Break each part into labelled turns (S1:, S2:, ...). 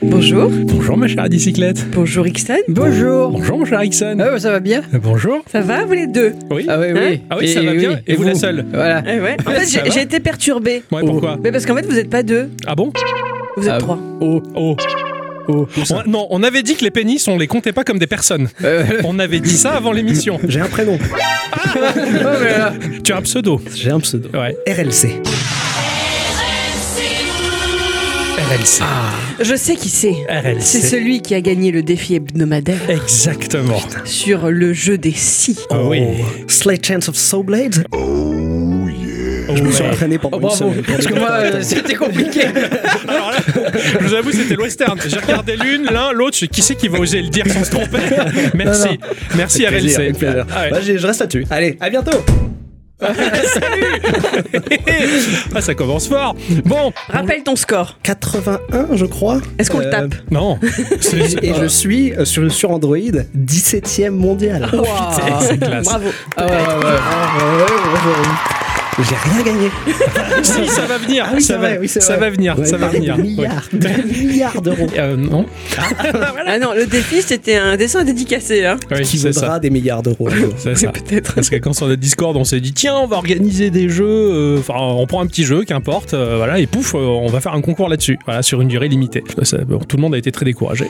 S1: Bonjour.
S2: Bonjour ma chère bicyclette.
S1: Bonjour Ixon.
S3: Bonjour.
S2: Bonjour mon cher Ixon.
S3: Euh, ça va bien
S2: Bonjour.
S1: Ça va, vous les deux Hein
S2: Oui.
S3: Ah oui, oui.
S2: Ah oui, ça va bien. Et vous, la seule
S3: Voilà.
S1: Eh ouais. En fait,
S2: Ça
S1: j'ai
S2: va
S1: j'ai été perturbée.
S2: Ouais, pourquoi
S1: Mais parce qu'en fait, vous n'êtes pas deux,
S2: Ah bon
S1: vous êtes
S3: Ah,
S1: trois.
S2: Oh, oh, oh. On- non, on avait dit que les pénis, on les comptait pas comme des personnes.
S3: Euh,
S2: On avait dit ça avant l'émission.
S4: J'ai un prénom,
S3: oh, mais là.
S2: Tu as un pseudo.
S4: j'ai un pseudo.
S2: Ouais.
S4: RLC.
S2: RLC.
S1: Je sais qui c'est.
S2: Ah,
S1: C'est
S2: RLC.
S1: celui qui a gagné le défi hebdomadaire
S2: Exactement.
S1: sur le jeu des si.
S2: Ah oui.
S4: Slight Oh. Chance of Soul Blade. Je me suis
S2: Ouais.
S4: entraîné pendant
S3: Oh,
S4: une
S3: bravo.
S4: semaine.
S3: Parce que moi, euh, c'était compliqué.
S2: Alors là, je vous avoue, c'était le western. J'ai regardé l'une, l'un, l'autre. je- Qui c'est qui va oser le dire sans se tromper Merci. Merci
S4: Avec plaisir,
S2: RLC.
S4: avec plaisir.
S2: Ah ouais.
S4: Bah, j'ai- je reste là-dessus. Allez, à bientôt.
S2: Ah, ça commence fort. Bon,
S1: Rappelle ton score.
S4: 81, je crois.
S1: Est-ce qu'on le
S4: Euh,
S1: tape
S2: non. C'est-
S4: Et je suis euh, sur, sur Android 17ème mondial.
S2: Ah c'est- c'est classe.
S1: Ah. Bravo.
S3: Ah, ouais, ouais, ouais.
S4: J'ai rien gagné.
S2: si, ça va venir.
S4: Ah oui,
S2: ça
S4: c'est
S2: va,
S4: vrai, oui, c'est
S2: ça
S4: vrai.
S2: va venir.
S4: Ouais,
S2: ça va
S4: parler de
S2: venir.
S4: Milliards, de milliards d'euros.
S2: Oui. Euh, non.
S1: Ah non, le défi, c'était un dessin dédicacé. Hein.
S2: Oui,
S4: Qui
S2: c'est ça.
S4: vaudra des milliards d'euros. un jour.
S2: C'est ça.
S1: Peut-être.
S2: Parce que quand sur le Discord, on s'est dit tiens, on va organiser des jeux. euh, Enfin, on prend un petit jeu, qu'importe, euh, voilà, et pouf, euh, on va faire un concours là-dessus, voilà, sur une durée limitée. Ça- bon, tout le monde a été très découragé.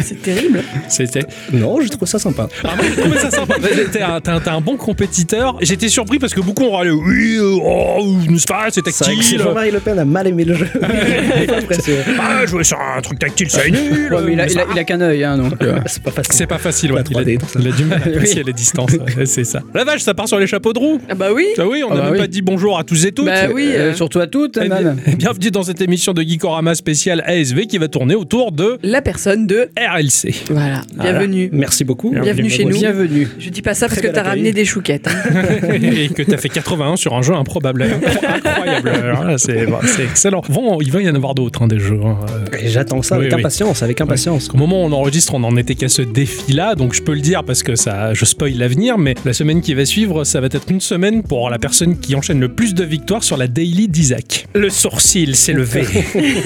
S1: C'est terrible.
S2: C'était.
S4: Non, je trouve ça sympa.
S2: Ah, moi, j'ai trouvé ça sympa. T'es un, t'es un- t'es un bon compétiteur. J'étais surpris parce que beaucoup ont râlé. Oui, euh, oh, c'est pas, c'est
S4: C'est vrai que si
S2: tactile.
S4: Jean-Marie Le Pen a mal aimé le jeu. C'est pas précieux.
S2: Ah, jouer sur un truc tactile, c'est nul.
S3: Ouais, mais il a, il a-
S2: Ça-
S3: il a qu'un œil, hein, donc. euh.
S4: C'est pas facile.
S2: C'est pas facile, ouais.
S4: La
S2: Il a,
S4: 3D, tout ça.
S2: il a du mal à apprécier les distances, ouais, c'est ça. La vache, ça part sur les chapeaux de roue.
S1: Ah bah oui.
S2: Ah oui, on
S3: Ah
S2: n'a
S3: bah
S2: même
S3: oui.
S2: pas dit bonjour à tous et toutes.
S1: Bah oui.
S3: Euh,
S1: euh,
S3: surtout à toutes,
S2: Eh bien-
S3: man.
S2: Bienvenue dans cette émission de Geekorama spéciale ASV qui va tourner autour de
S1: La personne de.
S2: RLC.
S1: Voilà. Bienvenue.
S4: Merci beaucoup.
S2: Bienvenue
S1: chez nous.
S3: Bienvenue.
S1: Je dis pas ça parce
S4: Très
S1: que
S4: bel
S1: t'as
S4: accueil.
S1: ramené des chouquettes. hein.
S2: et que t'as fait 81 sur un jeu improbable. Incroyable. Alors là, C'est c'est excellent. Bon, il va y en avoir d'autres, hein, des jeux. hein. Euh,
S4: Et J'attends ça
S2: Oui,
S4: avec
S2: oui.
S4: impatience, avec impatience.
S2: Au moment où on enregistre, on n'en était qu'à ce défi-là, donc je peux le dire parce que ça, je spoil l'avenir, mais la semaine qui va suivre, ça va être une semaine pour la personne qui enchaîne le plus de victoires sur la daily d'Isaac. Le sourcil s'est levé.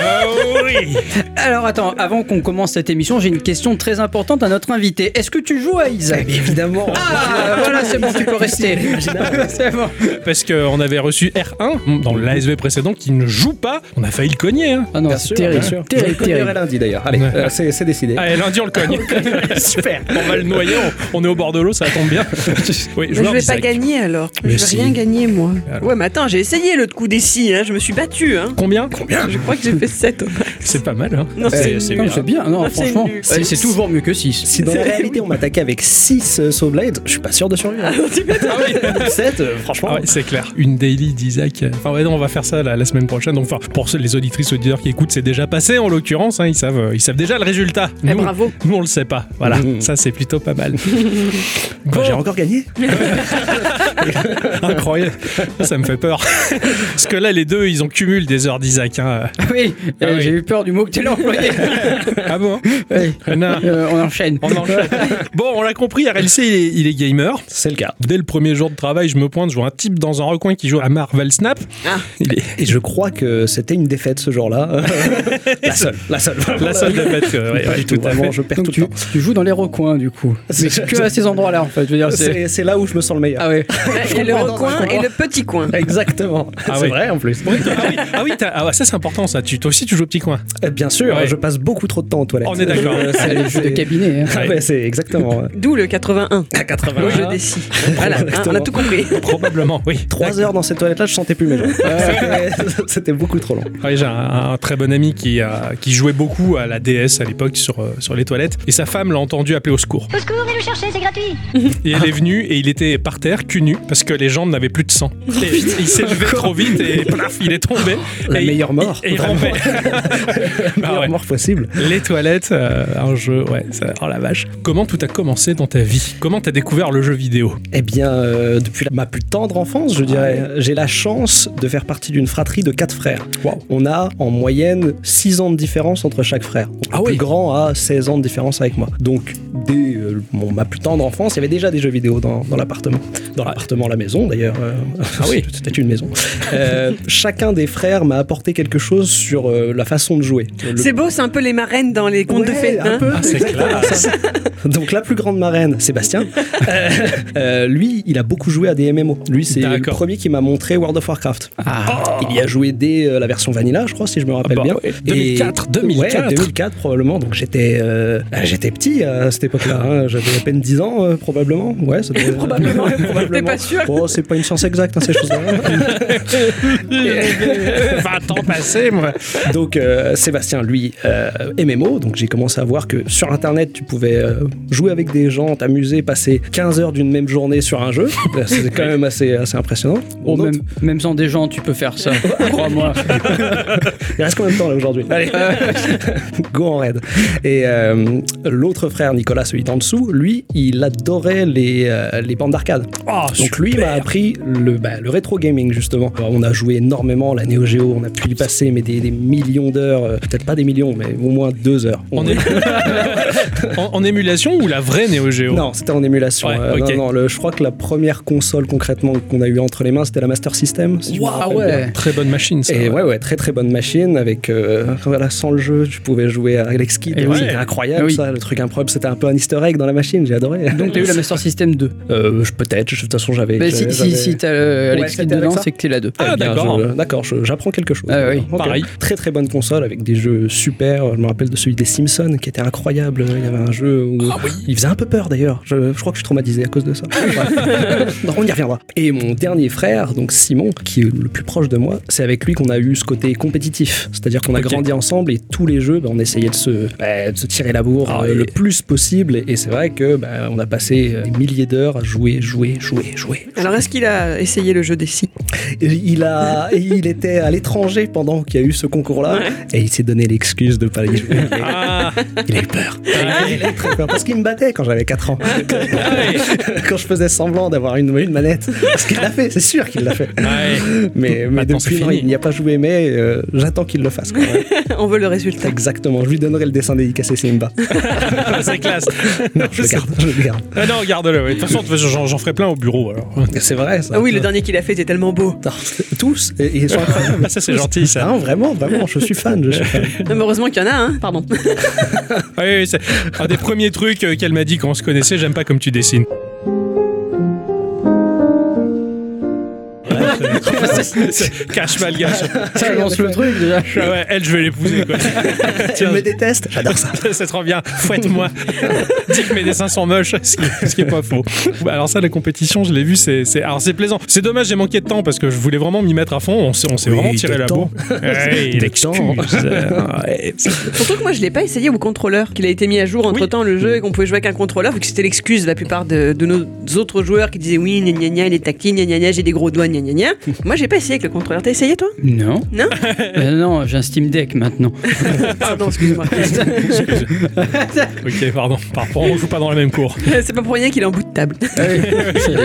S2: ah oui
S3: Alors attends, avant qu'on commence cette émission, j'ai une question très importante à notre invité. Est-ce que tu joues à Isaac Évidemment. Ah, voilà, c'est bon, tu peux rester. c'est bon.
S2: Parce qu'on avait reçu R1 dans l'ASV précédent qui ne joue pas, on a failli le cogner. Hein.
S3: Ah non,
S4: Bien
S3: c'est
S4: sûr,
S3: terrible.
S4: bien sûr. Je
S3: Terrible,
S4: le cognerai
S3: terrible.
S4: lundi d'ailleurs. Allez, euh, c'est c'est décidé.
S2: Allez, Ah, lundi on le cogne. Super. On va le noyer, on, on est au bord de l'eau, ça tombe bien. Oui,
S1: Mais je
S2: joueur
S1: vais pas
S2: d'Isaac.
S1: gagner alors.
S2: Mais
S1: je vais
S2: si.
S1: rien gagner moi.
S2: Alors.
S1: Ouais, mais attends, j'ai essayé le coup des si. Hein. Je me suis battue. Hein.
S2: Combien Combien
S1: Je crois que j'ai fait 7.
S2: C'est pas mal, hein
S1: Non,
S2: C'est-
S1: c'est-
S2: c'est
S3: Non,
S2: bien.
S3: c'est bien. Non,
S1: Ah, c'est
S3: franchement,
S1: nul.
S3: c'est c'est toujours mieux que 6.
S4: Si dans la réalité on m'attaquait avec 6 Soulblades, je suis pas sûr de survivre.
S2: Ah oui.
S4: 7, franchement.
S2: Ah ouais, c'est clair. Une daily d'Isaac. Enfin, ouais, non, on va faire ça la, la semaine prochaine. Donc, enfin, pour ceux- les auditrices, auditeurs qui écoutent, c'est déjà passé en l'occurrence. hein. ils, savent, euh, ils savent déjà le résultat.
S1: Eh,
S2: Nous,
S1: bravo.
S2: nous, on le sait pas. Voilà, ça, c'est plutôt pas mal.
S4: Bah,
S2: Bon,
S4: J'ai encore gagné.
S2: incroyable. Ça me fait peur. Parce que là, les deux, ils ont cumulé des heures d'Isaac. hein.
S3: Oui,
S2: Ah
S3: euh,
S2: oui.
S3: j'ai eu peur du mot que tu l'as employé.
S2: Ah bon
S3: Oui.
S2: Non.
S3: Euh, on enchaîne.
S2: On enchaîne. Bon, on l'a compris, RLC, il est, il est gamer.
S4: C'est le cas.
S2: Dès le premier jour de travail, je me pointe, je vois un type dans un recoin qui joue à Marvel Snap.
S1: Ah.
S2: Il est
S4: Et je crois que c'était une défaite ce jour-là. la seule, la seule. vraiment,
S2: la seule défaite. euh, ouais,
S4: Pas
S2: ouais,
S4: du
S2: tout
S4: tout,
S2: à fait.
S4: vraiment, je perds
S3: Donc
S4: tout
S3: tu,
S4: le temps.
S3: tu joues dans les recoins du coup. Mais
S4: C'est-
S3: que à ces endroits-là en fait. Je veux dire, Ah, c'est.
S4: C'est c'est là où je me sens le meilleur.
S3: Ah ouais.
S1: Et le recoin et le petit coin.
S4: Exactement.
S2: Ah
S4: c'est
S2: oui.
S4: vrai en plus.
S2: Ah oui, ah oui, t'as- ah ouais, ça c'est important ça. Tu, toi aussi tu joues au petit coin.
S4: Euh, Bien sûr,
S2: Ouais.
S4: je passe beaucoup trop de temps aux toilettes.
S2: On est d'accord.
S4: Euh,
S3: C'est les jeux de cabinet. hein.
S4: Ah ouais, c'est exactement. ouais.
S1: D'où le 81.
S4: À 80.
S1: Le jeu des si. Voilà, hein, on a tout compris.
S2: Probablement, oui.
S4: Trois heures dans cette toilette-là, je sentais plus mes jambes. C'était- C'était beaucoup trop long.
S2: Oui, j'ai un, un très bon ami qui, euh, qui jouait beaucoup à la DS à l'époque sur, euh, sur les toilettes et sa femme l'a entendu appeler au secours.
S5: Au secours, venez le chercher, c'est gratuit.
S2: Et
S4: Ah.
S2: elle est venue et il était par terre, cul nu, parce que les jambes n'avaient plus de sang. Et il s'est levé trop vite et plaf, il est tombé.
S4: La
S2: Et il-
S4: meilleure mort.
S2: Et il
S4: Vraiment.
S2: rampait. Bah
S4: meilleure
S2: ouais.
S4: mort possible.
S2: Les toilettes, euh, un jeu, ouais, ça- oh la vache. Comment tout a commencé dans ta vie Comment t'as découvert le jeu vidéo
S4: Eh bien, euh, depuis la- ma plus tendre enfance, je dirais,
S2: Ah
S4: j'ai la chance de faire partie d'une fratrie de quatre frères.
S2: Waouh.
S4: On a en moyenne 6 ans de différence entre chaque frère.
S2: Ah
S4: le
S2: oui.
S4: plus grand a 16 ans de différence avec moi. Donc, dès euh, mon- ma plus tendre enfance, il y avait déjà des jeux vidéo dans, dans l'appartement. Dans l'appartement, la maison d'ailleurs. euh,
S2: Ah oui.
S4: c'était une maison. Euh, chacun des frères m'a apporté quelque chose sur euh, la façon de jouer. Le-
S1: C'est beau, c'est un peu les marraines dans les contes de
S4: Ouais,
S1: fées.
S4: un
S1: hein.
S4: peu,
S2: Ah, c'est
S4: exactement
S2: classe.
S4: ça. Donc la plus grande marraine, Sébastien, euh, euh, lui, il a beaucoup joué à des MMO. Lui, c'est le
S2: D'accord.
S4: premier qui m'a montré World of Warcraft.
S2: Oh,
S4: Il y a joué dès euh, la version vanilla, je crois, si je me rappelle
S2: Ah bah
S4: bien.
S2: ouais,
S4: Et-
S2: 2004, 2004.
S4: Ouais, 2004 probablement. Donc j'étais, euh, bah, j'étais petit à cette époque-là. hein. J'avais à peine 10 ans euh, probablement. Ouais, ça devait-
S1: Probablement.
S4: probablement.
S1: T'es pas sûr
S4: Oh, c'est pas une science exacte hein, ces choses-là.
S2: 20 ans passés, moi.
S4: Donc euh, Sébastien, lui, euh, MMO, donc j'ai commencé à voir que sur Internet, tu pouvais euh, jouer avec des gens, t'amuser, passer 15 heures d'une même journée sur un jeu. Euh, C'est quand même assez, assez impressionnant.
S3: Oh,
S4: Mon autre-
S3: même, même sans des gens, tu peux faire ça. Crois-moi.
S4: Il reste combien de temps là aujourd'hui Allez, go en raid. Et euh, l'autre frère, Nicolas, celui d'en dessous, lui, il adorait les, euh, les bandes d'arcade.
S2: Oh,
S4: Donc lui il m'a appris le, bah, le rétro gaming justement. Alors, on a joué énormément la Neo Geo, on a pu y passer mais des, des millions d'heures, euh, peut-être pas des millions, mais au moins deux heures.
S2: On est- en, en émulation ou la vraie Neo Geo
S4: Non, c'était en émulation.
S2: Ouais,
S4: Euh,
S2: ok.
S4: Non, non, le- je crois que la première console concrètement qu'on a eu entre les mains, c'était la Master System. si je me
S3: Waouh,
S4: rappelle
S3: Ah ouais.
S4: bien.
S2: Très bonne machine, ça.
S4: Et ouais, ouais, très très bonne machine avec euh, voilà, sans le jeu, tu pouvais jouer à Alex Kidd.
S3: Et
S4: Ouais,
S3: Eh oui.
S4: C'était incroyable
S3: Ah oui.
S4: ça, le truc improbable. C'était un peu un easter egg dans la machine, j'ai adoré.
S3: Donc, t'as eu la Master System 2.
S4: Euh, je- peut-être, je- de toute façon j'avais.
S3: Mais
S4: j'avais-
S3: si, si,
S4: j'avais-
S3: si t'as euh,
S4: Ouais,
S3: Alex Kidd
S4: c'était avec
S3: dedans,
S4: ça.
S3: c'est que t'es la 2.
S2: Ah,
S4: Eh bien,
S2: d'accord.
S4: je- D'accord, je- j'apprends quelque chose.
S3: Ah oui.
S4: Ok.
S2: Pareil.
S4: Très très bonne console avec des jeux super. Je me rappelle de celui des Simpsons qui était incroyable. Il y avait un jeu où
S2: Ah
S4: il faisait un peu peur d'ailleurs. Je, je crois que je suis traumatisé à cause de ça. Bref. Non, on y reviendra. Et mon dernier frère, donc Simon, qui est le plus proche de moi, c'est avec lui qu'on a eu ce côté compétitif. C'est-à-dire qu'on a
S2: Ok.
S4: grandi ensemble et tous les jeux, bah, on essayait de se, bah, de se tirer la bourre
S2: Ah
S4: euh,
S2: oui.
S4: le plus possible. Et c'est vrai que bah, on a passé euh, des milliers d'heures à jouer, jouer, jouer, jouer.
S1: Alors, est-ce qu'il a essayé le jeu des six
S4: Et Il, a, et il était à l'étranger pendant qu'il y a eu ce concours-là et il s'est donné l'excuse de pas y jouer.
S2: Ah,
S4: Il a eu peur.
S2: Ah.
S4: Il a eu très peur parce qu'il me battait quand j'avais 4 ans. quand je faisais semblant d'avoir une, une manette. Parce qu'il l'a fait, c'est sûr qu'il l'a fait.
S2: ouais.
S4: Mais, mais
S2: Maintenant, c'est
S4: depuis, non,
S2: fini.
S4: il n'y a pas joué, mais euh, j'attends qu'il le fasse. quand même.
S1: On veut le résultat.
S4: Exactement, je lui donnerai le dessin dédicacé s'il me bat.
S2: c'est classe.
S4: Non, je le garde, je le garde.
S2: Ah non, garde-le. ouais. De toute façon, de toute façon, j'en j'en ferai plein au bureau. Alors.
S4: C'est vrai, ça.
S1: Ah oui, le dernier qu'il a fait était tellement beau.
S4: Non, Tous, et, et ils sont incroyables.
S2: Ah, ça, c'est gentil, ça.
S4: Non, vraiment, vraiment, je suis fan, je suis fan.
S1: Non, mais heureusement qu'il y en a, hein. Pardon.
S2: Ah oui, oui, c'est un des premiers trucs euh, qu'elle m'a dit quand on se connaissait. J'aime pas comme tu dessines. C'est- c'est- Cache mal gâche.
S3: Ça lance le truc déjà.
S2: Ah ouais, elle, je vais l'épouser. quoi.
S4: Elle
S2: Tiens,
S4: me déteste, j'adore ça.
S2: c'est trop bien. Fouette-moi. Dis que mes dessins sont moches, ce qui, ce qui est pas faux. Bah, Alors ça, la compétition, je l'ai vu, c'est, c'est- alors c'est plaisant. C'est dommage, j'ai manqué de temps parce que je voulais vraiment m'y mettre à fond. On s'est, on s'est
S4: Oui,
S2: vraiment
S4: de
S2: tiré la
S4: temps.
S2: bourre. Ouais,
S4: De
S2: l'excuse.
S4: temps.
S2: Ah, ouais.
S1: Surtout que moi, je l'ai pas essayé au contrôleur, qu'il a été mis à jour entre temps le jeu et qu'on pouvait jouer avec un contrôleur, vu que c'était l'excuse de la plupart de, de nos autres joueurs qui disaient oui, gna gna gna, il est tactile, gna gna gna, j'ai des gros doigts, gna gna gna. moi, j'ai pas essayé avec le contrôleur. T'as essayé toi
S3: Non.
S1: Non
S3: Euh, Non, j'ai un Steam Deck maintenant.
S1: Pardon, excuse-moi.
S2: Ok, pardon. Par rapport, on joue pas dans la même cour.
S1: C'est pas pour rien qu'il est en bout de table.
S3: Ah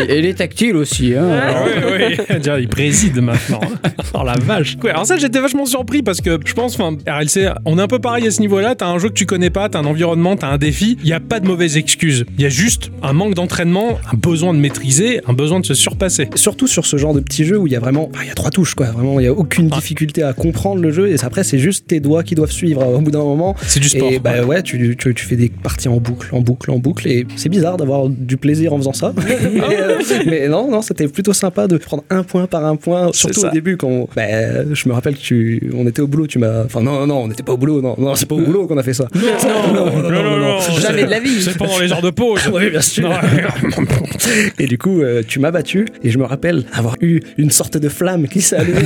S3: Et il est tactile aussi. Hein.
S2: Ah oui, oui. Déjà, il préside maintenant. Oh la vache. Ouais, alors ça, j'étais vachement surpris parce que je pense, enfin, RLC, on est un peu pareil à ce niveau-là. T'as un jeu que tu connais pas, t'as un environnement, t'as un défi. Il n'y a pas de mauvaise excuse. Il y a juste un manque d'entraînement, un besoin de maîtriser, un besoin de se surpasser.
S4: Surtout sur ce genre de petit jeu où il y a vraiment, enfin, il y a trois touches quoi. Vraiment, il y a aucune difficulté à comprendre le jeu et après c'est juste tes doigts qui doivent suivre hein, au bout d'un moment.
S2: C'est du sport.
S4: Et bah ouais, tu, tu, tu fais des parties en boucle, en boucle, en boucle et c'est bizarre d'avoir du plaisir en faisant
S2: Ah
S4: ça. mais, euh, mais non, non, c'était plutôt sympa de prendre un point par un point, surtout
S2: ça.
S4: au début quand on- bah, je me rappelle que tu, on était au boulot, tu m'as, enfin non non non, on n'était pas au boulot, non non, c'est pas au boulot qu'on a fait ça.
S2: Non,
S4: oh,
S2: non, non, non,
S1: Jamais de la vie.
S2: C'est pendant les heures de pause.
S4: Oui, bien sûr.
S2: Non,
S4: Et du coup, euh, tu m'as battu et je me rappelle avoir eu une sorte de flamme qui s'est allumée.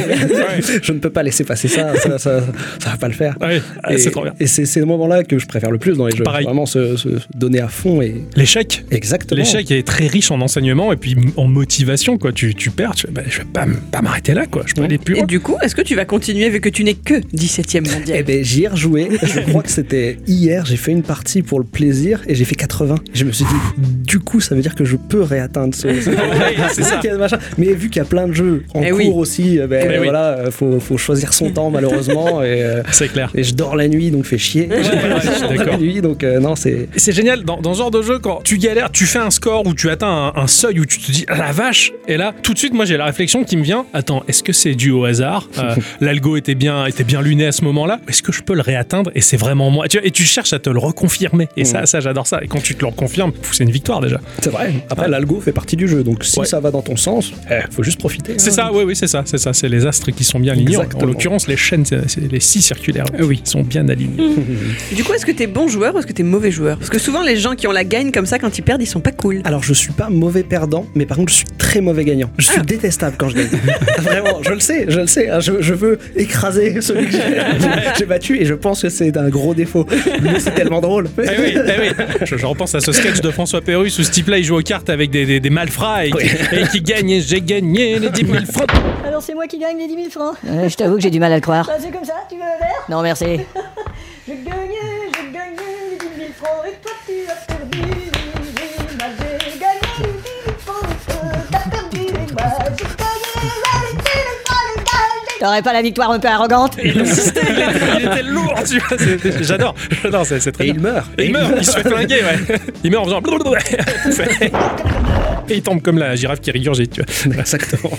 S4: je ne peux pas laisser passer ça, ça, ça, ça va pas le faire.
S2: Ouais,
S4: Et-
S2: Ah, c'est trop bien.
S4: Et c'est ces moments-là que je préfère le plus dans les jeux.
S2: Pareil.
S4: Vraiment se, se- se donner à fond et.
S2: L'échec.
S4: Exactement.
S2: L'échec est très riche en enseignement et puis en motivation. Quoi. Tu, tu perds, tu fais, bah, je vais pas, m- pas m'arrêter là. Quoi. Je peux aller plus
S1: Et
S2: loin.
S1: du coup, est-ce que tu vas continuer vu que tu n'es que 17ème
S4: Eh
S1: mondial
S4: ben, j'y ai rejoué. Je crois que c'était hier. J'ai fait une partie pour le plaisir et j'ai fait 80. Je me suis dit, du coup, ça veut dire que je peux réatteindre ce. ce-
S2: Ouais, c'est ça.
S4: Machin. Mais vu qu'il y a plein de jeux en
S1: Eh
S4: cours
S1: oui.
S4: aussi. euh, ben,
S2: Eh oui.
S4: voilà, euh, faut, faut choisir son temps malheureusement. Et, euh,
S2: C'est clair.
S4: et je dors la nuit, donc fait chier.
S2: je suis
S4: je dors la
S2: d'accord.
S4: nuit, donc euh, non, c'est.
S2: C'est génial, dans, dans ce genre de jeu, quand tu galères, tu fais un score ou tu atteins un, un seuil où tu te dis ah, la vache, et là, tout de suite, moi j'ai la réflexion qui me vient attends, est-ce que c'est dû au hasard Euh, L'algo était bien, était bien luné à ce moment-là, est-ce que je peux le réatteindre Et c'est vraiment moi. Tu vois, et tu cherches à te le reconfirmer, et ça, ça j'adore ça. Et quand tu te le reconfirmes, pff, c'est une victoire déjà.
S4: C'est vrai. Après, l'algo fait partie du jeu, donc si
S2: Ouais.
S4: ça va dans ton sens, eh, faut juste profiter.
S2: C'est
S4: hein.
S2: ça, oui, oui, c'est ça, c'est ça, c'est les astres qui sont bien alignés. En- En
S4: Exactement.
S2: l'occurrence, les chaînes, c'est- c'est les six circulaires, oui, sont bien alignés.
S1: Du coup, est-ce que t'es bon joueur ou est-ce que t'es mauvais joueur Parce que souvent, les gens qui ont la gagne comme ça, quand ils perdent, ils sont pas cool.
S4: Alors, je suis pas mauvais perdant, mais par contre, je suis très mauvais gagnant. Je
S2: Ah.
S4: suis détestable quand je gagne. Vraiment, je le sais, je le sais. hein, Je, je veux écraser celui que j'ai- j'ai battu et je pense que c'est un gros défaut. Mais c'est tellement drôle.
S2: Eh oui, eh oui. Je, je repense à ce sketch de François Pérus où ce type-là il joue aux cartes avec des, des, des malfrats et, qui- et qui gagne. et J'ai gagné les 10 000 francs.
S5: Alors Ah c'est moi qui gagne les 10 000 francs.
S6: Euh, je t'avoue que j'ai du mal à le croire.
S5: Bah, c'est comme ça, tu veux un verre
S6: Non, merci.
S5: Je gagnais, je gagnais les 10 000 francs et toi tu as perdu. Moi j'ai gagné les 10 000 francs, euh, t'as perdu. Et moi j'ai gagné les 10 000 francs, les gars.
S6: T'aurais pas la victoire un peu arrogante
S2: Il insistait, il était, il était lourd, tu vois. c'est- J'adore, j'adore, c'est c'est très
S4: Et
S2: bien.
S4: il meurt.
S2: Et il meurt, il se fait flinguer, ouais. Il meurt en faisant. blablabla. Et il tombe comme la girafe qui rigurgite, tu vois. Exactement.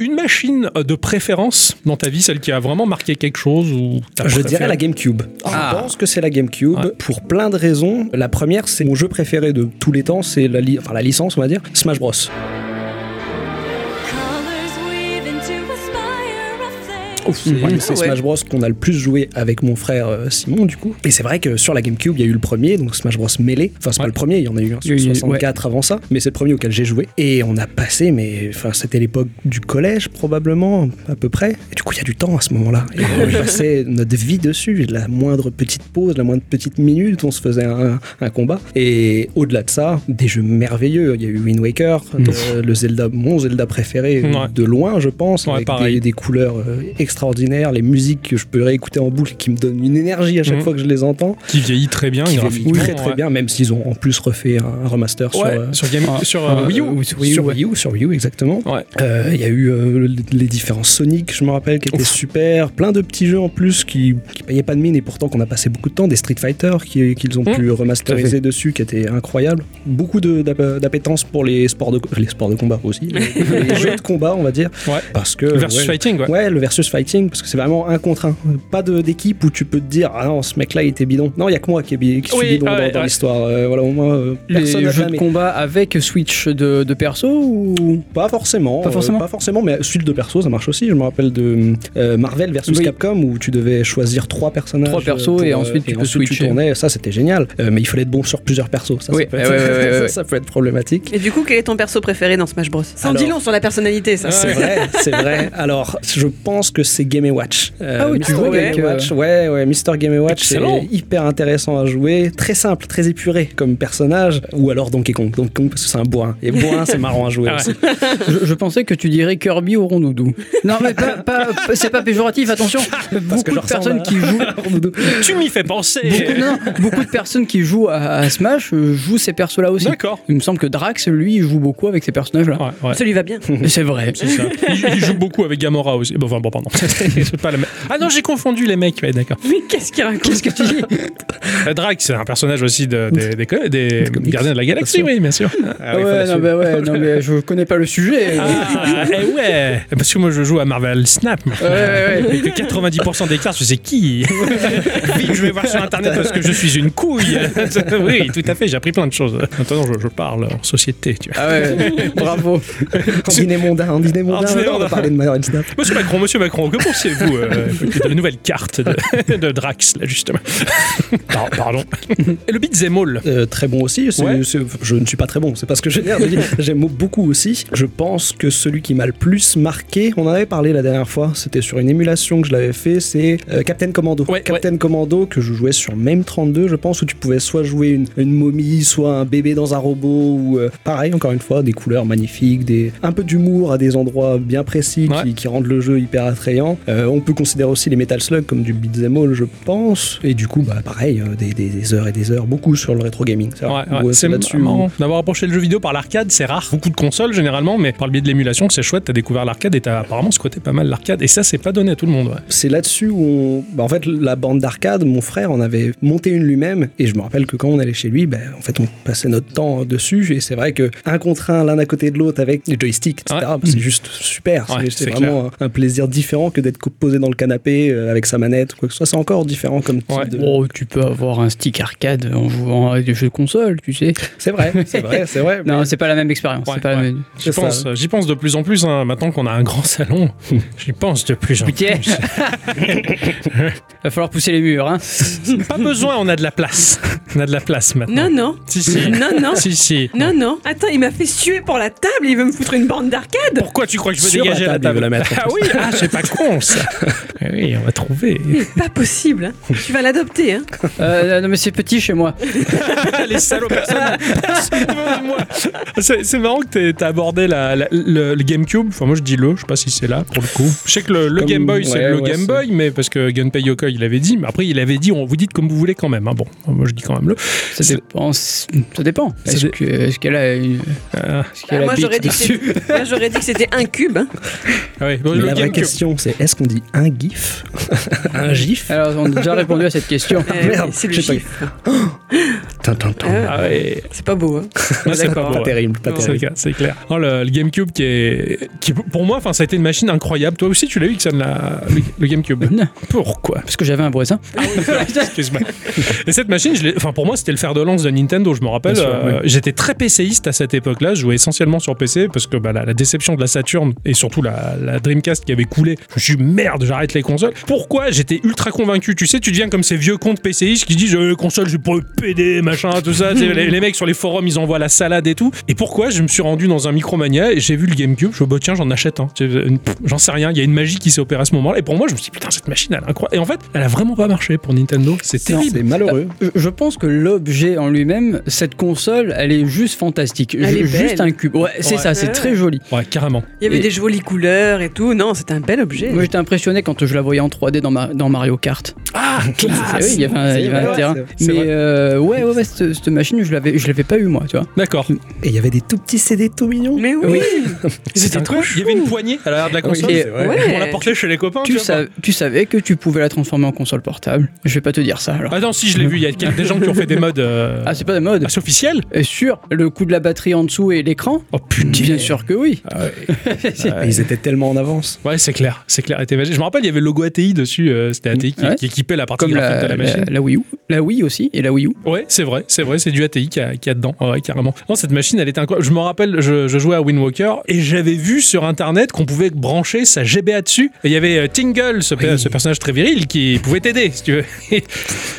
S2: Une machine euh, de préférence dans ta vie, celle qui a vraiment marqué quelque chose ou t'as
S4: Je
S2: préféré-
S4: dirais la GameCube.
S3: Ah.
S4: Je pense que c'est la GameCube
S2: Ouais.
S4: pour plein de raisons. La première, c'est mon jeu préféré de tous les temps, c'est la, li- enfin, la licence, on va dire, Smash Bros.
S2: C'est-
S4: Ouais, c'est
S1: Ah ouais.
S4: Smash Bros qu'on a le plus joué avec mon frère euh, Simon du coup. Et c'est vrai que sur la GameCube, il y a eu le premier, donc Smash Bros Melee. Enfin, c'est
S2: Ouais.
S4: pas le premier, il y en a eu un sur
S3: Il y a eu-
S4: 64 avant ça, mais c'est le premier auquel j'ai joué. Et on a passé, mais enfin, c'était l'époque du collège probablement, à peu près. Et du coup, il y a du temps à ce moment-là. Et on passait notre vie dessus. La moindre petite pause, la moindre petite minute, on se faisait un, un combat. Et au-delà de ça, des jeux merveilleux. Il y a eu Wind Waker, euh, le Zelda, mon Zelda préféré
S2: Ouais.
S4: de loin, je pense,
S2: Ouais,
S4: avec
S2: pareil.
S4: des- et des couleurs euh, extraordinaires, les musiques que je peux réécouter en boucle qui me donnent une énergie à chaque
S2: Mhm.
S4: fois que je les entends,
S2: qui vieillit très bien
S4: qui
S2: graphiquement.
S4: vont très très
S2: ouais.
S4: bien, même s'ils ont en plus refait un remaster sur,
S2: Ouais,
S4: euh,
S2: sur, Game-
S3: ah,
S2: sur, euh,
S3: ah,
S2: Wii U.
S3: oui, sur Wii U,
S4: sur
S3: ouais.
S4: Wii U, sur Wii U, exactement.
S2: Ouais.
S4: Euh, Il y a eu euh, les différents Sonic, je me rappelle, qui étaient
S2: Ouf.
S4: super, plein de petits jeux en plus qui, qui payaient pas de mine et pourtant qu'on a passé beaucoup de temps, des Street Fighter qui- qu'ils ont
S2: Mhm.
S4: pu
S3: Tout
S4: remasteriser dessus, qui étaient incroyables. Beaucoup de- d'ap- d'appétence pour les sports de, les sports de combat aussi, les, les jeux de combat, on va dire,
S2: Ouais.
S4: parce que
S2: Versus
S4: Euh, ouais,
S2: Fighting, ouais.
S4: Ouais. le versus fighting, parce que c'est vraiment un contre un. Pas de- d'équipe où tu peux te dire, ah non, ce mec-là, il était bidon. Non, il y a que moi qui, est bi- qui suis
S2: Oui,
S4: bidon
S2: ah
S4: dans,
S2: ouais,
S4: dans
S2: ouais.
S4: l'histoire. Euh, voilà, au moins, euh, personne
S3: Les
S4: n'a
S3: jeux de
S4: jamais-
S3: combat avec Switch de, de perso ou
S4: Pas forcément.
S3: Pas
S4: euh,
S3: forcément.
S4: pas forcément, mais suite de perso, ça marche aussi. Je me rappelle de euh, Marvel versus
S3: Oui.
S4: Capcom où tu devais choisir trois personnages.
S3: Trois persos
S4: euh,
S3: et
S4: euh,
S3: ensuite tu peux
S4: Tu
S3: switcher.
S4: tournais, ça c'était génial. Euh, mais il fallait être bon sur plusieurs persos. Ça,
S3: Oui,
S4: ça, peut,
S3: ouais,
S4: être,
S3: ouais, ouais, ouais,
S4: ça,
S3: ouais.
S4: ça peut être problématique.
S1: Et du coup, quel est ton perso préféré dans Smash Bros Ça en
S4: Alors-
S1: dit long sur la personnalité, ça.
S4: C'est vrai, c'est vrai. Alors, je pense que c'est Game Watch. Euh,
S3: Ah oui, tu
S4: Mr.
S1: joues avec,
S4: Game
S3: euh,
S4: Watch. Ouais, ouais, Mister Game Watch, c'est
S2: Excellent.
S4: hyper intéressant à jouer, très simple, très épuré comme personnage, ou alors Donkey Kong. Donkey Kong parce que c'est un bourrin. Et bourrin, c'est marrant à jouer
S2: Ah ouais.
S4: aussi.
S3: je, je pensais que tu dirais Kirby ou Rondoudou. Non mais pas, pas- pas- c'est pas péjoratif, attention. Beaucoup
S4: que je
S3: de
S4: ressemble
S3: personnes
S4: à-
S3: qui jouent
S2: Tu m'y fais penser.
S3: beaucoup, non, beaucoup de personnes qui jouent à, à Smash euh, jouent ces persos-là aussi.
S2: D'accord.
S3: Il me semble que Drax, lui, il joue beaucoup avec ces personnages-là.
S2: Ouais, ouais.
S1: Ça lui va bien.
S3: C'est vrai.
S2: Ah. C'est ça. Il, il joue beaucoup avec Gamora aussi. Bon, Enfin, bon, pardon. C'est pas le même. Ah non, j'ai confondu les mecs. Ouais, d'accord.
S1: Mais qu'est-ce qu'il raconte Qu'est-ce que tu dis
S2: Euh, Drax, c'est un personnage aussi de- des, des co- des
S4: comics.
S2: Gardiens de la Galaxie,
S4: Bien sûr.
S2: oui, bien sûr. Ah oui, faut
S3: ouais,
S2: la
S3: non, bah ouais, non, mais je connais pas le sujet.
S2: Ah, eh ouais Parce que moi je joue à Marvel Snap. moi.
S3: Ouais, ouais, ouais.
S2: Avec 90% des cartes, je sais qui. Vite, je vais voir sur internet parce que je suis une couille. oui, tout à fait, j'ai appris plein de choses. Maintenant, je, je parle en société, tu vois.
S3: Ah ouais, bravo.
S4: En dîner mondain, en dîner mondain,
S2: dîner
S4: on
S2: mondain.
S4: va parler de Mario Snap.
S2: Monsieur Macron, monsieur Macron, que pensez-vous euh, de la nouvelle carte de, de Drax, là, justement Par- Pardon. Et le Beat'em All.
S4: Euh, très bon aussi. c'est-
S2: Ouais.
S4: c'est- je ne suis pas très bon, c'est pas ce que j'ai l'air de dire. J'aime beaucoup aussi. Je pense que celui qui m'a le plus marqué, on en avait parlé la dernière fois, c'était sur une émulation que je l'avais fait, c'est euh, Captain Commando.
S2: Ouais,
S4: Captain Commando que je jouais sur MAME 32, je pense, où tu pouvais soit jouer une, une momie, soit un bébé dans un robot, ou euh, pareil, encore une fois, des couleurs magnifiques, des, un peu d'humour à des endroits bien précis qui-
S2: Ouais.
S4: qui, rendent le jeu hyper attrayant. Euh, on peut considérer aussi les Metal Slug comme du beat'em all, je pense. Et du coup, bah, pareil, euh, des, des- des heures et des heures, beaucoup sur le rétro gaming. C'est
S2: Ouais, ouais,
S4: Ouais,
S2: c'est
S4: c'est là-dessus.
S2: marrant. D'avoir approché le jeu vidéo par l'arcade, c'est rare. Beaucoup de consoles généralement, mais par le biais de l'émulation, c'est chouette. T'as découvert l'arcade et t'as apparemment scruté pas mal l'arcade. Et ça, c'est pas donné à tout le monde. ouais.
S4: C'est là-dessus où on... bah, en fait la bande d'arcade, mon frère en avait monté une lui-même et je me rappelle que quand on allait chez lui, bah, en fait on passait notre temps dessus et c'est vrai que un contre un l'un à côté de l'autre avec les joysticks, etc.
S2: Ouais.
S4: bah, c'est juste super. C'est-
S2: Ouais,
S4: c'est
S2: c'est
S4: vraiment un, un plaisir différent que d'être posé dans le canapé euh, avec sa manette ou quoi que ce soit. C'est encore différent comme type
S2: Ouais.
S4: de-
S3: Oh, tu peux avoir un stick arcade en jouant à des jeux de console, tu sais.
S4: C'est vrai, c'est vrai, c'est vrai. mais-
S3: Non, c'est pas la même expérience.
S2: Ouais,
S3: c'est pas la
S2: ouais.
S3: même.
S2: J'y
S4: C'est ça,
S2: pense, j'y pense de plus en plus. hein. Maintenant qu'on a un grand salon, j'y pense de plus en plus.
S3: Putain. Va falloir pousser les murs, hein.
S2: Pas besoin, on a de la place. On a de la place maintenant.
S1: Non, non.
S2: Si, si.
S1: Non, non.
S2: Si, si.
S1: Non, non. Attends, il m'a fait suer pour la table, il veut me foutre une bande d'arcade
S2: Pourquoi tu crois que je veux
S4: Sur la
S2: dégager la
S4: table,
S2: table,
S4: il veut la mettre.
S2: Ah oui, ah, c'est pas con ça. Ah Oui, on va trouver.
S1: Mais pas possible, hein. tu vas l'adopter. Hein.
S3: Euh, non, mais c'est petit chez moi.
S2: les salauds, personne. moi C'est c'est marrant que t'aies- t'as abordé la- la- le, le GameCube. Enfin, moi je dis le, je sais pas si c'est là pour le coup. Je sais que le, le
S4: Comme-
S2: Game Boy c'est
S4: ouais,
S2: le
S4: ouais,
S2: Game
S4: c'est-
S2: Boy, mais parce que Gunpei Yokoi il avait dit, mais après il avait dit, on vous dit comme vous voulez quand même. hein. Bon, moi je dis quand même le.
S3: Ça dépend. Ça dépend.
S2: Ça
S3: Est-ce
S2: dé-
S3: que- est-ce qu'elle a une.
S2: Ah,
S3: Est-ce qu'elle
S1: Bah, moi,
S3: habite
S1: j'aurais dit que
S3: dessus
S1: c'était- moi, j'aurais dit que c'était un cube. hein.
S2: ah ouais, bon,
S4: mais
S2: le
S4: la vraie
S2: GameCube.
S4: question, c'est c'est est-ce qu'on dit un gif Un gif
S3: Alors, on a déjà répondu à cette question.
S1: Eh oui,
S4: merde,
S1: c'est le
S4: j'ai pas eu.
S1: chiffre.
S4: Tin, tin, tin.
S1: Ah,
S2: Ah ouais.
S1: c'est pas beau. hein.
S2: Non, c'est pas
S1: D'accord.
S2: beau,
S4: Pas
S2: Ah ouais.
S4: terrible, pas
S1: Non.
S2: C'est
S4: terrible.
S2: clair, c'est clair. Oh, le, le GameCube qui est, qui pour moi, enfin, ça a été une machine incroyable. Toi aussi, tu l'as eu, Ixon, la, le, le GameCube.
S3: Non,
S2: Pourquoi
S3: Parce que j'avais un voisin.
S2: Excuse-moi. Et cette machine, je l'ai- enfin, pour moi, c'était le fer de lance de Nintendo. Je me rappelle,
S4: Bien sûr,
S2: euh, j'étais très PCiste à cette époque-là. Je jouais essentiellement sur PC parce que bah, la, la déception de la Saturn et surtout la, la Dreamcast qui avait coulé, je me suis dit, merde, j'arrête les consoles. Pourquoi J'étais ultra convaincu. Tu sais, tu deviens comme ces vieux comptes PCistes qui disent, euh, les consoles, c'est pour le PD, machin, tout ça. Tu sais, les, les mecs sur les forums, ils envoient la salade et tout. Et pourquoi je me suis rendu dans un Micromania et j'ai vu le GameCube. Je me suis dit, bah, tiens, j'en achète un. Tu sais, une- pff, J'en sais rien. Il y a une magie qui s'est opérée à ce moment-là. Et pour moi, je me suis dit, putain, cette machine, elle est incroyable. Et en fait, elle a vraiment pas marché pour Nintendo. C'est
S4: Non,
S2: terrible.
S4: C'est malheureux.
S3: Je- Je pense que l'objet en lui-même, cette console, elle est juste fantastique.
S1: Elle
S3: Je-
S1: est
S3: juste
S1: belle.
S3: un cube. Ouais, c'est
S2: Ouais.
S3: ça, c'est
S1: Ouais.
S3: très joli.
S2: Ouais, carrément.
S1: Il y avait
S3: Et-
S1: des jolies couleurs et tout. Non, c'était un bel objet.
S3: Moi, j'étais impressionné quand je la voyais en 3D dans, ma- dans Mario Kart.
S2: Ah,
S3: Ah oui, il y avait un, il y avait un
S4: c'est vrai,
S3: terrain.
S4: c'est
S2: c'est
S3: Mais
S2: vrai.
S3: euh, ouais, ouais, ouais, cette, cette machine, je l'avais, je l'avais pas eu moi, tu vois.
S2: D'accord.
S4: Et il y avait des tout petits CD tout mignons.
S1: Mais oui,
S2: C'était trop Il y avait une poignée à l'arrière de la console.
S3: Et-
S4: vrai.
S1: ouais.
S2: On l'a portée chez les copains.
S3: Tu,
S2: vois.
S3: sa- tu savais que tu pouvais la transformer en console portable. Je vais pas te dire ça alors.
S2: Ah non, si, je l'ai vu. Il y a quel- des gens qui ont fait des modes. euh,
S3: Ah, c'est pas de mode.
S2: ah, c'est officiel
S3: Et Sûr, le coût de la batterie en dessous et l'écran
S2: Oh putain.
S3: Bien sûr que oui.
S4: Et Ils étaient tellement en avance.
S2: Ouais, c'est clair, c'est clair. Et t'imagines- Je me rappelle, il y avait le logo ATI dessus. euh, C'était ATI qui,
S3: Ouais.
S2: qui équipait la partie
S3: Comme
S2: graphique
S3: la,
S2: de la
S3: la-
S2: machine.
S3: la Wii U. La Wii aussi et la Wii U.
S2: Ouais, c'est vrai, c'est vrai, c'est du ATI qu'il y, a- qu'il y a dedans, ouais, carrément. Non, cette machine, elle était incroyable. Je me rappelle, je, je jouais à Wind Walker et j'avais vu sur internet qu'on pouvait brancher sa GBA dessus. Et il y avait euh, Tingle, ce, pe- ce personnage très viril, qui pouvait t'aider, si tu veux. Et-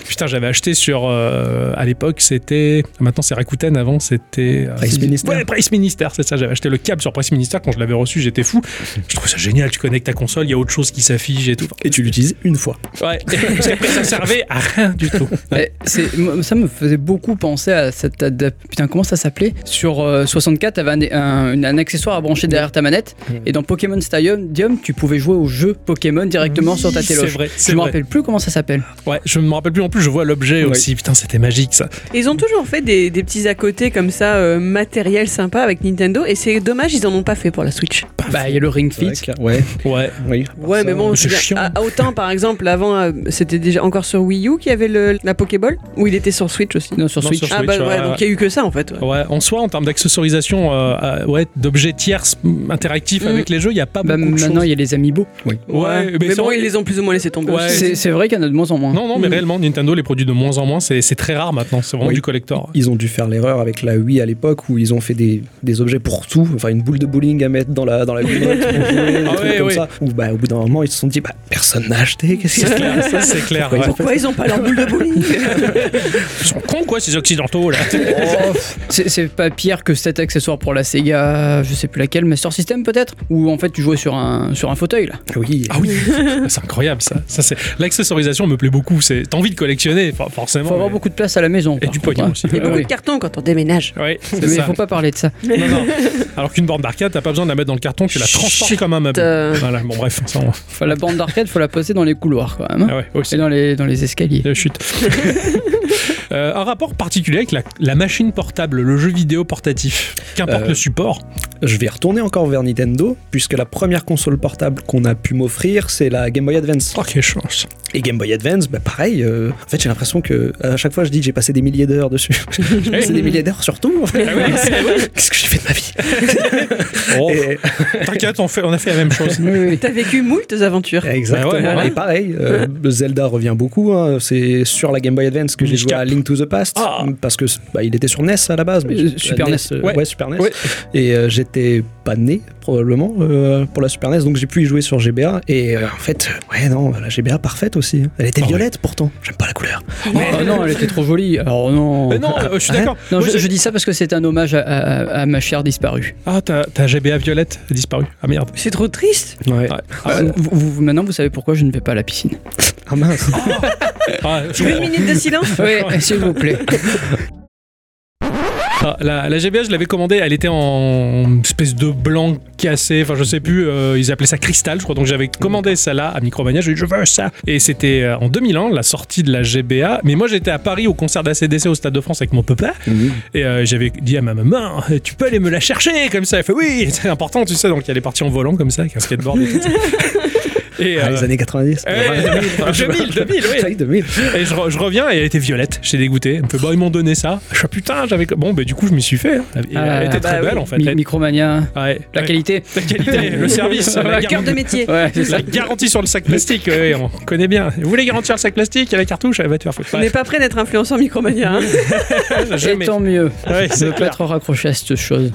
S2: Putain, j'avais acheté sur. euh, à l'époque, c'était. Maintenant, c'est Rakuten, avant, c'était. euh,
S4: Price
S2: c'est-
S4: Minister.
S2: Ouais, Price Minister, c'est ça. J'avais acheté le câble sur Price Minister quand je l'avais reçu, j'étais fou. Je trouve ça génial, tu connectes ta console, il y a autre chose qui s'affiche et tout.
S4: Et tu l'utilises une fois.
S2: Ouais, parce qu'après, ça servait à rien du tout.
S3: Eh, c'est- moi, ça me faisait beaucoup penser à cette adap- putain comment ça s'appelait sur euh, 64 t'avais un, un, un accessoire à brancher derrière ta manette
S2: Mm.
S3: et dans Pokémon Stadium Dium, tu pouvais jouer au jeu Pokémon directement sur ta
S2: Oui,
S3: téloche
S2: C'est vrai,
S3: je
S2: c'est
S3: me
S2: vrai.
S3: rappelle plus comment ça s'appelle
S2: Ouais, je me rappelle plus en plus, je vois l'objet
S4: Oui.
S2: aussi. Putain, c'était magique ça.
S1: Ils ont toujours fait des, des petits à côté comme ça, euh, matériel sympa avec Nintendo, et c'est dommage, ils en ont pas fait pour la Switch.
S2: Ah,
S3: bah il y a le Ring
S4: C'est vrai
S3: Fit
S4: que- Ouais,
S2: Ouais.
S4: oui.
S1: Ouais, mais bon,
S2: c'est
S1: je veux dire,
S2: chiant.
S1: à- à autant par exemple, avant, euh, c'était déjà encore sur Wii U qu'il y avait le, la Pokéball, ou il était sur Switch aussi.
S3: non sur
S2: Non,
S3: Switch
S2: sur-
S1: ah
S2: Switch,
S1: bah
S2: ouais,
S1: ouais, donc il y a eu que ça en fait. ouais.
S2: Ouais, en soi, en termes d'accessorisation euh, euh, ouais, d'objets tierces mm, interactifs
S1: Mm.
S2: avec les jeux, il n'y a pas
S3: bah,
S2: beaucoup de
S3: maintenant
S2: choses.
S3: il y a les amiibo
S2: Ouais, mais
S1: mais,
S2: c'est
S1: bon,
S2: vrai-
S1: ils les ont plus ou moins laissé tomber.
S2: Ouais.
S1: aussi.
S3: c'est c'est vrai qu'il y en a de moins en moins
S2: Non, non, mais
S3: Mm.
S2: réellement, Nintendo les produit de moins en moins. C'est c'est très rare maintenant. C'est vraiment
S4: Oui.
S2: du collector.
S4: Ils ont dû faire l'erreur avec la Wii à l'époque où ils ont fait des, des objets pour tout, enfin une boule de bowling à mettre dans la dans la culotte pour jouer, des
S2: Ah
S4: trucs
S2: ouais,
S4: comme
S2: ouais.
S4: ça. Ou bah au bout d'un moment ils se sont dit bah personne n'a acheté, qu'est-ce
S2: C'est
S4: que
S2: clair, ça, c'est clair. ouais.
S1: Pourquoi ils ont pas leur boule de bowling
S2: Ils sont cons, quoi, ces occidentaux, là.
S3: Oh, pff, c'est c'est pas pire que cet accessoire pour la Sega je sais plus laquelle Master System peut-être où en fait tu jouais sur un sur un fauteuil là
S4: Oui.
S2: Ah oui, c'est incroyable, ça. ça c'est- L'accessorisation me plaît beaucoup. c'est- T'as envie de collectionner, for- forcément.
S3: faut avoir
S2: mais-
S3: beaucoup de place à la maison
S2: Et
S3: par
S2: du
S3: contre,
S2: pognon
S3: hein.
S2: aussi.
S1: Et beaucoup
S2: Ouais,
S1: de cartons quand on déménage.
S2: ouais, c'est
S3: mais
S2: ça.
S3: faut pas parler de ça
S2: Non, non. Alors qu'une borne d'arcade, t'as pas besoin de la mettre dans le carton, tu la transportes
S1: Chut.
S2: comme un meuble.
S1: Euh,
S2: Voilà, bon, bref, ça, on-
S3: Faut- la bande d'arcade, faut la passer dans les couloirs quand même. hein.
S2: Ah ouais, aussi.
S3: Et dans les, dans les escaliers.
S2: Euh, chute. Euh, un rapport particulier avec la, la machine portable, le jeu vidéo portatif, qu'importe
S4: Euh,
S2: le support.
S4: Je vais retourner encore vers Nintendo puisque la première console portable qu'on a pu m'offrir c'est la Game Boy Advance.
S2: Oh, quelle chance.
S4: Et Game Boy Advance, bah pareil. euh, en fait j'ai l'impression que à chaque fois je dis que j'ai passé des milliers d'heures dessus. j'ai passé des milliers d'heures surtout. Qu'est-ce que j'ai fait de ma vie
S2: Oh,
S4: Et-
S2: T'inquiète, on, fait- on a fait la même chose.
S1: T'as vécu moultes aventures.
S4: Exactement.
S2: Bah ouais, ouais.
S4: Et pareil, euh, Zelda revient beaucoup. hein. C'est sur la Game Boy Advance que j'ai
S2: Mishcap.
S4: joué à Link to the Past
S2: Ah.
S4: parce que bah, il était sur NES à la base. mais
S3: Euh,
S4: sur-
S3: Super
S4: euh,
S3: NES,
S4: euh,
S2: E ouais.
S4: ouais. Super NES.
S2: Ouais.
S4: Et euh, j'étais pas né probablement euh, pour la Super NES, donc j'ai pu y jouer sur GBA. Et euh, en fait, ouais non, la GBA parfaite aussi. hein. Elle était
S2: Ah ouais.
S4: violette pourtant. J'aime pas la couleur.
S3: Oh non, elle était trop jolie. Alors non.
S2: Mais non, euh, je suis
S4: Hein
S2: d'accord.
S3: Non,
S2: Moi,
S3: je,
S2: j'ai-
S3: je dis ça parce que c'est un hommage à, à- à ma chère disparue.
S2: Ah, ta, ta GBA violette a disparu. Ah merde.
S1: C'est trop triste.
S4: Ouais.
S2: Ouais.
S3: Ah, vous- vous- vous- maintenant, vous savez pourquoi je ne vais pas à la piscine.
S4: Ah mince.
S2: Ah, je
S1: Une
S2: comprends.
S1: minute de silence.
S3: Oui, s'il vous plaît.
S2: Ah, la, la GBA, je l'avais commandée, elle était en espèce de blanc cassé, enfin je sais plus, euh, ils appelaient ça cristal, je crois. Donc j'avais commandé ça là à Micromania, j'ai dit je veux ça. Et c'était euh, en 2001, la sortie de la GBA. Mais moi j'étais à Paris au concert d'ACDC au Stade de France avec mon papa.
S4: Mhm.
S2: Et euh, j'avais dit à ma maman, tu peux aller me la chercher comme ça. Elle fait oui, c'est important, tu sais. Donc elle est partie en volant comme ça, avec un skateboard et tout. Et,
S4: Ah,
S2: euh,
S4: les années 90.
S2: eh, 2000, 2000, oui.
S4: Ça y est, 2000.
S2: Et je, re- je reviens et elle était violette. J'étais dégoûté. Elle me fait, bah, ils m'ont donné ça. Je suis putain, j'avais. Bon, bah, du coup, je m'y suis fait. hein. Et
S3: Ah,
S2: elle était
S1: bah
S2: très
S1: oui.
S2: belle en fait.
S3: Mi-
S2: Elle-
S3: Micromania,
S2: ouais.
S3: la
S2: Ouais.
S3: qualité.
S2: La qualité, le service,
S3: Ouais,
S2: la,
S1: Le cœur de
S2: garantie,
S1: métier.
S3: Ouais, c'est ça.
S2: la garantie sur le sac plastique. ouais, on connaît bien. Vous voulez garantir le sac plastique et la cartouche Elle va te faire foutre.
S1: On n'est pas prêt d'être influenceur micromania. hein.
S2: Ouais,
S3: Et
S2: jamais.
S3: tant mieux.
S2: Ouais,
S3: Je
S2: c'est
S3: veux pas
S2: clair.
S3: être raccroché à cette chose.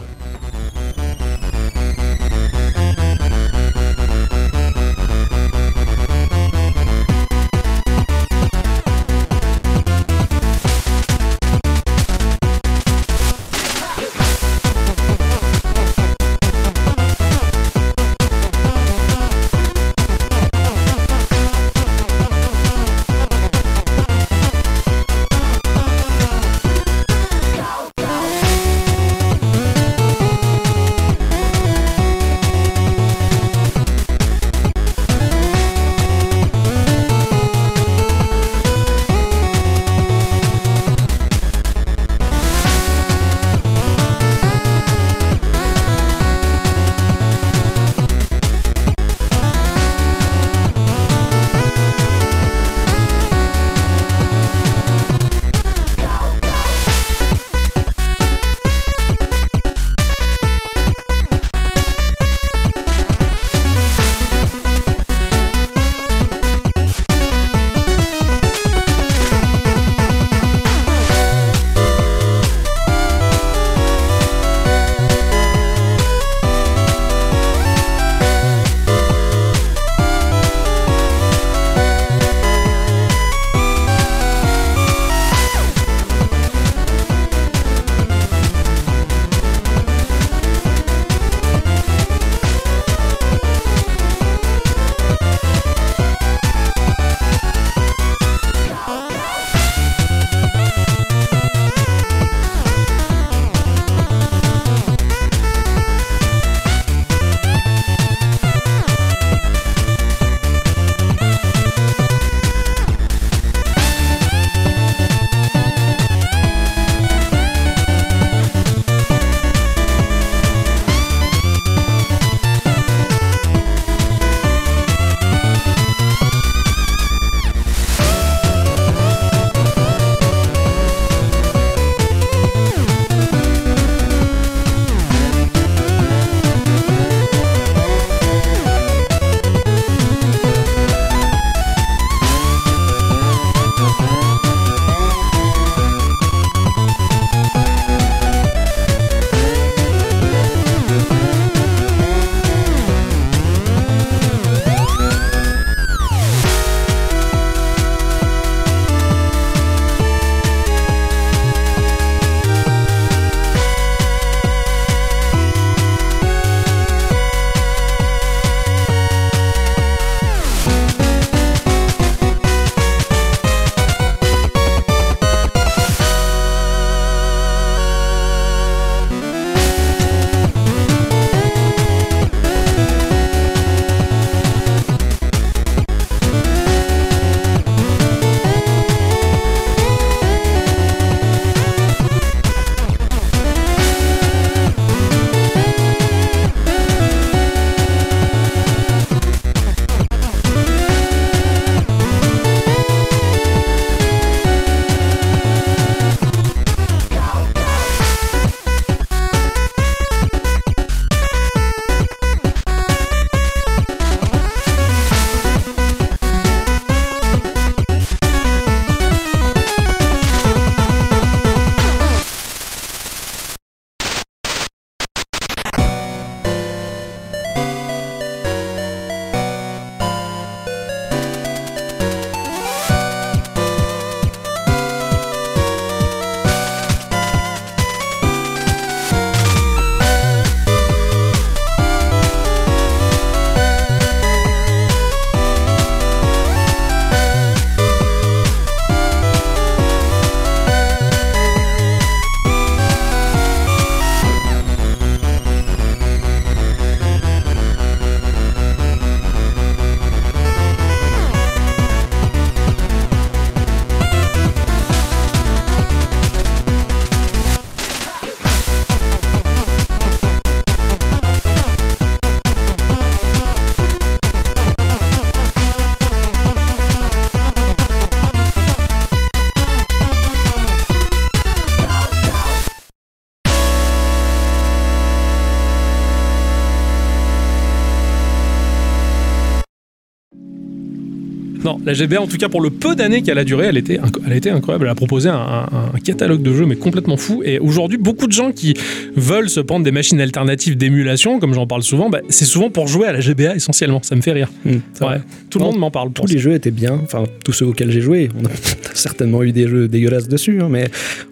S2: Non, la GBA, en tout cas, pour le peu d'années qu'elle a duré, elle était, inc- elle était incroyable. Elle a proposé un, un- un catalogue de jeux, mais complètement fou. Et aujourd'hui, beaucoup de gens qui veulent se prendre des machines alternatives d'émulation, comme j'en parle souvent, bah, c'est souvent pour jouer à la GBA essentiellement. Ça me fait rire.
S4: Hmm, c'est vrai.
S2: Ouais. Tout le
S4: Non,
S2: monde m'en parle.
S4: Tous les jeux étaient bien, enfin tous ceux auxquels j'ai joué. On a certainement eu des jeux dégueulasses dessus, hein, mais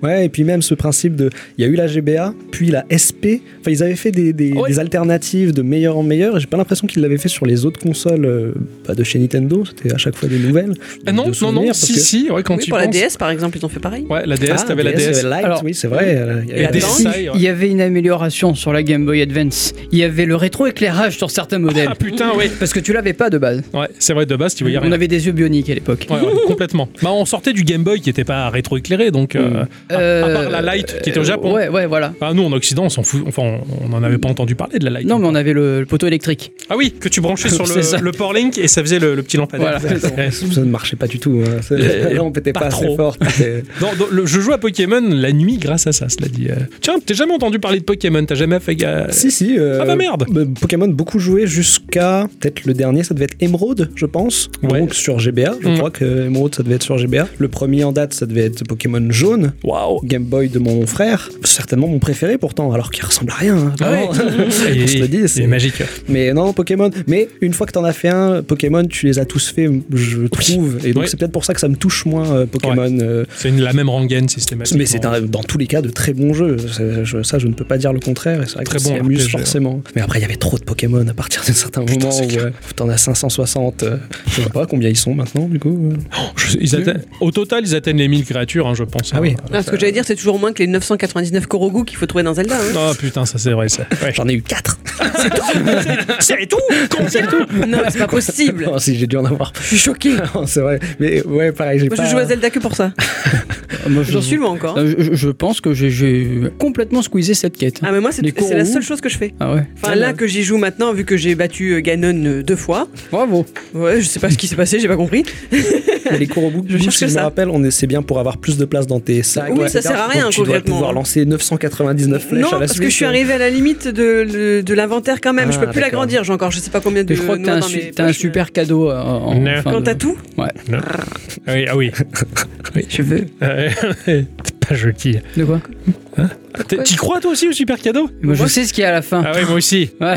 S4: ouais. Et puis même ce principe de, il y a eu la GBA, puis la SP. Enfin, ils avaient fait des,
S2: Ah
S4: des-
S3: Ouais.
S4: des alternatives de meilleur en meilleur. et J'ai pas l'impression qu'ils l'avaient fait sur les autres consoles euh, pas de chez Nintendo. C'était à chaque fois des nouvelles.
S2: Ah non,
S4: De
S2: non,
S4: souvenirs,
S2: non,
S4: parce
S2: si,
S4: que-
S2: si, ouais, quand
S1: Oui,
S2: tu
S1: pour
S2: y
S1: la
S2: penses.
S1: DS, par exemple, ils ont fait pareil.
S2: Ouais, la DS,
S4: Ah,
S2: t'avais la DS.
S4: euh, Lite,
S3: Alors-
S4: oui, c'est vrai. euh, il y
S1: Et
S4: avait
S1: la
S4: la
S1: DS.
S4: DS.
S1: Attends.
S2: DSi, ouais.
S3: Il y avait une amélioration sur la Game Boy Advance. Il y avait le rétroéclairage sur certains modèles.
S2: Ah putain, ouais.
S3: Parce que tu l'avais pas de base.
S2: Ouais, c'est vrai, de base, tu voyais
S3: On
S2: rien.
S3: avait des yeux bioniques à l'époque.
S2: Ouais, ouais, complètement. Bah, on sortait du Game Boy qui était pas rétroéclairé, donc euh, à- à, part la Light qui était au
S3: Euh,
S2: Japon.
S3: Ouais, ouais, voilà.
S2: Ah, nous en Occident, on s'en fout. Enfin, on n'en avait pas entendu parler de la Light.
S3: Non, mais on avait le, le poteau électrique.
S2: Ah oui, que tu branchais sur
S3: C'est ça.
S2: le, le port Link et ça faisait le, le petit lampadaire.
S3: Voilà.
S2: Ouais.
S4: Ça ne marchait pas du tout. hein. Ça-
S2: Euh,
S4: Là, on pétait
S2: pas
S4: pas, assez
S2: trop.
S4: fort. C'était-
S2: Dans- dans le- je joue à Pokémon la nuit grâce à ça, cela dit. Euh, Tiens, t'as jamais entendu parler de Pokémon T'as jamais fait. ga-
S4: Si, si. euh,
S2: Ah bah merde.
S4: bah, Pokémon, beaucoup joué jusqu'à peut-être le dernier, ça devait être Emerald, je pense.
S2: Ouais.
S4: Donc sur GBA, je
S2: Mm.
S4: crois que Emerald, ça devait être sur GBA. Le premier en date, ça devait être Pokémon jaune,
S2: Waouh
S4: Game Boy de mon frère. Certainement mon préféré pourtant, alors qu'il ressemble à rien. hein,
S2: Ah ouais.
S4: vraiment.
S2: Il
S4: On se le dit,
S2: est-
S4: c'est-
S2: il est magique.
S4: Mais non, Pokémon. Mais une fois que t'en as fait un, Pokémon, tu les as tous faits, je trouve. Et donc
S2: Ouais.
S4: c'est peut-être pour ça que ça me touche moins, euh, Pokémon. euh,
S2: C'est une- la même rengaine systématiquement.
S4: mais c'est un- dans tous les cas de très bons jeux. Ça je, ça, je ne peux pas dire le contraire. Et c'est vrai
S2: Très
S4: que
S2: bon
S4: ça amuse
S2: RPG, hein.
S4: forcément. Mais après, il y avait trop de Pokémon à partir d'un certain
S2: Putain,
S4: moment
S2: c'est
S4: où
S2: clair.
S4: euh, t'en as 560. euh, je sais pas combien ils sont maintenant, du coup. euh.
S2: Je- ils atteignent- au total, ils atteignent les 1000 créatures, hein, je pense.
S4: Ah oui.
S1: Ah, ce que j'allais dire, c'est toujours moins que les 999 Korogu qu'il faut trouver dans Zelda. hein.
S2: Ah putain, ça c'est vrai ça. Ouais.
S4: J'en ai eu 4.
S2: C'est tout C'est tout
S1: Non, c'est pas possible.
S4: si, j'ai dû en avoir.
S1: Je suis choquée.
S4: Non, c'est vrai. Mais ouais, pareil, j'ai
S1: Moi,
S4: pas.
S1: je joue à Zelda que pour ça.
S3: Moi, je-
S1: J'en suis loin encore.
S3: Euh, je, je pense que j'ai- j'ai complètement squeezé cette quête.
S1: Ah, mais moi, c'est
S3: Les
S1: c'est la
S3: Korogu.
S1: seule chose que je fais.
S3: Ah ouais.
S1: Enfin, là que j'y joue maintenant, vu que j'ai battu euh, Ganon euh, deux fois.
S3: Bravo.
S1: Ouais, je sais pas ce qui s'est passé, j'ai pas compris.
S4: Mais les Korobu,
S1: Je cherche
S4: si
S1: que
S4: je me
S1: ça.
S4: rappelle, on est- c'est bien pour avoir plus de place dans tes sacs.
S1: Oui, ça
S4: etc.
S1: sert à
S4: Donc
S1: rien,
S4: Tu dois
S1: concrètement.
S4: pouvoir lancer 999 flèches
S1: non,
S4: à la
S1: parce
S4: suite.
S1: que je suis arrivé à la limite de, le- de l'inventaire quand même. je peux
S4: Ah,
S1: plus
S4: d'accord.
S1: l'agrandir, j'ai encore je sais pas combien de.
S3: Et je crois que t'as
S1: noix
S3: un,
S1: dans
S3: su-
S1: mes
S3: t'as un
S1: poches.
S3: super cadeau euh, en,
S2: Non.
S3: fin
S1: Quand
S3: de-
S1: t'as tout
S2: Ah oui, ah oui.
S1: Je veux.
S2: Euh, T'es pas gentil.
S3: De quoi
S2: T'es- T'y crois toi aussi au super cadeau
S3: Moi, je sais ce qu'il y a à la fin.
S2: Ah oui, moi aussi.
S3: Ouais.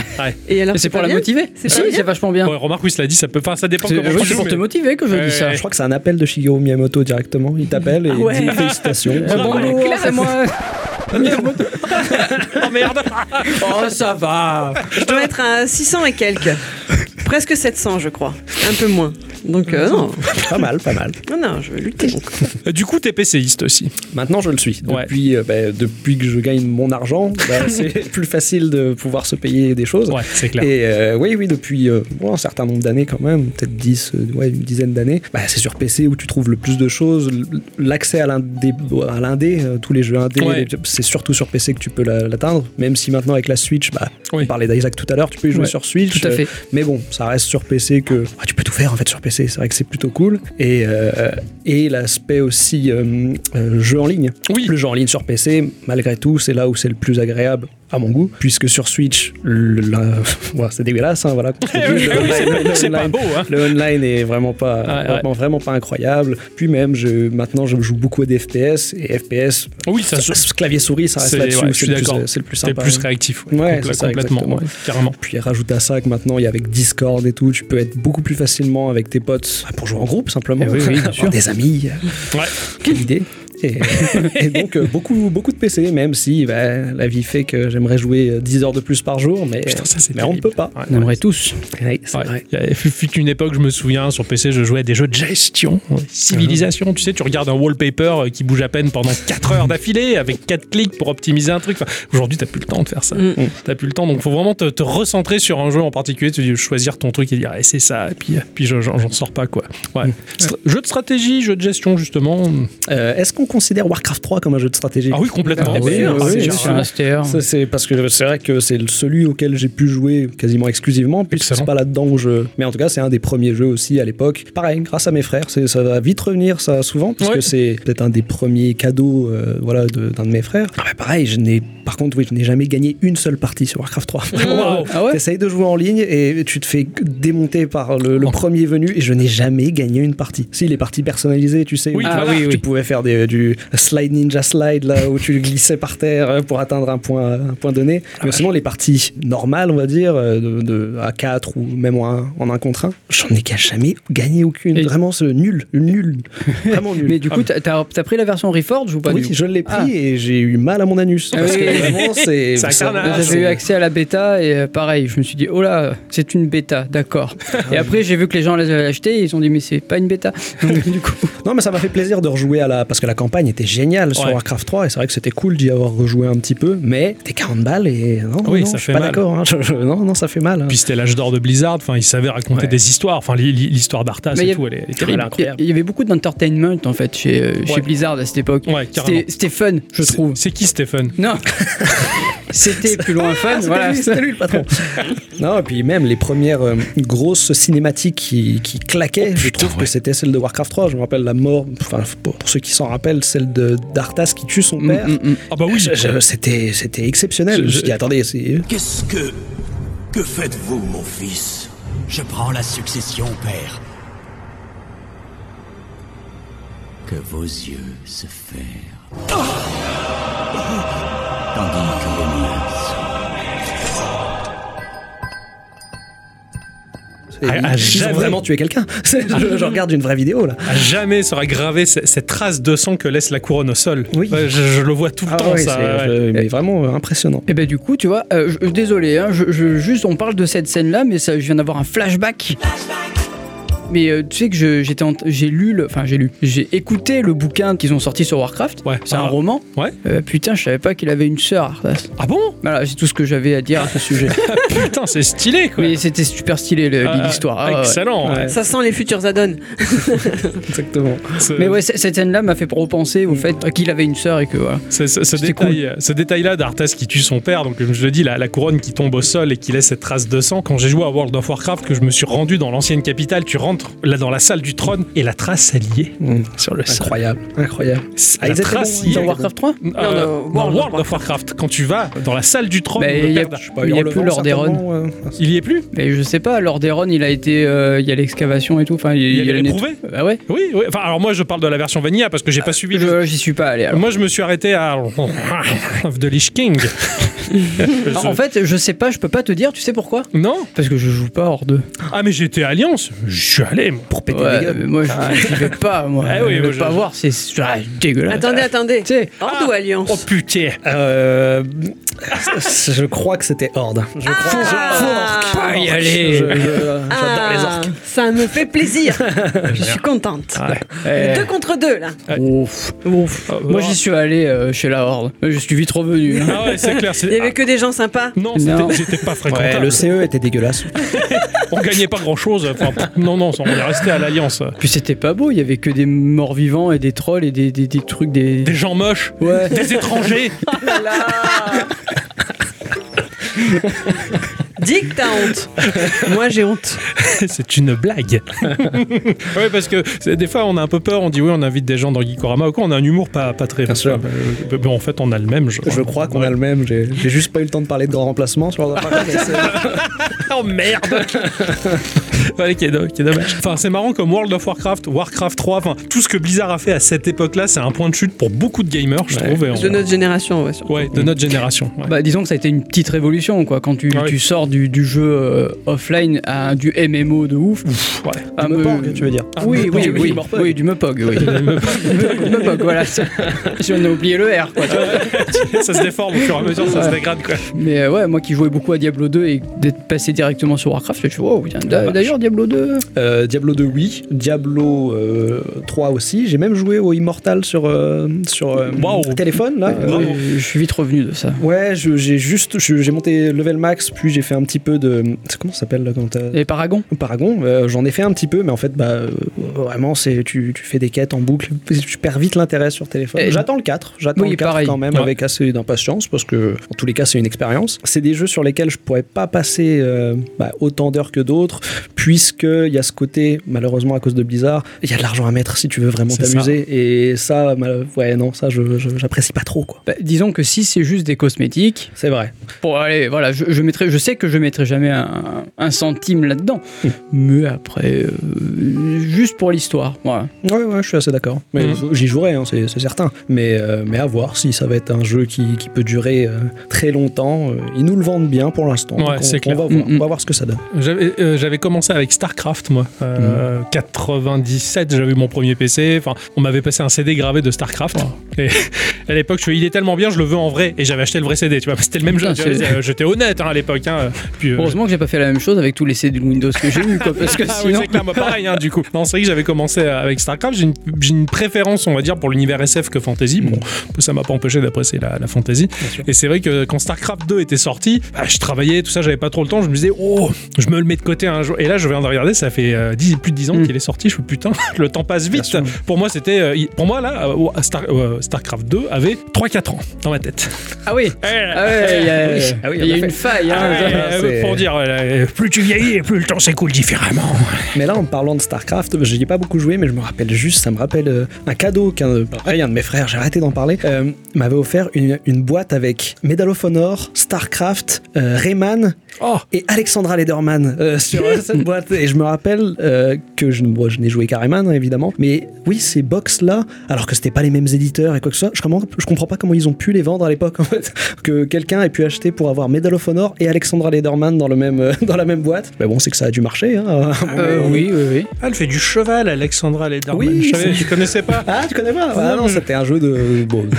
S1: Et alors,
S3: Mais c'est pour la
S1: bien
S3: motiver.
S1: C'est
S3: Si,
S1: pas bien
S3: c'est vachement bien.
S2: Ah. Ouais, remarque, oui, cela dit, ça peut pas. Ça dépend
S3: C'est
S2: comment
S3: oui,
S2: tu
S3: c'est
S2: joues,
S3: pour te
S2: mais-
S3: motiver que je
S2: Ouais,
S3: dis ça.
S4: Euh, Je crois que c'est un appel de Shigeru Miyamoto directement. Il t'appelle et
S1: Ah ouais.
S4: il dit félicitations.
S3: Ah, bonjour,
S1: classe.
S3: c'est moi.
S2: Oh merde
S3: Oh, ça va.
S1: Je dois être à 600 et quelques. Presque 700, je crois. Un peu moins. Donc, euh, non.
S4: Pas mal, pas mal.
S1: non, non, je vais lutter. donc.
S2: Du coup, t'es PCiste aussi.
S4: Maintenant, je le suis.
S2: Ouais.
S4: Depuis, euh, bah, depuis que je gagne mon argent, bah, c'est plus facile de pouvoir se payer des choses.
S2: Ouais, c'est clair.
S4: Et euh, oui, oui, depuis euh, bon, un certain nombre d'années quand même, peut-être 10, euh, ouais, une dizaine d'années, bah, c'est sur PC où tu trouves le plus de choses. L- L'accès à l'indé, à l'indé, euh, tous les jeux indé,
S2: Ouais.
S4: les- c'est surtout sur PC que tu peux la- l'atteindre. Même si maintenant avec la Switch, bah,
S2: Oui.
S4: on parlait d'Isaac tout à l'heure, tu peux y jouer
S3: Ouais,
S4: sur Switch.
S3: tout à
S4: euh,
S3: fait.
S4: mais bon, ça reste sur PC que ah, tu peux tout faire en fait sur PC. C'est vrai que c'est plutôt cool. Et, euh, et l'aspect aussi euh, euh, jeu en ligne.
S2: Oui.
S4: Le jeu en ligne sur PC, malgré tout, c'est là où c'est le plus agréable à mon goût, puisque sur Switch, le- la- Voilà, c'est dégueulasse. hein, voilà. qu'on se
S2: Eh
S4: le
S2: oui,
S4: dise,
S2: eh oui, c'est
S4: le online-
S2: pas- c'est
S4: le
S2: pas
S4: online-
S2: beau, hein
S4: le online est vraiment pas,
S2: Ouais,
S4: vraiment, vraiment pas incroyable. Puis même, je, maintenant, je joue beaucoup à des FPS et FPS,
S2: Oui, ça se.
S4: clavier souris, ça reste
S2: c'est-
S4: là-dessus.
S2: ouais, je
S4: c'est
S2: suis
S4: le plus-
S2: d'accord.
S4: C'est le plus
S2: T'es
S4: sympa.
S2: plus réactif.
S4: Ouais,
S2: compl-
S4: c'est ça,
S2: complètement.
S4: exactement.
S2: ouais, carrément.
S4: Puis rajoute à ça que maintenant il y a avec Discord et tout, tu peux être beaucoup plus facilement avec tes
S2: Ah,
S4: potes pour jouer en groupe simplement.
S3: Eh oui, oui, bien
S4: Avoir
S3: sûr.
S4: des amis.
S2: Ouais.
S4: Quelle idée. Et, et donc euh, beaucoup, beaucoup de PC, même si bah, la vie fait que j'aimerais jouer euh, 10 heures de plus par jour, mais,
S2: Putain, ça, c'est
S4: mais on ne
S2: terrible.
S4: peut pas.
S2: Ouais,
S3: On aimerait tous.
S4: Ouais, c'est
S2: Ouais.
S4: vrai.
S2: Il y a- fut- fut une époque, je me souviens, sur PC, je jouais à des jeux de gestion, civilisation. Tu sais, tu regardes un wallpaper euh, qui bouge à peine pendant 4 heures d'affilée avec 4 clics pour optimiser un truc. Enfin, Aujourd'hui, t'as plus le temps de faire ça.
S1: Mm.
S2: T'as plus le temps, donc faut vraiment te, te recentrer sur un jeu en particulier, tu dis, choisir ton truc et dire, eh, c'est ça, et puis, euh, puis je- j'en j'en sors pas, quoi. Ouais. Stra- Jeu de stratégie, jeu de gestion, justement.
S4: Euh, Est-ce qu'on considère Warcraft 3 comme un jeu de stratégie.
S2: Ah oui, complètement.
S4: Ah oui,
S2: Ah,
S4: oui,
S2: c'est
S4: oui,
S2: sûr.
S4: c'est
S3: un STR.
S2: Mmh.
S4: Ça, c'est parce que c'est vrai que c'est celui auquel j'ai pu jouer quasiment exclusivement, puisque
S2: Excellent.
S4: c'est pas là-dedans où je. Mais en tout cas, c'est un des premiers jeux aussi à l'époque. Pareil, grâce à mes frères, c'est- ça va vite revenir, ça, souvent, parce
S2: Ouais.
S4: que c'est peut-être un des premiers cadeaux euh, voilà, de- d'un de, mes frères. Ah bah, pareil, je n'ai. Par contre, oui, je n'ai jamais gagné une seule partie sur Warcraft 3.
S2: Wow.
S3: Ah ouais
S4: T'essayes de jouer en ligne et tu te fais démonter par le, le
S2: Oh.
S4: premier venu et je n'ai jamais gagné une partie. Si, les parties personnalisées, tu sais.
S2: Oui,
S4: où
S2: Ah,
S4: tu-
S2: oui,
S4: tu
S2: oui.
S4: pouvais faire des, du slide ninja slide là où tu glissais par terre euh, pour atteindre un point, un point donné. Mais sinon, les parties normales, on va dire, euh, de, de- à 4 ou même en 1, en un contre 1, j'en ai jamais gagné aucune.
S3: Et-
S4: Vraiment, c'est nul, nul, vraiment nul.
S3: Mais du coup, t'as- t'as t'as pris la version Reforge ou pas
S4: oui,
S3: du coup
S4: je l'ai pris
S3: Ah.
S4: et j'ai eu mal à mon anus.
S3: Ah
S4: Parce
S3: oui.
S4: que vraiment, c'est.
S2: Ah, C'est un
S4: ça-
S2: carnage.
S4: c'est-
S3: J'avais eu accès à la bêta et euh, pareil, je me suis dit, oh là, c'est une bêta, d'accord.
S2: Ah
S3: Et après, j'ai vu que les gens les avaient achetées et ils ont dit, mais c'est pas une bêta. Donc, du coup,
S2: Ah,
S4: Non, mais ça m'a fait plaisir de rejouer à la. Parce que la campagne était géniale sur
S2: Ouais.
S4: Warcraft 3 et c'est vrai que c'était cool d'y avoir rejoué un petit peu, mais t'es 40 balles et. Non,
S2: Oui,
S4: non,
S2: ça
S4: je suis
S2: fait
S4: pas
S2: mal.
S4: d'accord. hein. Je- je- Non, non, ça fait mal. hein.
S2: Puis c'était l'âge d'or de Blizzard. Enfin, ils savaient raconter
S4: Ouais.
S2: des histoires. Enfin, li- li- l'histoire d'Arthas
S3: Mais il y
S2: et
S3: a-
S2: tout, elle est, elle est
S3: il
S2: terrible.
S4: incroyable.
S3: il y avait beaucoup d'entertainment en fait chez, euh, chez
S2: Ouais.
S3: Blizzard à cette époque.
S2: Ouais, carrément.
S3: C'était- C'était fun, je
S2: C'est-
S3: trouve.
S2: C'est qui Stephen
S3: Non, c'était plus loin fun.
S4: C'était
S3: voilà.
S4: lui, c'était lui, le patron. non, et puis même les premières euh, grosses cinématiques qui, qui claquaient,
S2: Oh,
S4: je trouve que c'était celle de Warcraft 3. Je me rappelle la mort, enfin, pour pour ceux qui s'en rappellent, celle de d'Arthas qui tue son
S3: Mm,
S4: père.
S3: mm, mm.
S2: Ah bah oui.
S4: Je- je- C'était c'était exceptionnel. Je, me suis dit, attendez, c'est.
S7: Qu'est-ce que. Que faites-vous, mon fils Je prends la succession, père. Que vos yeux se ferment. Tandis que les miens sont.
S4: c'est-
S2: à
S4: Ils ont
S2: jamais.
S4: vraiment tué quelqu'un. C'est- Je, je regarde une vraie vidéo là.
S2: À jamais sera gravée ce- cette trace de sang que laisse la couronne au sol.
S4: Oui.
S2: Ouais, je, je le vois tout le
S4: Ah
S2: temps,
S4: ouais,
S2: ça.
S4: c'est-
S2: ouais.
S4: je- mais vraiment euh, impressionnant.
S3: Et ben du coup, tu vois, euh, je- désolé, hein, je, je- juste on parle de cette scène-là, mais ça, je viens d'avoir un flashback. Mais euh, tu sais que je- j'étais, en- j'ai lu, le- enfin j'ai lu, j'ai écouté le bouquin qu'ils ont sorti sur Warcraft.
S2: Ouais.
S3: C'est un
S2: Ah.
S3: roman.
S2: Ouais.
S3: Euh, putain, je savais pas qu'il avait une sœur. Arthas.
S2: Ah bon
S3: Voilà, c'est tout ce que j'avais à dire à ce sujet.
S2: Putain, c'est stylé, quoi.
S3: mais c'était super stylé le-
S2: Ah,
S3: l'histoire. Ah, ouais.
S2: excellent. ouais.
S1: Ça sent les futurs add-ons.
S4: Exactement.
S2: C'est-
S3: Mais ouais, c- cette scène-là m'a fait repenser au fait qu'il avait une sœur et que voilà.
S2: c'est- c'est- ce
S3: c'était
S2: détail, ce détail-là d'Arthas qui tue son père, donc comme je le dis, la, la couronne qui tombe au sol et qui laisse cette trace de sang. Quand j'ai joué à World of Warcraft, que je me suis rendu dans l'ancienne capitale, tu rentres là dans la salle du trône et la trace elle y est sur le sol.
S4: Mm. Incroyable, incroyable. Ah,
S2: La
S4: ils étaient
S2: trace
S4: bons, ils
S2: y est.
S3: Dans
S4: ont-
S3: Warcraft 3
S2: Euh,
S1: Non, non,
S2: dans
S1: World
S2: World,
S1: of
S2: of Warcraft, quand tu vas dans la salle du trône,
S3: Mais
S2: le
S3: il y a-
S2: père-
S4: Bah,
S3: Il n'y a
S4: Hurlevent,
S3: plus l'ordre des Rhônes.
S4: certainement, euh,
S2: il y est plus.
S3: Mais je sais pas, Lord Aeron, il a été. euh, il y a l'excavation et tout. Enfin, il,
S2: Il,
S3: il y a
S2: est
S3: la net-
S2: éprouvé.
S3: Ah ouais
S2: Oui, oui. Enfin, alors moi, je parle de la version vanilla parce que j'ai pas suivi. le-
S3: Euh, Je- J'y suis pas allé. alors.
S2: Moi, je me suis arrêté à of the Lich King.
S3: Alors, en fait, je sais pas, je peux pas te dire, tu sais pourquoi
S2: Non
S3: Parce que je joue pas hors 2.
S2: Ah, mais j'étais Alliance. Je suis allé. moi.
S4: pour péter les
S3: Ouais, Ah.
S4: gueules.
S3: mais moi, je j'y vais pas, moi.
S2: Ah oui,
S3: Je
S2: moi,
S3: vais pas
S2: je-
S3: voir, c'est c'est- ah, dégueulasse.
S1: Attendez, attendez.
S3: Tu sais,
S1: Horde ou Alliance
S2: Oh putain.
S4: Euh, je crois que c'était Horde. Je crois
S3: pas y
S4: que
S3: aller.
S4: je- je-
S1: Ah, Ça me fait plaisir. Je suis contente.
S3: Eh,
S1: Deux contre deux, là.
S3: ouf.
S2: Ah,
S3: Moi,
S2: bah.
S3: j'y suis allé euh, chez la Horde. Je suis vite revenu. hein.
S2: Ah ouais, c'est clair. c'est-
S1: Il n'y avait que des gens sympas.
S2: Ah, non,
S3: Non.
S2: c'était- j'étais pas fréquentable.
S4: Ouais, le CE était dégueulasse.
S2: On gagnait pas grand chose. non, non, on est resté à l'Alliance.
S3: Puis c'était pas beau, il y avait que des morts vivants et des trolls et des, des, des trucs, des.
S2: Des gens moches,
S3: Ouais.
S2: des étrangers.
S1: Dis que t'as honte. Moi, j'ai honte.
S2: c'est une blague. oui, parce que c'est- des fois, on a un peu peur. On dit oui, on invite des gens dans Geekorama ou quoi. On a un humour pas, pas très.
S4: Bien sûr.
S2: Euh, bon, en fait, on a le même. Je,
S4: Je crois qu'on a le même. J'ai j'ai juste pas eu le temps de parler de grand remplacement sur Horde. mais c'est-
S2: Oh merde Ouais, qui est, do- qui est dommage. Enfin, c'est marrant comme World of Warcraft, Warcraft 3, enfin, tout ce que Blizzard a fait à cette époque-là, c'est un point de chute pour beaucoup de gamers, je trouve. et on-
S1: De notre génération, ouais. surtout.
S2: Ouais, de notre génération. ouais.
S3: Bah, disons que ça a été une petite révolution quoi quand tu,
S2: Ah oui.
S3: tu sors du, du jeu euh, offline à du MMO de ouf.
S2: ouais.
S3: Ah,
S4: me
S3: me-
S4: porg, tu veux dire.
S3: oui, oui,
S2: Meupog, du
S3: oui, oui, du Meupog, oui. du Meupog, voilà. c'est- Si on a oublié le R, quoi. tu vois.
S2: ça se déforme au fur et à mesure, ça se dégrade, quoi.
S3: Mais euh, ouais, moi qui jouais beaucoup à Diablo 2 et d'être passé directement sur Warcraft, je suis wow, putain, d'a-
S2: Bah,
S3: d'ailleurs, Diablo 2
S4: Euh, Diablo 2, oui. Diablo euh, 3 aussi. J'ai même joué au Immortal sur, euh, sur euh,
S2: Waouh.
S4: téléphone. Là. Euh,
S3: Ouais, Je suis vite revenu de ça.
S4: ouais, je- j'ai juste. je- J'ai monté level max, puis j'ai fait un petit peu de. c'est- Comment ça s'appelle là, quand t'as-
S3: Et Paragon
S4: Paragon, euh, j'en ai fait un petit peu, mais en fait, bah, euh, vraiment, c'est tu, tu fais des quêtes en boucle. Tu perds vite l'intérêt sur téléphone.
S3: Et-
S4: J'attends le 4, j'attends
S3: Oui,
S4: le 4
S3: pareil.
S4: quand même
S2: Ouais.
S4: avec assez d'impatience, parce que en tous les cas, c'est une expérience. C'est des jeux sur lesquels je pourrais pas passer euh, bah, autant d'heures que d'autres, puisqu'il y a ce côté, malheureusement, à cause de Blizzard, il y a de l'argent à mettre si tu veux vraiment
S2: C'est
S4: t'amuser. Et ça, mal- ouais, non, ça, je- je- j'apprécie pas trop, quoi.
S3: Bah, disons que si c'est juste des cosmétiques,
S4: C'est vrai.
S3: bon allez, voilà, je, je mettrai, je sais que je mettrai jamais un, un centime là-dedans, mais après, euh, juste pour l'histoire, voilà.
S4: Ouais, ouais, je suis assez d'accord. Mais
S2: Mhm.
S4: j'y jouerai, hein, c'est c'est certain. Mais, euh, mais à voir si ça va être un jeu qui, qui peut durer euh, très longtemps. Euh, Ils nous le vendent bien pour l'instant.
S2: Ouais,
S4: Donc on,
S2: c'est
S4: on
S2: clair.
S4: va voir,
S3: Mhm.
S4: on va voir ce que ça donne.
S2: J'avais euh, j'avais commencé avec StarCraft, moi. Euh, 97, j'avais eu mon premier PC. Enfin, on m'avait passé un CD gravé de StarCraft. Et à l'époque, je suis il est tellement bien, je le veux en vrai. Et j'avais acheté le vrai CD, tu vois. C'était le même jeu.
S3: Putain,
S2: tu vois.
S3: c'est-
S2: Euh, J'étais honnête hein, à l'époque. hein. Puis, euh,
S3: Heureusement que j'ai pas fait la même chose avec tous les CD Windows que j'ai eu, quoi, parce que
S2: Ah oui,
S3: sinon.
S2: c'est clair, moi pareil, hein, du coup. Non, c'est vrai que j'avais commencé avec StarCraft. J'ai une, j'ai une préférence, on va dire, pour l'univers SF que fantasy. Bon, ça m'a pas empêché d'apprécier la, la fantasy. Et c'est vrai que quand StarCraft 2 était sorti, bah, je travaillais, tout ça, j'avais pas trop le temps. Je me disais, oh, je me le mets de côté un jour. Et là, je viens de regarder, ça fait euh, 10 plus de 10 ans
S3: Mm.
S2: qu'il est sorti. Je me putain, le temps passe vite.
S4: Bien
S2: Pour moi, c'était. euh, il- pour moi, là, euh, Star- euh, StarCraft 2 avait 3-4 ans dans ma tête.
S3: Ah oui, ah ouais, il y a,
S4: Ah oui,
S3: il y a
S4: en
S3: une faille, hein,
S2: Ah,
S3: ça.
S2: euh,
S4: c'est-
S2: Eh, pour dire, euh, plus tu vieillis, plus le temps s'écoule différemment.
S4: Mais là, en parlant de StarCraft, je n'y ai pas beaucoup joué, mais je me rappelle juste, ça me rappelle euh, un cadeau qu'un de, pareil, un de mes frères, j'ai arrêté d'en parler, euh, m'avait offert une, une boîte avec Medal of Honor, StarCraft, euh, Rayman
S2: Oh,
S4: et Alexandra Lederman euh, sur euh, cette boîte. Et je me rappelle euh, que je, bon, je n'ai joué qu'à Rayman, hein, évidemment. Mais oui, ces box-là, alors que c'était pas les mêmes éditeurs et quoi que ce soit, je, comment, je comprends pas comment ils ont pu les vendre à l'époque, en fait. Que quelqu'un ait pu acheter pour avoir Medal of Honor et Alexandra Lederman dans, le même, euh, dans la même boîte. Mais bon, c'est que ça a dû marcher. Hein.
S3: Euh, oui, oui, oui.
S2: Ah, elle fait du cheval, Alexandra Lederman.
S4: Oui,
S2: je savais,
S4: c'est-
S2: je connaissais pas.
S4: Ah, tu connais pas Ah non, c'était un jeu de. Bon, de-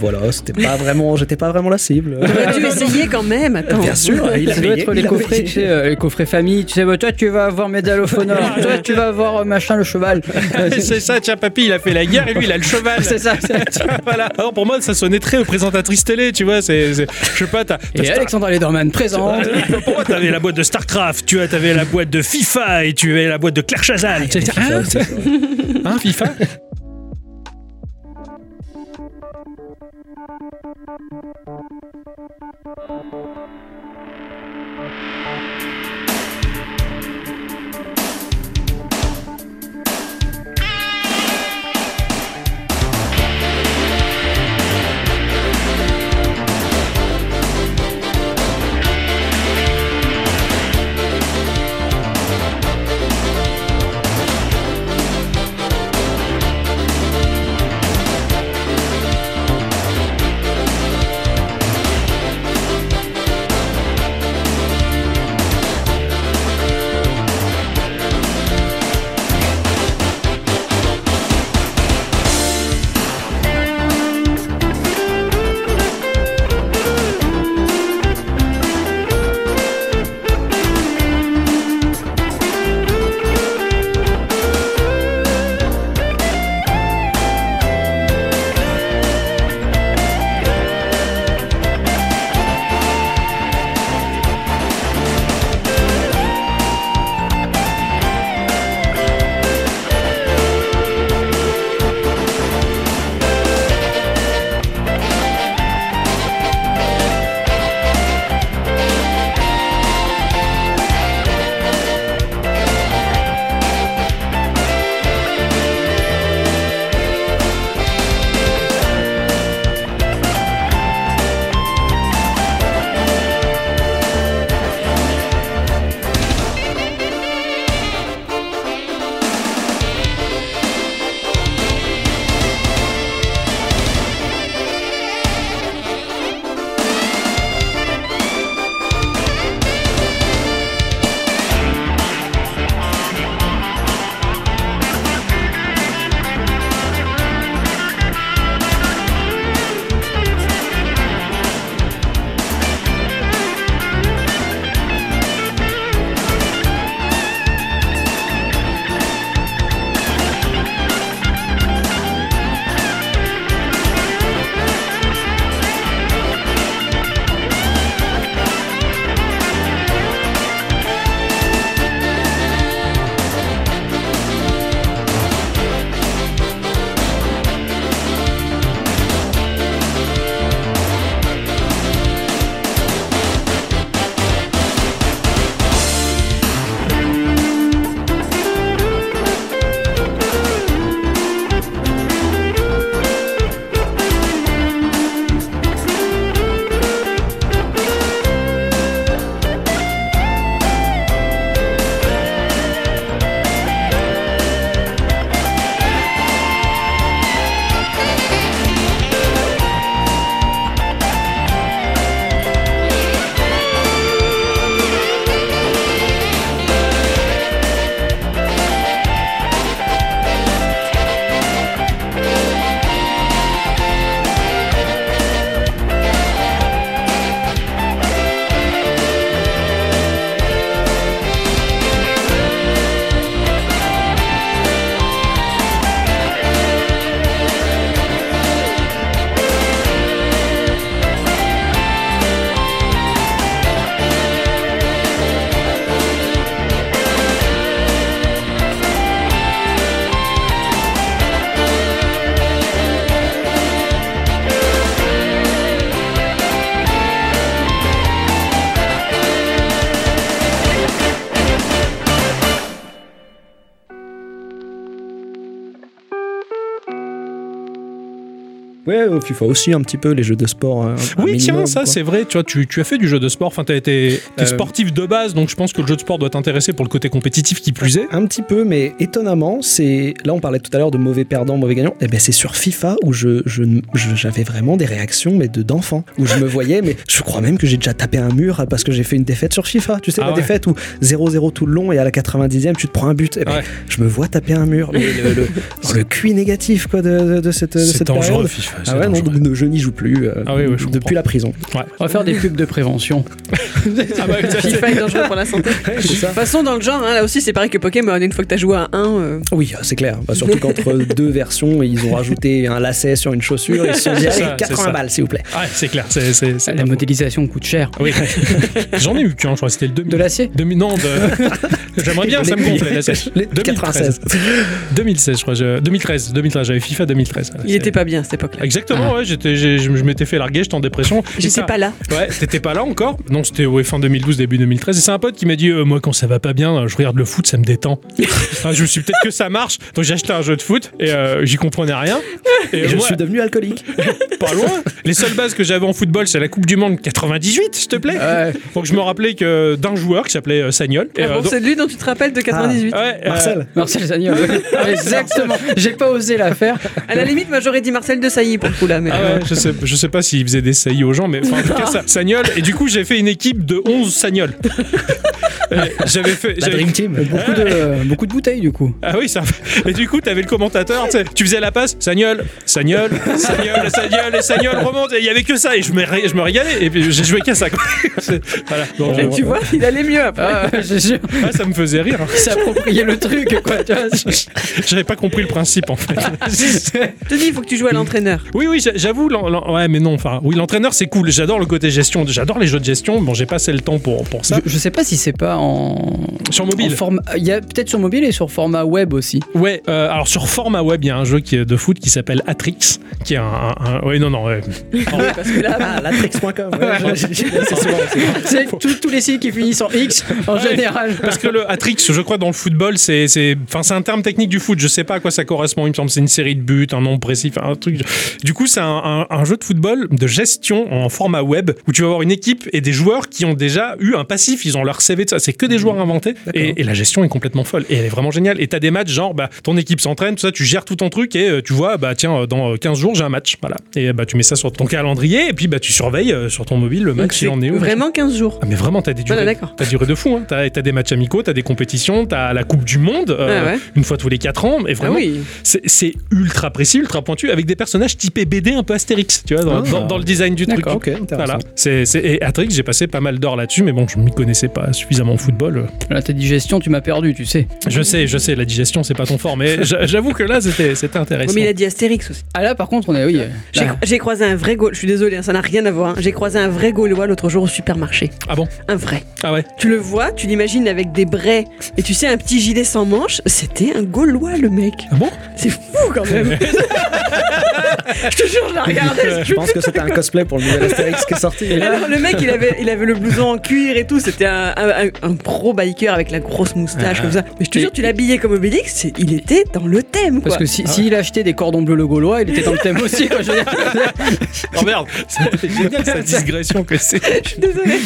S4: voilà, c'était pas vraiment. J'étais pas vraiment la cible.
S1: tu essayais quand même, attends.
S4: Bien sûr, il
S3: Ça
S4: avait-
S3: doit être les
S4: il avait-
S3: coffrets, tu sais, euh, les coffrets famille. Tu sais, bah, toi, tu vas avoir Medal of Honor. toi, tu vas avoir euh, machin le cheval.
S2: c'est ça, tiens, papy, il a fait la guerre et lui, il a le cheval.
S3: C'est ça. c'est-
S2: voilà. Alors pour moi, ça sonnait très présentatrice télé, tu vois. C'est, c'est- je sais pas, t'as. t'as
S3: Et
S2: Star-
S3: Alexandra Lederman
S2: Ah
S3: présent.
S2: pour moi, t'avais la boîte de Starcraft, tu vois, t'avais la boîte de FIFA et tu avais la boîte de Claire Chazal. Tu sais, hein, hein, FIFA
S4: Ouais, au FIFA aussi, un petit peu, les jeux de sport. un- un
S2: Oui, tiens,
S4: minimum,
S2: ça
S4: quoi.
S2: c'est vrai. Tu vois, tu, tu as fait du jeu de sport. Enfin, t'as été t'es
S4: Euh,
S2: sportif de base, donc je pense que le jeu de sport doit t'intéresser pour le côté compétitif qui plus est.
S4: Un petit peu, mais étonnamment, c'est là on parlait tout à l'heure de mauvais perdant, mauvais gagnant. Et ben c'est sur FIFA où je je- je- j'avais vraiment des réactions mais de d'enfant où je me voyais, mais je crois même que j'ai déjà tapé un mur hein, parce que j'ai fait une défaite sur FIFA. Tu sais
S2: Ah
S4: la
S2: ouais.
S4: défaite où 0-0 tout le long et à la 90e tu te prends un but. Eh ben,
S2: Ouais.
S4: Je me vois taper un mur, mais le, le, dans le QI négatif quoi de, de- de cette de
S2: C'est
S4: cette
S2: dangereux,
S4: période.
S2: FIFA. c'est
S4: Ah ouais, non,
S2: dangereux.
S4: donc, je n'y joue plus euh,
S2: Ah oui, oui, je comprends.
S4: depuis la prison.
S3: On va faire des pubs de prévention.
S2: Ah bah, ça, c'est-
S1: FIFA est dangereux pour la santé. De toute façon, dans le genre, hein, là aussi, c'est pareil que Pokémon. Une fois que t'as joué à euh, 1,
S4: Oui, c'est clair. Bah, surtout qu'entre deux versions, ils ont rajouté un lacet sur une chaussure et ils se sont dit
S2: C'est ça,
S4: allez,
S2: c'est
S4: 80
S2: ça.
S4: balles s'il vous plaît.
S2: Ouais, c'est clair. c'est- c'est- c'est-
S3: La modélisation coûte cher.
S2: Oui. J'en ai eu qu'un, je crois. C'était le 2000.
S3: De l'acier
S2: 2000 non, de- j'aimerais bien, ça me gonfle. la sèche.
S4: Les
S2: 2013.
S4: 96.
S2: 2016, je crois. je- 2013, 2013. J'avais FIFA 2013.
S1: il
S2: C'est-
S1: était pas bien à cette époque-là.
S2: Exactement, ouais, j'étais, j'ai- je, je m'étais fait larguer, j'étais en dépression. Et
S1: J'étais
S2: ça-
S1: pas là.
S2: Ouais, t'étais pas là encore Non, c'était ouais, fin 2012, début 2013. Et c'est un pote qui m'a dit euh, Moi, quand ça va pas bien, euh, je regarde le foot, ça me détend. Ah, je me suis dit, peut-être que ça marche. Donc j'ai acheté un jeu de foot et euh, j'y comprenais rien. Et,
S4: Et je
S2: moi,
S4: suis devenu alcoolique.
S2: Euh, pas loin. Les seules bases que j'avais en football, c'est la Coupe du Monde 98, s'il te plaît. Donc je me rappelais que d'un joueur qui s'appelait euh, Sagnol. Et,
S1: Ah
S2: euh,
S1: bon,
S2: donc- Ah.
S1: c'est de lui dont tu te rappelles de 98.
S2: ouais, euh,
S4: Marcel.
S3: Marcel Zagnol. Exactement. J'ai pas osé la faire.
S1: À la limite, moi j'aurais dit Marcel de Sailly pour le coup là. Mais...
S2: Ah ouais, je sais, je sais pas s'il faisait des saillies aux gens, mais enfin, en tout cas, ça, Sagnol. Et du coup, j'ai fait une équipe de 11 Sagnol. Euh, J'avais fait.
S4: La
S2: j'avais-
S4: Dream Team.
S3: Beaucoup de, euh, beaucoup de bouteilles du coup.
S2: Ah oui, ça. Et du coup, t'avais le commentateur, tu sais, tu faisais la passe, Sagnol, Sagnol, Sagnol, Sagnol, et Sagnol remonte, et il y avait que ça, et je me, ré- je me régalais, et puis j'ai joué qu'à ça. quoi. C'est- voilà. Bon,
S1: Et
S2: bon,
S1: euh, tu vois, il allait mieux après.
S3: Ah, je jure,
S2: ouais, ça me faisait rire. hein.
S3: c'est approprié le truc quoi. Tu vois, c'est-
S2: J'avais pas compris le principe en fait.
S1: Je te dis, il faut que tu joues à l'entraîneur.
S2: Oui, oui, j'a- j'avoue. l'en- l'en- Ouais, mais non. Enfin, oui, l'entraîneur c'est cool. J'adore le côté gestion. J'adore les jeux de gestion. Bon, j'ai pas assez le temps pour pour
S3: je,
S2: ça.
S3: je sais pas si c'est pas en.
S2: Sur mobile.
S3: en forme- Il y a peut-être sur mobile et sur format web aussi.
S2: Ouais, euh, alors sur format web, il y a un jeu qui est de foot qui s'appelle Atrix, qui est un, un- un- ouais, non, non, ouais.
S4: Ah, latrix.com. ouais, j'ai- j'ai- j'ai- c'est souvent, c'est souvent.
S3: C'est tous- tous les sites qui finissent en X en général.
S2: parce que le Atrix, je crois, dans le football, c'est, c'est, enfin, c'est un terme technique du foot. Je sais pas à quoi ça correspond. Il me semble que c'est une série de buts, un nombre précis, enfin, un truc. Du coup, c'est un, un- un jeu de football de gestion en format web où tu vas avoir une équipe et des joueurs qui ont déjà eu un passif. Ils ont leur CV de ça. C'est que des joueurs inventés. Et, et la gestion est complètement folle. Et elle est vraiment géniale. Et t'as des matchs genre, bah, ton équipe s'entraîne, tout ça, tu gères tout ton truc et euh, tu vois, bah, tiens, euh, dans euh, 15 jours, j'ai un match. Voilà. Et bah, tu mets ça sur ton calendrier et puis, bah, tu surveilles euh, sur ton mobile le
S1: Donc
S2: match.
S1: c'est
S2: Il en est où,
S1: vraiment 15 jours.
S2: ah mais vraiment, t'as des
S1: Ouais,
S2: durées,
S1: d'accord.
S2: t'as des durées de fou. Hein. T'as, t'as des matchs amicaux, t'as des compétitions, t'as la Coupe du Monde euh,
S1: Ah ouais.
S2: une fois tous les 4 ans. Et
S1: Ah
S2: vraiment,
S1: oui.
S2: c'est, c'est ultra précis, ultra pointu, avec des personnages typés BD un peu Astérix, tu vois, dans,
S4: Ah.
S2: dans- dans le design du
S3: D'accord,
S2: truc.
S4: Ok, intéressant.
S2: Voilà. C'est, c'est- et Atrix, j'ai passé pas mal d'heures là-dessus, mais bon, je m'y connaissais pas suffisamment en football. euh.
S3: Là, ta digestion, tu m'as perdu, tu sais.
S1: Ah.
S2: Je sais, je sais, la digestion, c'est pas ton fort, mais j'a- j'avoue que là, c'était, c'était
S1: Oui,
S2: intéressant.
S1: mais il a dit Astérix aussi.
S3: Ah là, par contre, on est. Oui.
S1: J'ai-
S3: là.
S1: J'ai croisé un vrai Gaulois. Je suis désolé, hein, ça n'a rien à voir. hein. J'ai croisé un vrai Gaulois l'autre jour au supermarché.
S2: Ah bon
S1: Un vrai.
S2: Ah ouais
S1: Tu le vois, tu l'imagines avec des brais et tu sais, un petit gilet sans manches. C'était un Gaulois, le mec.
S2: Ah bon
S1: C'est fou quand même. je te jure, je la regardais.
S4: Je pense que c'était un cosplay pour le nouvel Astérix qui est sorti.
S1: Alors, le mec, il avait, il avait le blouson en cuir et tout. C'était un, un, un- un pro biker avec la grosse moustache comme ça. Mais je te jure, tu l'habillais comme Obélix. c'est- Il était dans le thème, quoi.
S3: Parce que s'il
S2: Ah
S3: si, s'il achetait des cordons bleus le Gaulois, il était dans le thème aussi. quoi, je veux dire.
S2: Oh merde C'est génial sa digression que c'est.
S1: Je suis désolée.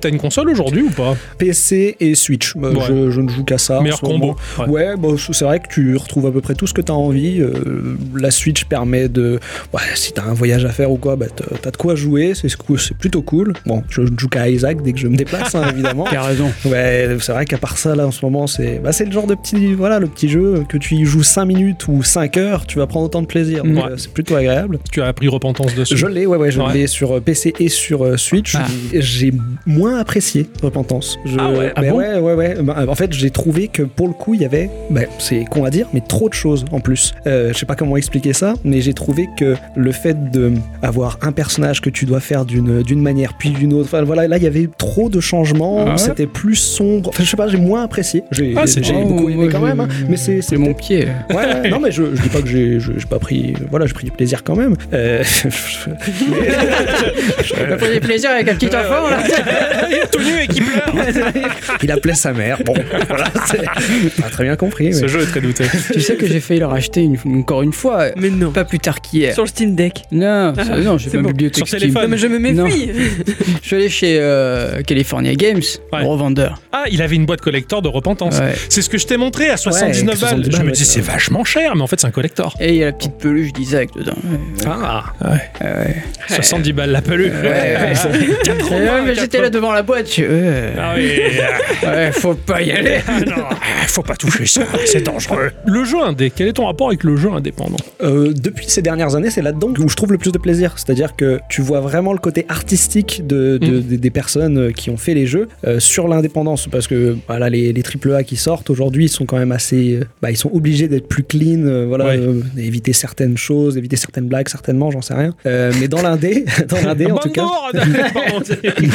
S2: T'as une console aujourd'hui ou pas
S4: PC et Switch. Euh,
S2: Ouais.
S4: Je, je ne joue qu'à ça. en
S2: Meilleur
S4: ce moment.
S2: combo. Ouais.
S4: Ouais, bon, c'est vrai que tu retrouves à peu près tout ce que tu as envie. Euh, la Switch permet de. ouais, si tu as un voyage à faire ou quoi, bah, t'as t'as de quoi jouer. C'est c'est plutôt cool. Bon, je ne joue qu'à Isaac dès que je me déplace, hein, évidemment.
S3: T'as raison.
S4: Ouais, c'est vrai qu'à part ça, là, en ce moment, c'est bah, c'est le genre de petit, voilà, le petit jeu que tu y joues 5 minutes ou 5 heures, tu vas prendre autant de plaisir. Donc,
S2: Ouais.
S4: euh, c'est plutôt agréable.
S2: Tu as appris repentance dessus.
S4: Je l'ai, ouais, ouais, je
S2: Ouais.
S4: l'ai sur euh, PC et sur euh, Switch.
S3: Ah.
S4: Et J'ai moins apprécié Repentance. Je-
S2: Ah ouais, ah
S4: mais
S2: bon
S4: ouais, ouais, ouais. Bah, en fait, j'ai trouvé que pour le coup, il y avait, bah, c'est con à dire, mais trop de choses en plus. Euh, je sais pas comment expliquer ça, mais j'ai trouvé que le fait de avoir un personnage que tu dois faire d'une d'une manière puis d'une autre, enfin voilà, là, il y avait trop de changements.
S3: Ah ouais
S4: C'était plus sombre. Enfin, je sais pas, j'ai moins apprécié. J'ai
S2: Ah, c'est
S4: j'ai
S2: bon.
S4: beaucoup aimé
S3: Oh,
S4: quand
S3: ouais,
S4: même, hein,
S3: je-
S4: mais c'est
S3: C'est mon pied.
S4: Ouais, ouais, non mais je, je dis pas que j'ai je- j'ai pas pris voilà j'ai pris du plaisir quand même Euh,
S3: T'as pris des plaisirs avec un petit enfant là
S2: tout nu et qui pleure
S4: Il appelait sa mère. Bon, voilà, c'est pas très bien compris.
S2: Ce
S4: mais-
S2: jeu est très douté.
S3: Tu sais que j'ai failli leur acheter une- encore une fois euh,
S1: Mais non.
S3: pas plus tard qu'hier.
S1: Sur le Steam Deck.
S3: Non, ça- non, j'ai
S2: c'est
S3: pas
S2: bon.
S3: bibliothèque
S2: Sur
S3: Steam.
S2: téléphone.
S1: Mais je me
S3: Non.
S1: méfie.
S3: Je suis allé chez euh, California Games,
S2: Ouais.
S3: gros vendeur.
S2: Ah, il avait une boîte collector de repentance.
S3: Ouais.
S2: C'est ce que je t'ai montré à 79
S4: Ouais,
S2: balles.
S4: 70
S2: Je me
S4: balles,
S2: dis,
S4: ouais.
S2: c'est vachement cher, mais en fait, c'est un collector.
S3: Et il y a la petite peluche d'Isaac dedans.
S2: Ah, ouais. 70 balles la pelure.
S3: Eh ouais, mais j'étais là devant la boîte. je- euh,
S2: Ah oui,
S3: ouais, faut pas y aller.
S2: ah non, faut pas toucher ça, c'est dangereux. Le jeu indé, quel est ton rapport avec le jeu indépendant
S4: Euh, depuis ces dernières années, c'est là-dedans où je trouve le plus de plaisir. C'est-à-dire que tu vois vraiment le côté artistique de,
S2: Mm.
S4: de- des- des personnes euh, qui ont fait les jeux euh, sur l'indépendance. Parce que voilà, les, les AAA qui sortent aujourd'hui, ils sont quand même assez. euh, bah, ils sont obligés d'être plus clean, euh, voilà,
S2: Ouais.
S4: euh, éviter certaines choses, éviter certaines blagues, certainement, j'en sais rien. Euh, mais dans l'indé, dans l'indé en
S2: Bande
S4: tout cas.
S2: noire d'indépendants.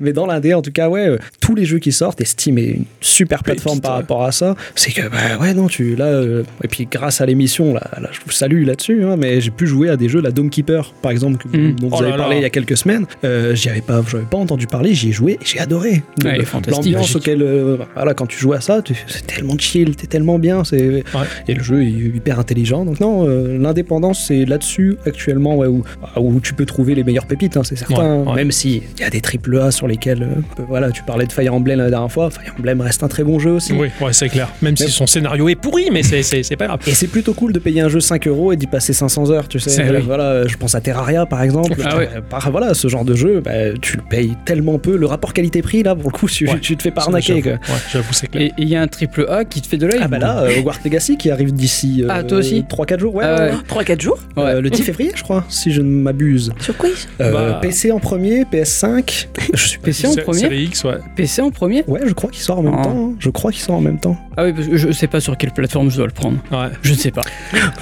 S4: Mais dans l'indé, en tout cas, ouais, euh, tous les jeux qui sortent, et Steam est une super plateforme
S2: Pépite,
S4: par
S2: ouais.
S4: rapport à ça, c'est que, bah ouais, non, tu. Là, euh, et puis grâce à l'émission, là, là, je vous salue là-dessus, hein, mais j'ai pu jouer à des jeux, la Dome Keeper, par exemple, que-
S3: Mm.
S4: dont vous
S2: Oh
S4: avez
S2: là
S4: parlé
S2: là.
S4: il y a quelques semaines. Euh, J'y avais pas, j'avais pas entendu parler, j'y ai joué, et j'ai adoré.
S3: Ouais, il est
S4: Euh,
S3: fantastique,
S4: L'ambiance
S3: magique.
S4: auquel. euh, voilà, quand tu joues à ça, tu- c'est tellement chill, t'es tellement bien, c'est. Et le jeu est hyper intelligent. Donc non, euh, l'indépendance, c'est là-dessus actuellement ouais, où, où tu peux trouver les meilleures pépites, hein, c'est certain.
S2: Ouais, ouais.
S4: Même s'il y a des triple A sur lesquels... euh, voilà, tu parlais de Fire Emblem la dernière fois. Fire Emblem reste un très bon jeu aussi.
S2: Oui, ouais, c'est clair. Même si son scénario est pourri, mais c'est- c'est c'est pas grave.
S4: Et c'est plutôt cool de payer un jeu 5 euros et d'y passer 500 heures, tu sais.
S2: C'est vrai.
S4: Voilà, euh, je pense à Terraria par exemple.
S3: Ah ouais.
S4: Euh, par- voilà, ce genre de jeu, bah, tu le payes tellement peu. Le rapport qualité-prix, là, pour le coup, tu,
S2: Ouais.
S4: tu te fais pas
S2: Ça,
S4: arnaquer.
S2: j'avoue.
S4: quoi.
S2: Ouais, j'avoue, c'est clair.
S3: Et il y a un triple A qui te fait de l'œil.
S4: Ah bah là, euh, Hogwarts Legacy qui arrive d'ici
S3: Ah, toi aussi
S4: 3-4 jours, ouais.
S3: Ah ouais.
S4: ouais.
S1: 3-4 jours
S3: Ouais.
S4: Euh, le 10 février, je crois, si je ne m'abuse.
S1: Sur quoi ils sont
S4: Euh,
S2: Bah.
S4: PC en premier, PS5. Je suis
S3: PC en
S2: C'est- c'est
S3: premier
S2: les X, ouais.
S3: PC en premier
S4: Ouais, je crois qu'il sort en même
S3: Ah.
S4: temps. hein. Je crois qu'il sort en même temps.
S3: Ah oui, parce que je sais pas sur quelle plateforme je dois le prendre.
S2: Ouais.
S3: Je ne sais pas.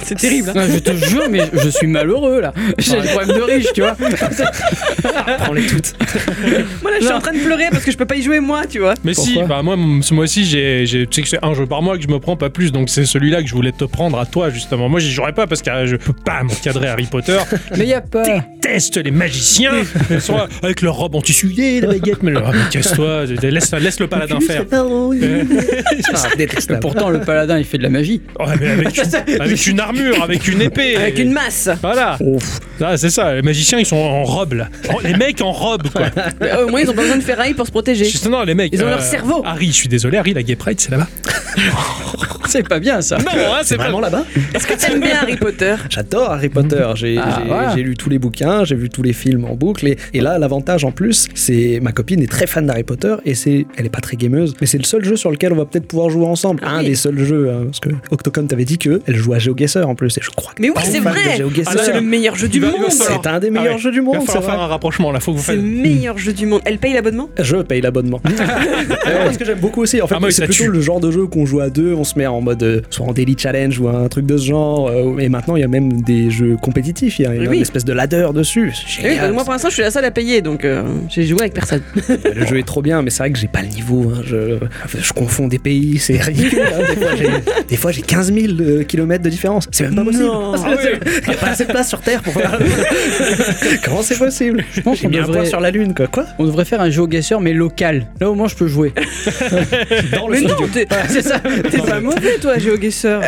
S1: C'est terrible.
S3: Non, je te jure, mais je suis malheureux là. J'ai des problèmes de riche, tu vois.
S4: Prends-les toutes.
S1: Moi là, je suis
S3: Non.
S1: en train de pleurer parce que je peux pas y jouer moi, tu vois.
S2: Mais si,
S4: Pourquoi
S2: bah moi, m- ce mois-ci, j'ai, j'ai- tu sais que c'est un jeu par mois que je me prends pas plus, donc c'est celui-là que je voulais te prendre à toi, justement. Moi, j'y jouerai pas parce que euh, je peux pas m'encadrer Harry Potter.
S3: Mais il y a pas.
S2: Teste les magiciens, ils sont là, avec leur robe anti-souillée, la baguette, mais, ah, mais casse-toi, laisse, laisse le paladin faire.
S4: Ah, détestable.
S3: Pourtant, le paladin, il fait de la magie.
S2: Ouais, mais avec, une, avec une armure, avec une épée.
S1: Avec une masse.
S2: Voilà,
S4: Ouf.
S2: Ah, c'est ça, les magiciens ils sont en robe là. Oh, Les mecs en robe quoi.
S1: Mais, euh, au moins, ils ont pas besoin de ferraille pour se protéger.
S2: Juste- non, les mecs. euh,
S1: Ils ont leur cerveau.
S2: Harry, je suis désolé, Harry, la gay pride c'est là-bas.
S3: C'est pas bien
S1: Ah,
S3: ça.
S2: Non, hein, c'est pas.
S4: Vraiment là-bas
S1: Est-ce que t'aimes bien Harry Potter
S4: J'adore Harry Potter. J'ai
S3: Ah,
S4: j'ai-
S3: voilà.
S4: j'ai lu tous les bouquins, j'ai vu tous les films en boucle. Et, et là, l'avantage en plus, c'est ma copine est très fan d'Harry Potter et c'est elle est pas très gameuse, mais c'est le seul jeu sur lequel on va peut-être pouvoir jouer ensemble.
S1: Ah
S4: un
S1: oui.
S4: des seuls jeux, hein, parce que Octocom t'avait dit que elle joue à GeoGuessr en plus. Et je crois que
S1: Mais
S4: t'es
S1: oui,
S4: pas
S1: c'est
S4: fan
S1: vrai.
S4: de GeoGuessr.
S1: Ah, c'est le meilleur jeu du
S2: Il va- il va
S1: monde.
S2: falloir-
S4: C'est un des
S2: Ah
S4: meilleurs
S2: ouais.
S4: jeux du
S2: Il
S4: monde.
S2: va
S4: c'est
S2: falloir
S4: vrai.
S2: faire un rapprochement là, faut que vous
S1: C'est
S2: fassiez.
S1: le meilleur jeu du monde. Elle paye l'abonnement
S4: Je paye l'abonnement. Ouais, parce que j'aime beaucoup aussi. En fait,
S2: Ah, moi,
S4: c'est
S2: ça
S4: plutôt
S2: tue.
S4: le genre de jeu qu'on joue à deux. On se met en mode euh, soit en daily challenge ou un truc de ce genre. euh, et maintenant, il y a même des jeux compétitifs. Il y a une
S1: Oui.
S4: espèce de ladder dessus. C'est
S1: Eh oui,
S4: génial.
S1: Moi, pour l'instant, je suis la seule à payer, donc euh, j'ai joué avec personne.
S4: le jeu est trop bien, mais c'est vrai que j'ai pas le niveau. hein. Je, je confonds des pays. C'est ridicule. hein. Des fois, j'ai- Des fois, j'ai 15 000 km de différence. C'est même pas possible.
S1: Non.
S4: Ah oui. Il n'y a pas assez de place sur Terre pour faire. Comment c'est possible
S3: Je pense
S4: J'ai
S3: qu'on
S4: mis un point
S3: devrait,
S4: sur la Lune, quoi. Quoi
S3: on devrait faire un géoguesseur, mais local. Là, au moins, je peux jouer.
S4: Dans
S1: Mais non, t'es
S3: C'est ça.
S1: t'es pas mauvais, Bah, toi, GeoGuessr.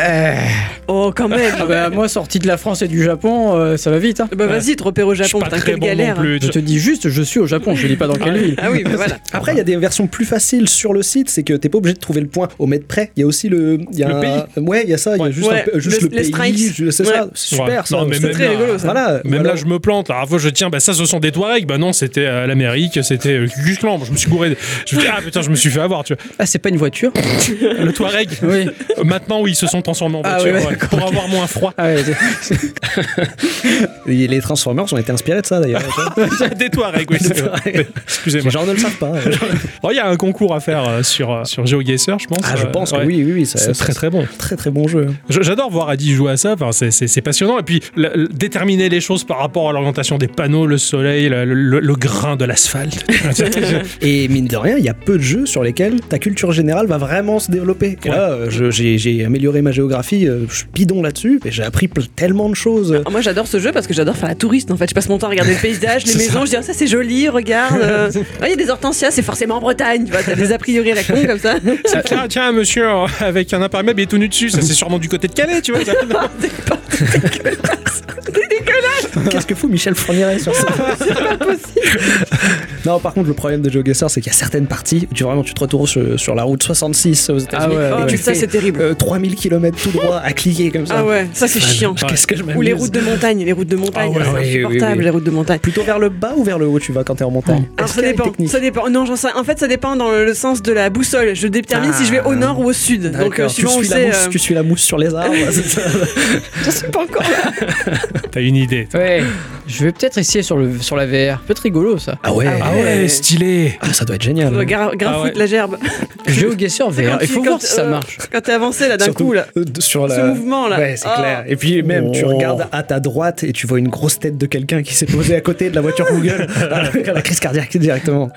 S1: Oh, quand même.
S3: Ah bah, moi, sorti de la France et du Japon, euh, ça va vite. hein.
S1: Bah vas-y, te repère au
S2: Je suis
S1: Japon,
S2: pas
S1: putain,
S2: très
S1: quelle
S2: bon
S1: galère.
S2: non plus.
S3: Je te dis juste, je suis au Japon. Je dis pas dans quelle ville.
S1: Ah oui, mais voilà.
S2: bah.
S4: Après, il y a des versions plus faciles sur le site, c'est que t'es pas obligé de trouver le point au mètre près. Il y a aussi le. il Y a
S2: Le
S4: un-
S2: pays.
S4: Ouais, il y a ça, il y a
S2: Ouais.
S4: juste,
S1: Ouais,
S4: un peu- juste
S1: le-
S4: le,
S1: les strikes.
S4: pays. je- C'est
S1: Ouais.
S4: ça, c'est super
S2: Ouais.
S4: ça.
S2: Non, mais
S4: c'est euh,
S2: même
S1: très
S2: là-
S1: rigolo, ça.
S4: Voilà.
S2: Même
S4: Voilà.
S2: là, je me plante. La dernière fois, je tiens, bah ça, ce sont des Touaregs. Bah non, c'était euh, l'Amérique, c'était euh, le Kyrgyzstan. Bon, Je me suis gouré. Je me dis, ah putain, je me suis fait avoir, tu vois.
S3: Ah, c'est pas une voiture.
S2: Le Touareg,
S3: Oui.
S2: maintenant, oui, ils se sont transformés en
S3: Ah
S2: voiture
S3: oui,
S2: ouais,
S3: d'accord,
S2: pour avoir moins froid.
S3: Ah ouais, c'est-
S4: Et Les Transformers ont été inspirés de ça d'ailleurs.
S2: des Touaregs, oui, c'est vrai.
S4: Les
S2: Excusez-moi.
S4: gens ne le savent pas. hein.
S2: Oh, Il y a un concours à faire euh, sur, euh, sur GeoGuessr, je pense.
S4: Ah, je
S2: Euh,
S4: pense
S2: ouais.
S4: que oui, oui, oui. ça-
S2: C'est
S4: ça-
S2: très très bon.
S4: Très très bon jeu.
S2: Je- J'adore voir Adi jouer à ça, enfin, c'est- c'est c'est passionnant. Et puis la- la- déterminer les choses par rapport à l'orientation des panneaux, le soleil, le, le- le grain de l'asphalte.
S4: Et mine de rien, il y a peu de jeux sur lesquels ta culture générale va vraiment se développer. Et là, euh, je- j'ai j'ai amélioré ma géographie, euh, je suis bidon là-dessus, et j'ai appris ple- tellement de choses. euh,
S1: Ah, Moi j'adore ce jeu parce que j'adore faire la touriste en fait. Je passe mon temps à regarder le paysage, les
S2: C'est
S1: maisons, je dis Ah, ça c'est joli, regarde. euh, Ah, Il y a des hortensias, c'est forcément en Bretagne, tu vois, t'as des a priori à la con comme ça.
S2: C'est clair, tiens, monsieur euh, avec un imperméable et tout nu dessus, ça c'est sûrement du côté de Calais, tu vois. ça.
S4: Qu'est-ce que fout Michel Fourniret sur ça Non, par contre, le problème de GeoGuessr, c'est qu'il y a certaines parties où tu, vraiment, tu te retournes sur, sur la route 66 aux États-Unis.
S3: Ah ouais,
S4: et
S1: Oh,
S4: tu
S1: ça,
S4: fais,
S1: c'est terrible.
S4: euh, 3000 km tout droit à cliquer comme ça.
S1: Ah ouais, ça c'est chiant.
S4: Qu'est-ce que je m'amuse
S1: Ou les routes de montagne, les routes de montagne,
S4: Ah ouais,
S1: c'est
S4: oui, oui,
S1: insupportable,
S4: oui.
S1: les routes de montagne.
S4: Plutôt vers le bas ou vers le haut tu vas quand t'es en montagne
S1: Alors
S4: Est-ce qu'il
S1: ça
S4: y a une
S1: dépend,
S4: technique
S1: ça dépend. Non, j'en sais. En fait, ça dépend dans le sens de la boussole. Je détermine
S4: Ah.
S1: si je vais au nord ou au sud. Donc, euh,
S4: D'accord, tu
S1: suivant où
S4: suis, la
S1: c'est.
S4: mousse,
S1: euh, Ah
S4: tu suis la mousse sur les arbres. c'est ça
S1: Je sais pas encore.
S2: T'as une idée.
S3: Ouais, je vais peut-être essayer sur, le, sur la VR. Peut-être rigolo ça.
S4: ah ouais,
S2: Ah ouais, stylé.
S4: Ah, ça doit être génial. hein.
S1: Grave
S2: Ah ouais.
S1: foutre la gerbe.
S3: GeoGuessr VR.
S1: Quand
S3: Il
S1: tu-
S3: faut
S1: quand
S3: voir
S1: tu-
S3: si ça
S1: euh,
S3: marche.
S1: Quand t'es avancé là d'un
S4: Surtout,
S1: coup là.
S4: euh, sur la...
S1: Ce mouvement, là.
S4: Ouais, c'est
S1: Ah.
S4: clair. Et puis même, tu
S2: Oh.
S4: regardes à ta droite et tu vois une grosse tête de quelqu'un qui s'est posé à côté de la voiture Google. à la crise cardiaque directement.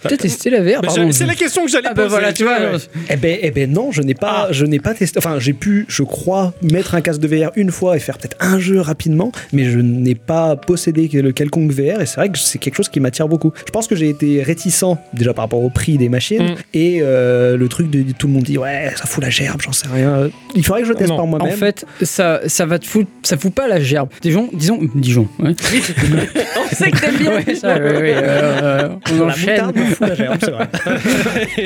S3: Peut-être tester la VR.
S2: Bah,
S3: pardon.
S2: C'est la question que j'allais
S3: Ah bah
S2: poser.
S3: voilà, tu vois.
S2: Ouais.
S4: Eh ben, eh ben non, je n'ai pas,
S3: Ah.
S4: je n'ai pas testé. Enfin, j'ai pu, je crois, mettre un casque de VR une fois et faire peut-être un jeu rapidement, mais je n'ai pas possédé le quelconque VR et c'est vrai que c'est quelque chose qui m'attire beaucoup. Je pense que j'ai été réticent déjà par rapport au prix des machines
S2: Mm.
S4: et euh, le truc de tout le monde dit ouais, ça fout la gerbe, j'en sais rien. Il faudrait que je teste
S2: Non,
S4: par
S3: En
S4: moi-même.
S3: fait, ça, ça va te foutre, ça fout pas la gerbe. Dijon, disons, Dijon. Ouais.
S1: On sait que t'aimes bien.
S3: Ouais, ça, ouais, ouais, euh, on
S4: La
S3: enchaîne.
S4: moutarde me foulagère, c'est vrai.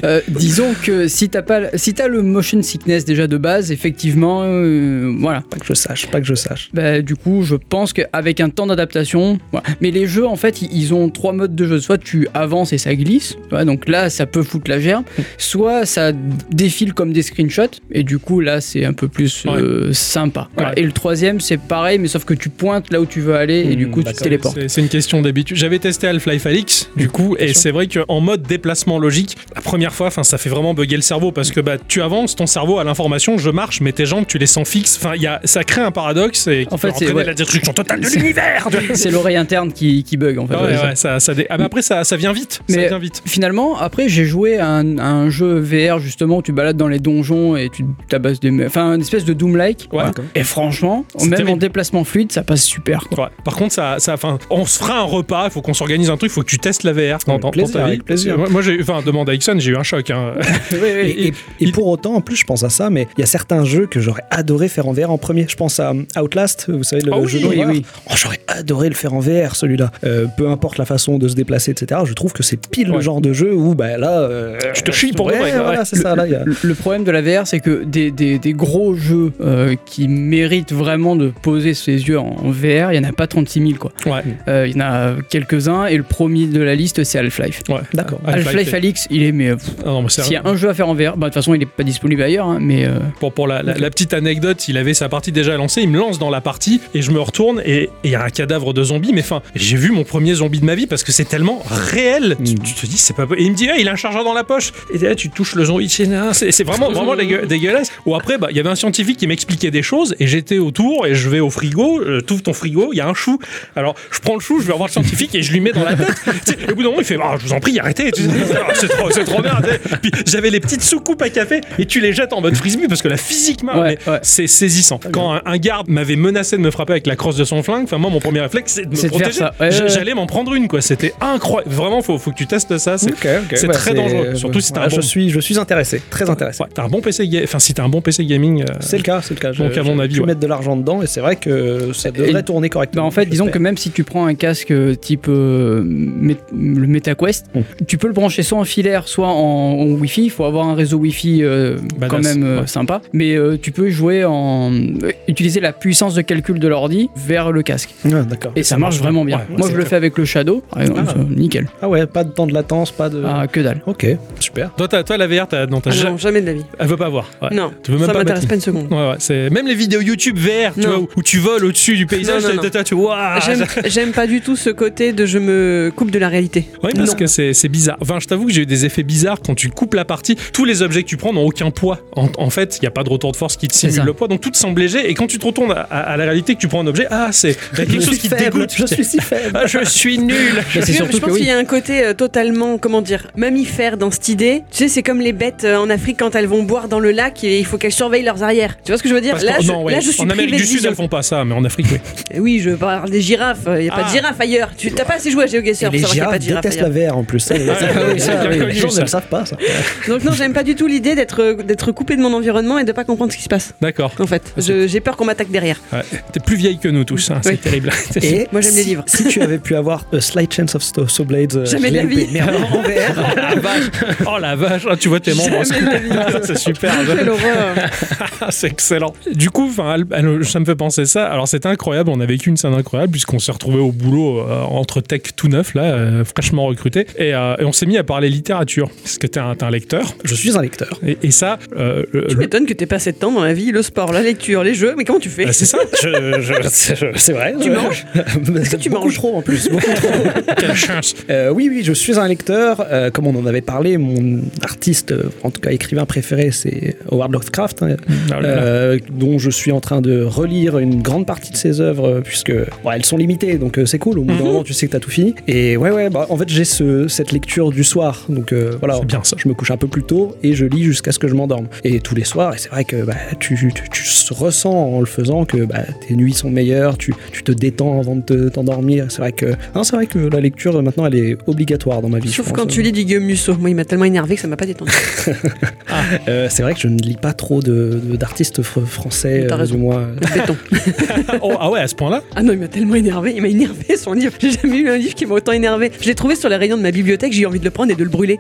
S3: Euh, disons que si t'as pas, le- si t'as le motion sickness déjà de base, effectivement, euh, voilà.
S4: Pas que je sache, pas que je sache.
S3: Bah, du coup, je pense qu'avec un temps d'adaptation, voilà. mais les jeux en fait, i- ils ont trois modes de jeu. Soit tu avances et ça glisse, tu vois, donc là, ça peut foutre la gerbe.
S2: Mm.
S3: Soit ça défile comme des screenshots, et du coup, là, c'est un peu plus euh, sympa. Voilà.
S2: Ouais.
S3: Et le troisième, c'est pareil, mais sauf que tu pointes là où tu veux aller, et du
S4: Hmm,
S3: coup, tu
S4: d'accord.
S3: te téléportes.
S2: Mm, bah, C'est- C'est une question d'habitude. J'avais testé Half-Life Alix, du coup, et c'est vrai qu'en mode déplacement logique, la première fois, enfin, ça fait vraiment bugger le cerveau parce que bah, tu avances, ton cerveau a l'information, je marche, mais tes jambes, tu les sens fixes. Enfin, il y a, ça crée un paradoxe et qui
S3: En fait,
S2: peut
S3: c'est-
S2: entraîner
S3: ouais.
S2: la destruction totale de
S3: C'est-
S2: l'univers. tu vois.
S3: C'est l'oreille interne qui, qui bug en fait.
S2: Ah
S3: Ouais,
S2: ouais,
S3: ça.
S2: ouais, ça, ça dé- ah, mais après, ça, ça vient vite. ça
S3: Mais-
S2: vient vite.
S3: Finalement, après, j'ai joué à un, à un jeu VR justement où tu balades dans les donjons et tu tabasses des. me- Enfin, une espèce de Doom-like.
S2: Ouais.
S3: Et franchement,
S2: C'est
S3: même en
S2: terrible.
S3: déplacement fluide, ça passe super. Quoi.
S2: Ouais. Par contre, ça, ça, enfin, on se fera un repas, il faut qu'on s'organise un truc, il faut que tu testes la VR. dans- dans- dans ta
S4: plaisir,
S2: vie.
S4: avec plaisir.
S2: Moi, moi, j'ai, enfin, demande à Ixon, j'ai eu un choc. hein.
S4: Et, et- et pour autant, en plus, je pense à ça, mais il y a certains jeux que j'aurais adoré faire en VR en premier. Je pense à euh, Outlast, vous savez, le
S2: Ah oui,
S4: jeu de
S2: oui,
S4: VR.
S2: oui.
S4: Oh, j'aurais adoré le faire en VR, celui-là. Euh, peu importe la façon de se déplacer, etc. Je trouve que c'est pile
S2: Ouais.
S4: le genre de jeu où, bah là, euh,
S2: Je te chie pour
S4: ouais,
S2: de vrai,
S4: Voilà,
S2: ouais.
S4: c'est ça. Là, il y a-
S3: Le- Le problème de la VR, c'est que des, des- des gros jeux euh, qui méritent vraiment de poser ses yeux en, en VR, il n'y en a pas 36 000. Quoi.
S2: Ouais.
S3: Euh, il y en a quelques-uns et le premier de la liste, c'est Half-Life.
S2: Ouais.
S4: D'accord.
S2: Half-Life
S3: Half-Life
S2: est-
S3: Alix, il est, mais euh, pff,
S2: Ah non, mais c'est-
S3: s'il y a un jeu à faire en VR, bah, de toute façon, il n'est pas disponible ailleurs, hein, mais. euh,
S2: pour, pour la, la- la petite anecdote, il avait sa partie déjà lancée, il me lance dans la partie et je me retourne et et il y a un cadavre de zombie, mais enfin, j'ai vu mon premier zombie de ma vie parce que c'est tellement réel. Tu, tu te dis, c'est pas. po- Et il me dit, ah, il a un chargeur dans la poche. Et là, tu touches le zombie, c'est c'est- c'est vraiment, vraiment dégueu- dégueulasse. Ou après, bah, il y avait un scientifique qui m'expliquait des choses et j'étais autour et je vais au frigo, euh, t'ouvres ton frigo, il y a un chou. Alors, je prends le chou, je vais revoir le scientifique et je lui mets dans la tête. Tu sais, et au bout d'un moment, il fait, Ah, je vous en prie, arrêtez. Tu sais, Ah, c'est trop, c'est trop bien. tu sais. Puis j'avais les petites soucoupes à café et tu les jettes en mode frisbee parce que la physique m'a-
S3: Ouais,
S2: mais
S3: ouais.
S2: c'est saisissant. Quand un, un garde m'avait menacé de me frapper avec la crosse de son flingue, enfin moi mon premier réflexe c'est de me
S3: C'est de faire
S2: protéger.
S3: ça. Ouais,
S2: J-
S3: ouais, ouais.
S2: J'allais m'en prendre une quoi, c'était incroyable. Vraiment faut faut que tu testes ça, c'est
S4: Ok, ok,
S2: c'est
S4: bah,
S2: très dangereux, surtout si t'as
S4: Voilà,
S2: un bon-
S4: je suis, je suis intéressé, très intéressé.
S2: Ouais, t'as un bon PC ga- enfin si t'as un bon PC gaming euh,
S4: C'est le cas, c'est le cas. Je-
S2: Donc, à
S4: je-
S2: mon avis,
S4: je vais
S2: ouais.
S4: mettre de l'argent dedans et c'est vrai que ça devrait
S3: Et-
S4: tourner correctement.
S3: Bah en fait, disons que
S4: j'espère.
S3: même si tu prends un casque euh, type euh, Met- le MetaQuest,
S4: Mm.
S3: tu peux le brancher soit en filaire, soit en, en Wi-Fi. Il faut avoir un réseau Wi-Fi euh, quand
S2: Badass,
S3: même euh,
S2: ouais.
S3: sympa. Mais euh, tu peux jouer en euh, utiliser la puissance de calcul de l'ordi vers le casque.
S4: Ah, d'accord.
S3: Et ça, marche vraiment bien.
S2: ouais, ouais,
S3: Moi,
S2: c'est
S3: je le
S2: clair.
S3: fais avec le Shadow. par exemple,
S4: Ah.
S3: ça, nickel.
S4: Ah ouais, pas de temps de latence, pas de.
S3: Ah, que dalle.
S4: Ok, super.
S2: Toi, t'as- toi la VR t'as non, t'as
S1: Ah
S2: ja-
S1: non, jamais de la vie.
S2: elle veut pas voir. Ouais.
S1: Non,
S2: Tu veux même
S1: ça
S2: pas
S1: m'intéresse
S2: mettre-
S1: pas une seconde.
S2: Ouais, ouais, c'est même les vidéos YouTube VR, tu
S1: Non.
S2: vois, où, où tu voles au-dessus du paysage,
S1: Non, non,
S2: t'as-
S1: non.
S2: t'as- tu vois. ah,
S1: J'aime- J'aime pas du tout ce côté de je me coupe de la réalité.
S2: Oui, parce que c'est c'est bizarre. Enfin, je t'avoue que j'ai eu des effets bizarres quand tu coupes la partie. Tous les objets que tu prends n'ont aucun poids. En, en fait, il n'y a pas de retour de force qui te
S3: C'est
S2: simule
S3: ça.
S2: le poids, donc tout te semble léger. Et quand tu te retournes à, à- à la réalité que tu prends un objet, ah, c'est il y a quelque chose qui te dégoûte.
S4: Je suis si faible.
S2: Ah, je suis nul.
S3: Mais Bah, c'est
S1: Oui,
S3: surtout
S1: je
S3: que
S1: pense
S3: oui.
S1: qu'il y a un côté euh, totalement, comment dire, mammifère dans cette idée. Tu sais, c'est comme les bêtes euh, en Afrique quand elles vont boire dans le lac et il faut qu'elles surveillent leurs arrières. Tu vois ce que je veux dire
S2: Parce
S1: là,
S2: qu'en-
S1: je,
S2: non, ouais.
S1: là, je suis
S2: en Amérique
S1: privée
S2: du
S1: de
S2: Sud,
S1: vision.
S2: elles font pas ça, mais en Afrique, oui.
S1: Eh Oui, je parle des girafes. Il n'y a pas de
S2: Ah.
S1: girafe ailleurs. Tu t'as pas assez joué à
S4: Et
S1: GeoGuessr pour
S4: les
S1: savoir qu'il n'y a
S4: girafes
S1: pas de girafe
S4: détestent
S1: ailleurs.
S4: la VR en plus. Ça, les-
S2: Ah, oui, c'est bien
S4: ça, oui,
S2: connu,
S4: les gens
S2: ça.
S4: ne le savent pas, ça.
S1: Donc non, j'aime pas du tout l'idée d'être euh, d'être coupé de mon environnement et de pas comprendre ce qui se passe.
S2: D'accord.
S1: En fait, Je- j'ai peur qu'on m'attaque derrière.
S2: Ouais. T'es plus vieille que nous tous, hein, c'est
S1: Oui.
S2: terrible.
S4: Et
S1: Moi, j'aime les
S4: si-
S1: livres.
S4: Si tu avais pu avoir A Slight Chance of Sto- Sawblades, euh,
S1: Jamais
S4: je
S1: de la
S4: l'ai
S1: vie. Ah,
S4: loupé. Merde, en VR.
S2: Oh la vache, oh, la vache. Ah, tu vois tes membres, c'est super.
S1: Quelle horreur.
S2: Ah, c'est excellent. Du coup, 'fin, Al- Al- ça me fait penser ça. Alors, c'était incroyable. On a vécu une scène incroyable puisqu'on s'est retrouvé au boulot euh, entre tech tout neuf, là, euh, fraîchement recruté. Et, euh, et on s'est mis à parler littérature parce que t'es un, t'es un lecteur.
S4: Je suis un lecteur.
S2: Et, et ça, euh, le-
S1: Je
S2: le-
S1: m'étonne que t'aies pas assez de temps dans la vie, le sport, la lecture, les jeux. Mais comment tu fais
S4: Ah,
S2: Euh, c'est ça. Je, je- c'est- je-
S4: C'est vrai.
S1: Tu
S4: ouais.
S1: manges
S4: Beaucoup
S1: tu manges
S4: trop en plus. beaucoup trop.
S2: quelle chance.
S4: Euh, oui, oui, je suis un lecteur. Euh, comme on en avait parlé, mon artiste, euh, en tout cas écrivain préféré, c'est Howard Lovecraft, hein,
S2: Oh là là.
S4: euh, dont je suis en train de relire une grande partie de ses œuvres, euh, puisque bon, elles sont limitées, donc euh, c'est cool. Au bout
S2: Mhm.
S4: d'un moment, tu sais que t'as tout fini. Et ouais, ouais, bah, en fait, j'ai ce- cette lecture du soir. Donc euh, voilà,
S2: C'est bien ça.
S4: je me couche un peu plus tôt et je lis jusqu'à ce que je m'endorme. Et tous les soirs, et c'est vrai que bah, tu, tu, tu se ressens en le faisant que bah, tes nuits sont meilleures, tu, tu te détends avant de te- t'endormir. C'est vrai que non, c'est vrai que la lecture euh, maintenant elle est obligatoire dans ma vie. je
S1: Sauf
S4: pense. hein.
S1: quand tu lis du Guillaume Musso. Moi, il m'a tellement énervé que ça m'a pas détendu.
S4: Euh, c'est vrai que je ne lis pas trop de- de- d'artistes fr- français,
S1: T'as
S4: euh,
S1: raison.
S4: du moins.
S1: Béton.
S2: Oh, ah ouais, à ce point-là.
S1: Ah non, il m'a tellement énervé. Il m'a énervé son livre. J'ai jamais eu un livre qui m'a autant énervé. Je l'ai trouvé sur les rayons de ma bibliothèque, j'ai eu envie de le prendre et de le brûler.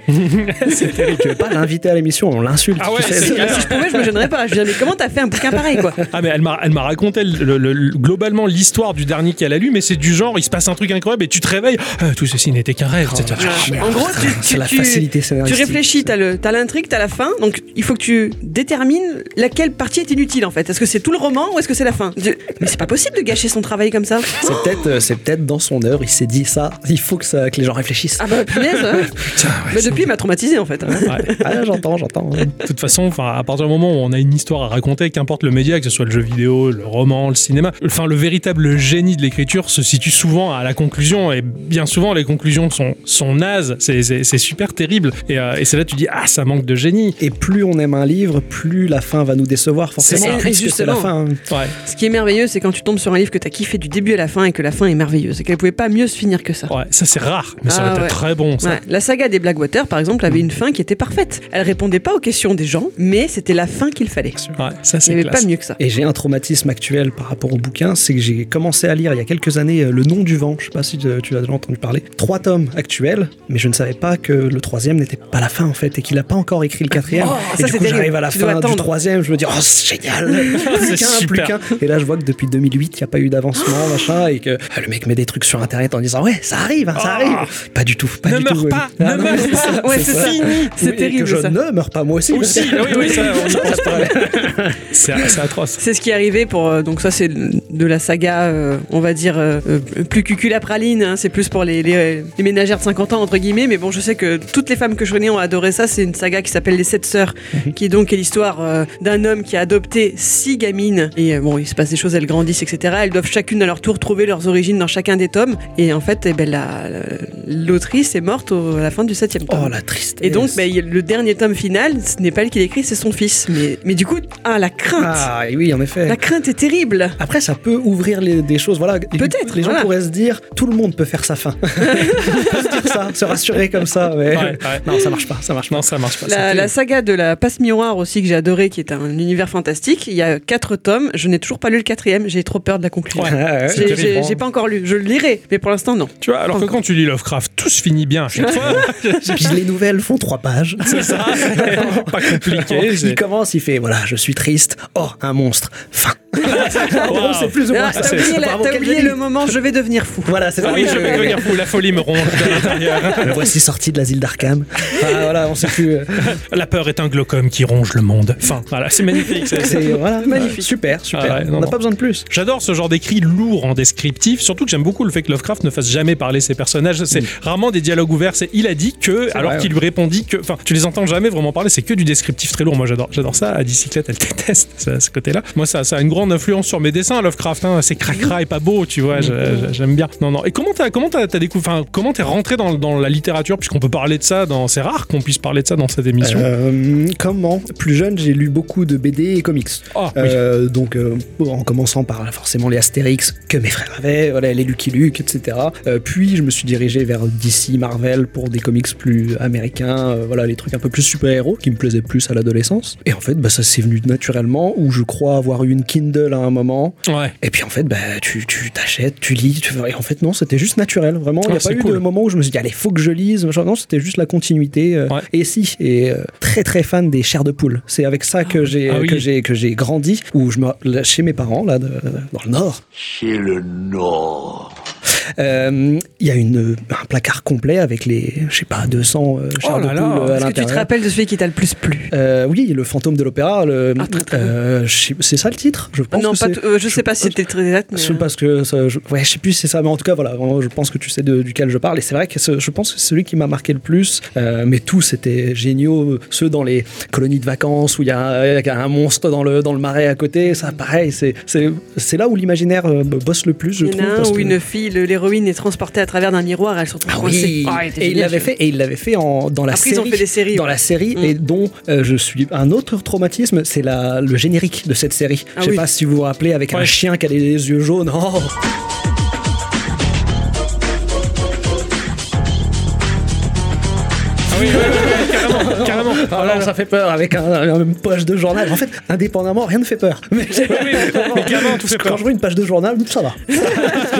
S4: Tu veux pas l'inviter à l'émission, on l'insulte.
S2: Ah ouais,
S4: tu sais,
S2: c'est
S4: c'est-
S2: clair.
S1: si je pouvais, je me gênerais pas. Je disais, mais comment t'as fait un bouquin pareil, quoi
S2: Ah mais elle m'a elle m'a raconté le- le- le- globalement l'histoire du dernier qu'elle a lu mais c'est du genre il se passe un truc incroyable et tu te réveilles Ah, tout ceci n'était qu'un rêve etc.
S4: Ah,
S1: En gros, tu, tu,
S4: c'est la
S1: tu-
S4: facilité
S1: tu
S4: scénaristique.
S1: réfléchis, t'as le- t'as l'intrigue, t'as la fin, donc il faut que tu détermines laquelle partie est inutile en fait. Est-ce que c'est tout le roman ou est-ce que c'est la fin Je- Mais c'est pas possible de gâcher son travail comme ça.
S4: C'est peut-être euh, c'est peut-être dans son œuvre, il s'est dit ça, il faut que, ça, que les gens réfléchissent.
S1: Ah bah punaise ouais.
S2: Putain, ouais,
S1: Mais
S2: c'est-
S1: depuis, il m'a traumatisé en fait. hein.
S2: ouais.
S4: Ah, j'entends, j'entends.
S2: De toute façon, enfin, à partir du moment où on a une histoire à raconter, qu'importe le média, que ce soit le jeu vidéo, le roman, le cinéma, enfin, le véritable génie de l'écriture se situe souvent à la conclusion, et bien souvent, les conclusions sont, sont nazes, c'est- c'est c'est super terrible, et, euh, et c'est là que tu dis, ah, ça manque de génie.
S4: Et plus on aime un livre, plus la fin va nous décevoir, forcément.
S1: ça,
S4: puisque c'est la fin. hein.
S1: justement.
S2: Ouais.
S1: Ce qui est merveilleux, c'est quand tu tombes sur un livre que t'as kiffé du début à la fin et que la fin est merveilleuse et qu'elle pouvait pas mieux se finir que ça.
S4: Oh,
S2: Ouais, ça c'est rare, mais ça
S1: Ah,
S2: aurait été
S1: ouais.
S2: très bon. Ça.
S1: Ouais, la saga des Blackwater, par exemple, avait une fin qui était parfaite. Elle répondait pas aux questions des gens, mais c'était la fin qu'il fallait.
S2: Ouais,
S1: Il
S2: ça
S1: n'y
S2: c'est
S1: avait pas
S2: classe.
S1: mieux que ça.
S4: Et j'ai un traumatisme actuel par rapport au bouquin, c'est que j'ai commencé à lire il y a quelques années euh, Le Nom du Vent, je sais pas si tu tu l'as déjà entendu parler. Trois tomes actuels, mais je ne savais pas que le troisième n'était pas la fin en fait, et qu'il n'a pas encore écrit le quatrième.
S1: Oh,
S4: et
S1: ça,
S4: du
S1: c'est
S4: coup
S1: terrible.
S4: j'arrive à la
S1: Tu dois
S4: fin du
S1: attendre.
S4: troisième, je me dis oh c'est génial, plus
S2: C'est
S4: qu'un, plus
S2: super.
S4: qu'un. Et là je vois que depuis 2008 il n'y a pas eu d'avancement, machin, et que ah, le mec met des trucs sur internet en disant ouais ça arrive, hein, ça
S2: Oh.
S4: arrive. Pas du tout, pas
S2: Ne
S4: du
S2: meurs
S4: tout.
S2: pas,
S4: oui. Ah,
S2: ne
S4: non,
S2: meurs
S4: mais
S2: pas.
S1: Ouais,
S4: c'est
S1: c'est
S4: ça.
S1: ça.
S4: Oui,
S1: C'est
S4: et
S1: terrible
S4: Que je
S1: ça.
S4: ne meurs pas moi aussi.
S2: Aussi, oui, oui, ça, on y pense pas.
S4: Ouais.
S2: C'est c'est atroce.
S1: C'est ce qui est arrivé pour. euh, donc, ça, c'est de la saga, euh, on va dire, euh, euh, plus cucul la praline. hein, c'est plus pour les, les- les ménagères de 50 ans, entre guillemets. Mais bon, je sais que toutes les femmes que je connais ont adoré ça. C'est une saga qui s'appelle Les Sept Sœurs,
S4: Mhm.
S1: qui donc est l'histoire euh, d'un homme qui a adopté six gamines. Et euh, bon, il se passe des choses, elles grandissent, etc. Elles doivent chacune à leur tour trouver leurs origines dans chacun des tomes. Et en fait, eh ben, la- l'autrice est morte au- à la fin du septième tome.
S4: Oh la tristesse.
S1: Et donc, ben, il y a le dernier tome final, ce n'est pas elle qui l'écrit, c'est son fils. Mais, mais du coup, ah, la crainte
S4: Ah et oui en effet.
S1: La crainte est terrible
S4: Après, ça peut ouvrir les- des choses. Voilà,
S1: Peut-être,
S4: Les gens
S1: voilà.
S4: pourraient se dire, tout le monde peut faire sa fin. Ils peuvent se dire ça, se rassurer comme ça. Mais...
S2: Ouais, ouais.
S4: Non, ça marche pas. Ça marche pas.
S2: Non, ça marche pas.
S1: La,
S2: ça.
S1: la saga de la passe miroir aussi que j'ai adoré, qui est un univers fantastique. Il y a quatre tomes. Je n'ai toujours pas lu le quatrième. J'ai trop peur de la conclusion.
S2: Ouais.
S4: Ah, Ouais, ouais.
S2: C'est
S1: J'ai-
S2: terrible,
S1: J'ai
S2: hein.
S1: j'ai pas encore lu. Je le lirai, mais pour l'instant non.
S2: Tu vois, alors que quand tu lis Lovecraft, tout se finit bien à chaque fois.
S4: Et puis les nouvelles font trois pages.
S2: C'est ça. pas compliqué.
S4: il
S2: c'est-
S4: commence, il fait voilà, je suis triste. Oh, un monstre. Fin. En gros,
S2: Wow.
S4: c'est plus ou moins
S1: Ah,
S4: ça.
S1: T'as oublié, la-
S4: Bravo,
S1: t'as
S4: quel
S1: oublié
S4: génie.
S1: le moment. Je vais devenir fou.
S4: Voilà, c'est
S2: Ah
S4: ça.
S2: oui, je vais devenir fou, la folie me ronge de l'intérieur.
S4: Me voici sorti de l'asile d'Arkham. Ah, voilà, on sait plus. euh,
S2: La peur est un glaucome qui ronge le monde. Enfin, voilà, c'est magnifique. c'est-
S4: C'est
S2: c'est-
S4: voilà,
S1: Magnifique.
S4: Super, super.
S2: Ah ouais, non,
S4: on n'a
S2: non.
S4: pas besoin de plus.
S2: J'adore ce genre d'écrit lourd en descriptif, surtout que j'aime beaucoup le fait que Lovecraft ne fasse jamais parler ses personnages. C'est rarement des dialogues ouverts. C'est il a dit que, alors
S4: Mm. vrai,
S2: qu'il lui répondit que. Enfin, tu les entends jamais vraiment parler, c'est que du descriptif très lourd. Moi, j'adore j'adore ça. À bicyclette, elle déteste ça, ce côté-là. Moi, ça, ça a une grande influence sur mes dessins, Lovecraft. hein. C'est cracra et pas beau, tu vois. je-
S4: Mm.
S2: je- J'aime bien. Non, non. Et comment t'as comment t'as- t'as découvert. Enfin, comment t'es rentré dans, dans la littérature, puisqu'on peut parler de ça dans. C'est rare qu'on puisse parler de ça dans cette émission.
S4: Euh, comment Plus jeune, j'ai lu beaucoup de BD et comics.
S2: Ah, oui.
S4: Euh, donc, euh, en commençant par forcément les Astérix que mes frères avaient, voilà, les Lucky Luke, etc. Euh, puis, je me suis dirigé vers DC, Marvel pour des comics plus américains, euh, voilà, les trucs un peu plus super-héros qui me plaisaient plus à l'adolescence. Et en fait, bah, ça s'est venu naturellement, où je crois avoir eu une Kindle à un moment.
S2: Ouais.
S4: Et puis en fait, bah, tu tu t'achètes, tu, lis, tu et en fait non, c'était juste naturel, vraiment. Il
S2: Ah,
S4: n'y a pas
S2: c'est
S4: eu
S2: cool.
S4: de moment où je me suis dit allez, faut que je lise. machin. Non, c'était juste la continuité. euh,
S2: Ouais.
S4: Et si, et euh, très très fan des chairs de poule. C'est avec ça que j'ai
S2: Ah oui.
S4: que j'ai que j'ai grandi, où je me là, chez mes parents là de- dans le nord.
S7: Chez le Nord.
S4: euh, Il y a une un placard complet avec les je sais pas 200 euh, chairs
S2: Oh
S4: de
S2: là
S4: poule
S2: là.
S4: euh, à
S1: Est-ce que tu te
S4: l'intérieur.
S1: rappelles de celui qui t'a le plus plu
S4: Euh, oui, le fantôme de l'opéra. le-
S1: Ah, très, très
S4: euh, je sais- c'est ça le titre Je pense
S1: Non,
S4: que
S1: pas.
S4: c'est-
S1: t- euh, je sais pas si c'était très exact. mais,
S4: Je sais
S1: euh,
S4: parce que ça- je, ouais, je sais plus si c'est ça, mais en tout cas voilà, vraiment, je pense que tu sais de- duquel je parle et c'est vrai que ce- je pense que c'est celui qui m'a marqué le plus. Euh, mais tous étaient géniaux, ceux dans les colonies de vacances où il y, a un- il y a un monstre dans le dans le marais à côté, ça pareil, c'est c'est c'est là où l'imaginaire euh, bosse le plus, je
S1: Il y en
S4: trouve.
S1: a un
S4: parce
S1: où
S4: que-
S1: une fille, le- l'héroïnée, est transportée à travers d'un miroir, elle se retrouve
S4: Ah
S1: coincée.
S4: oui.
S1: Ah, il était
S4: et il
S1: génial,
S4: l'avait
S1: ce-
S4: fait, et il l'avait fait en, dans la
S1: Après,
S4: série.
S1: ils ont fait des séries,
S4: Dans
S1: ouais.
S4: la série,
S1: Mm.
S4: et dont euh, je suis un autre traumatisme, c'est la- le générique de cette série.
S1: Ah
S4: je sais
S1: oui.
S4: pas si vous vous rappelez, avec un
S2: Ouais.
S4: chien qui a les yeux jaunes. Oh
S2: Ah oui, ouais, ouais, ouais, carrément. Carrément.
S4: Ah non, ça fait peur avec un, une page de journal. En fait, indépendamment, rien ne fait peur. Mais,
S2: mais clairement, tout fait
S4: quand
S2: peur.
S4: je vois une page de journal, ça va. Mais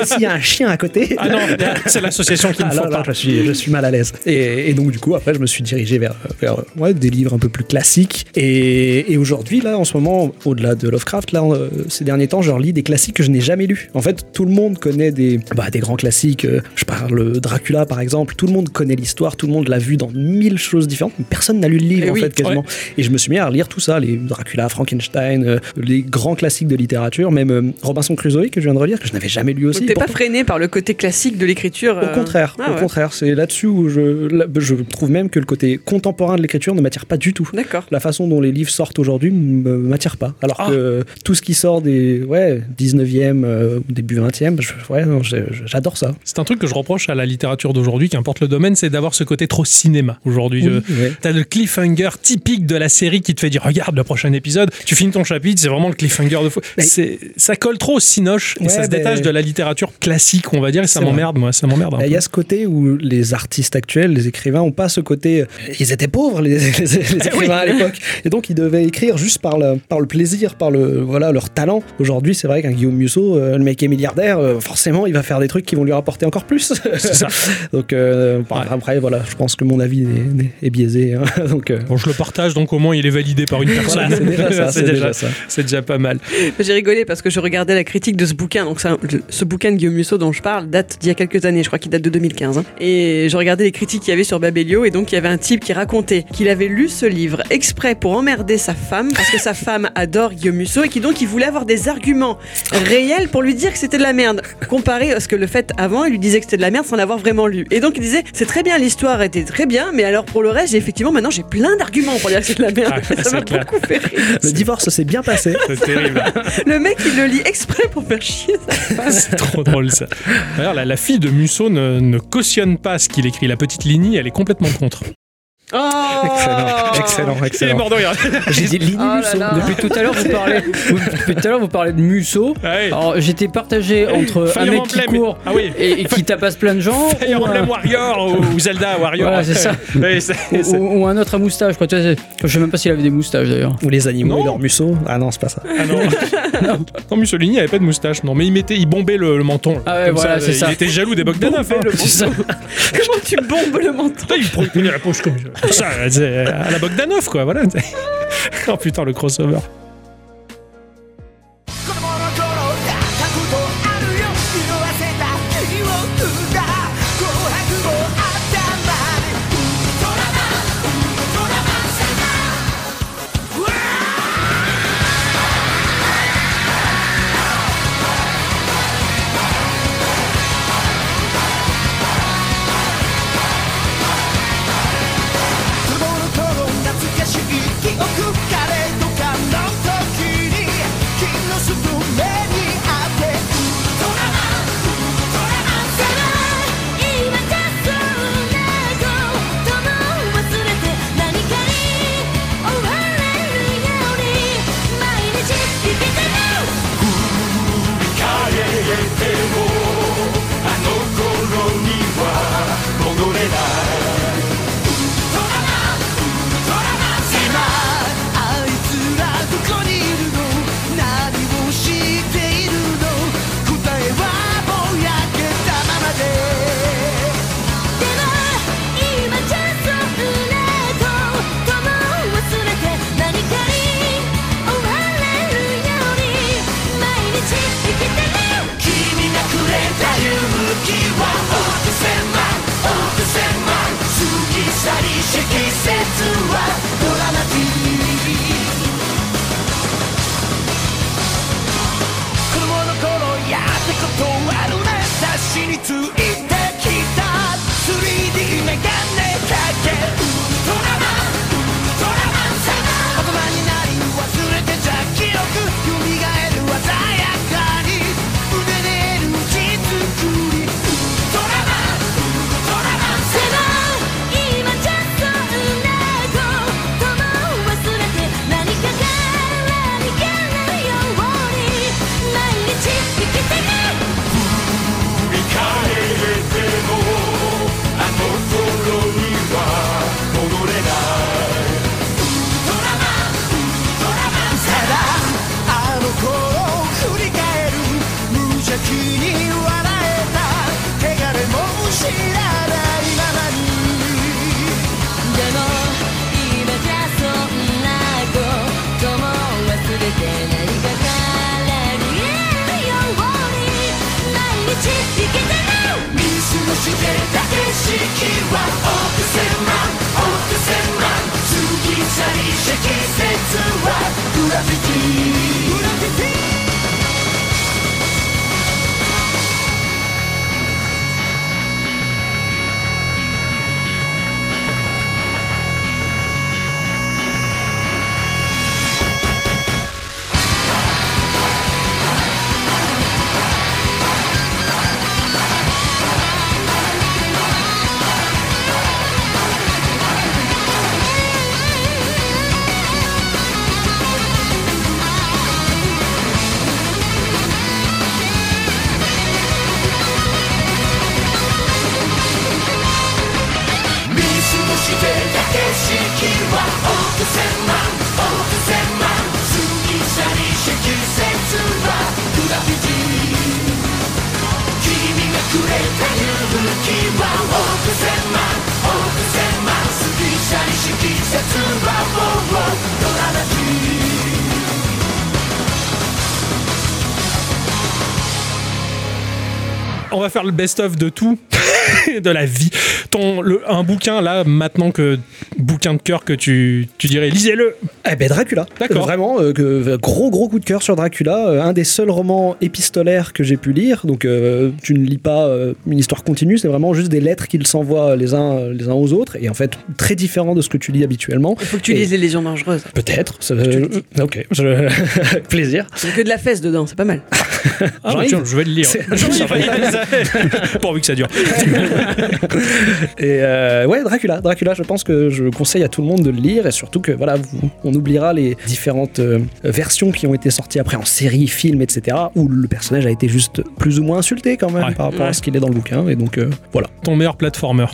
S4: s'il y a un chien à côté,
S2: Ah non, c'est l'association qui hein. ne
S4: ah là,
S2: faut
S4: là,
S2: pas.
S4: je, suis, je suis mal à l'aise. Et, et donc, du coup, après, je me suis dirigé vers, vers, ouais, des livres un peu plus classiques. Et, et aujourd'hui, là, en ce moment, au-delà de Lovecraft, là, euh, ces derniers temps, je relis des classiques que je n'ai jamais lus. En fait, tout le monde connaît des, bah, des grands classiques. euh, Je parle euh, Dracula, par exemple. Tout le monde connaît l'histoire, tout le monde l'a vu dans mille choses différentes. Mais personne n'a lu le livre,
S2: Eh
S4: en
S2: oui,
S4: fait, quasiment. Et je me suis mis à relire tout ça, les Dracula, Frankenstein, euh, les grands classiques de littérature, même euh, Robinson Crusoe, que je viens de relire, que je n'avais jamais lu aussi.
S1: Donc t'es pas
S4: Pourtant-
S1: freiné par le côté classique de l'écriture.
S4: au
S1: euh,
S4: contraire, au
S1: ah ouais.
S4: contraire, c'est là-dessus où je, là- je trouve même que le côté contemporain de l'écriture ne m'attire pas du tout.
S1: D'accord.
S4: La façon dont les livres sortent aujourd'hui me m'attire pas. Alors
S2: Ah.
S4: que tout ce qui sort des ouais, 19e, euh, ou début 20e, je- ouais, non, je- je- j'adore ça.
S2: C'est un truc que je reproche à la littérature d'aujourd'hui, qu'importe le domaine, c'est d'avoir ce côté trop cinéma. Aujourd'hui, euh,
S4: Oui, ouais.
S2: T'as le cliffhanger typique de la série qui te fait dire regarde le prochain épisode, tu finis ton chapitre, c'est vraiment le cliffhanger de fou.
S4: Mais-
S2: C'est ça colle trop au cinoche et
S4: Ouais,
S2: ça se
S4: mais-
S2: détache de la littérature classique, on va dire, et ça
S4: C'est vrai.
S2: m'emmerde moi, ça m'emmerde. un
S4: Là, Il
S2: peu.
S4: Bah, y a ce côté où les artistes actuels, les écrivains, ont pas ce côté. euh, Ils étaient pauvres, les, les- les
S2: Eh
S4: écrivains à l'époque. Et donc, ils devaient écrire juste par le, par le plaisir, par le, voilà, leur talent. Aujourd'hui, c'est vrai qu'un Guillaume Musso, euh, le mec est milliardaire, euh, forcément, il va faire des trucs qui vont lui rapporter encore plus.
S2: C'est ça.
S4: donc, euh, par-
S2: Ouais.
S4: après, voilà, je pense que mon avis est, est- est biaisé. hein. donc, euh,
S2: Bon, je le partage donc au moins il est validé par une personne.
S4: voilà, c'est déjà ça.
S2: C'est déjà- c'est déjà pas mal.
S1: J'ai rigolé parce que je regardais la critique de ce bouquin. Donc, ça, le- ce bouquin de Guillaume Musso dont je parle date d'il y a quelques années. Je crois qu'il date de 2015. hein. Et je regardais les critiques qu'il y avait sur Babelio. Et donc, il y avait un type qui racontait qu'il avait lu ce livre exprès pour emmerder sa femme parce que sa femme adore Guillaume Musso et qui donc il voulait avoir des arguments réels pour lui dire que c'était de la merde. Comparé à ce que le fait avant, il lui disait que c'était de la merde sans l'avoir vraiment lu. Et donc, il disait c'est très bien, l'histoire était très bien, mais alors pour le reste, j'ai effectivement maintenant j'ai plein d'arguments pour dire que c'est de la merde.
S2: Ah,
S1: ça
S2: c'est
S1: m'a
S2: clair.
S1: beaucoup fait rire.
S4: Le divorce s'est bien passé.
S2: C'est terrible.
S1: Le mec, il le lit exprès pour faire chier sa
S2: C'est trop drôle ça. D'ailleurs, la, la fille de Musso ne, ne cautionne pas ce qu'il écrit. La petite Lini, elle est complètement contre.
S1: Oh
S4: Excellent, excellent,
S2: Elle est
S4: excellent.
S2: mort de rire.
S4: J'ai dit Lini
S3: Ah
S4: Musso.
S3: là là. Depuis tout à l'heure, vous parlez. vous- Depuis tout à l'heure, vous parlez de Musso.
S2: Ouais.
S3: Alors, j'étais partagé entre un
S2: Fire
S3: mec qui
S2: Emblem.
S3: court
S2: Ah oui.
S3: et, et qui tapasse plein de gens.
S2: Fire
S3: ou un-
S2: Emblem Warrior ou, ou Zelda Warrior.
S3: Voilà, c'est ça.
S2: Ouais, c'est-
S3: ou,
S2: c'est-
S3: ou un autre à moustache. Quoi. Tu vois, c'est- je sais même pas s'il avait des moustaches d'ailleurs.
S4: Ou les animaux
S2: Non.
S4: et leurs Musso. Ah non, c'est pas ça.
S2: Ah non. non, Mussolini avait pas de moustache, non, mais il mettait, il bombait le, le menton. là.
S3: Ah ouais,
S2: Comme
S3: voilà, c'est
S2: il
S3: ça.
S2: était jaloux des Bogdanov. hein.
S3: C'est ça.
S1: Comment tu bombes le menton
S2: Putain, il prenait- il prenait la poche comme ça. ça. c'est À la Bogdanov, quoi, voilà. oh putain, le crossover.
S5: 懐の懐懐かしい記憶誰とかなん
S2: On va faire le best-of de tout, de la vie. Ton, le- un bouquin, là, maintenant que. Bouquin de cœur que tu, tu dirais, lisez-le
S4: Eh ben Dracula.
S2: D'accord.
S4: Vraiment, euh, que, gros gros coup de cœur sur Dracula. euh, un des seuls romans épistolaires que j'ai pu lire. Donc euh, tu ne lis pas euh, une histoire continue, c'est vraiment juste des lettres qu'ils s'envoient les uns les uns aux autres et en fait très différent de ce que tu lis habituellement.
S1: Il faut que tu
S4: Et-
S1: lises les légions dangereuses.
S4: Peut-être. ça- euh, ok. je- Avec plaisir.
S1: Il n'y a que de la fesse dedans, c'est pas mal.
S2: Ah, bah,
S4: Jean-Yves.
S2: tiens, je vais le lire.
S4: C'est-
S2: Jean-Yves, Pourvu que ça dure.
S4: Et euh, ouais, Dracula, Dracula, je pense que je conseille à tout le monde de le lire et surtout que voilà, vous- on oubliera les différentes euh, versions qui ont été sorties après en série, film, etc. où le personnage a été juste plus ou moins insulté quand même
S2: Ouais.
S4: par rapport à ce qu'il est dans le bouquin. Et donc euh, voilà.
S2: Ton meilleur platformer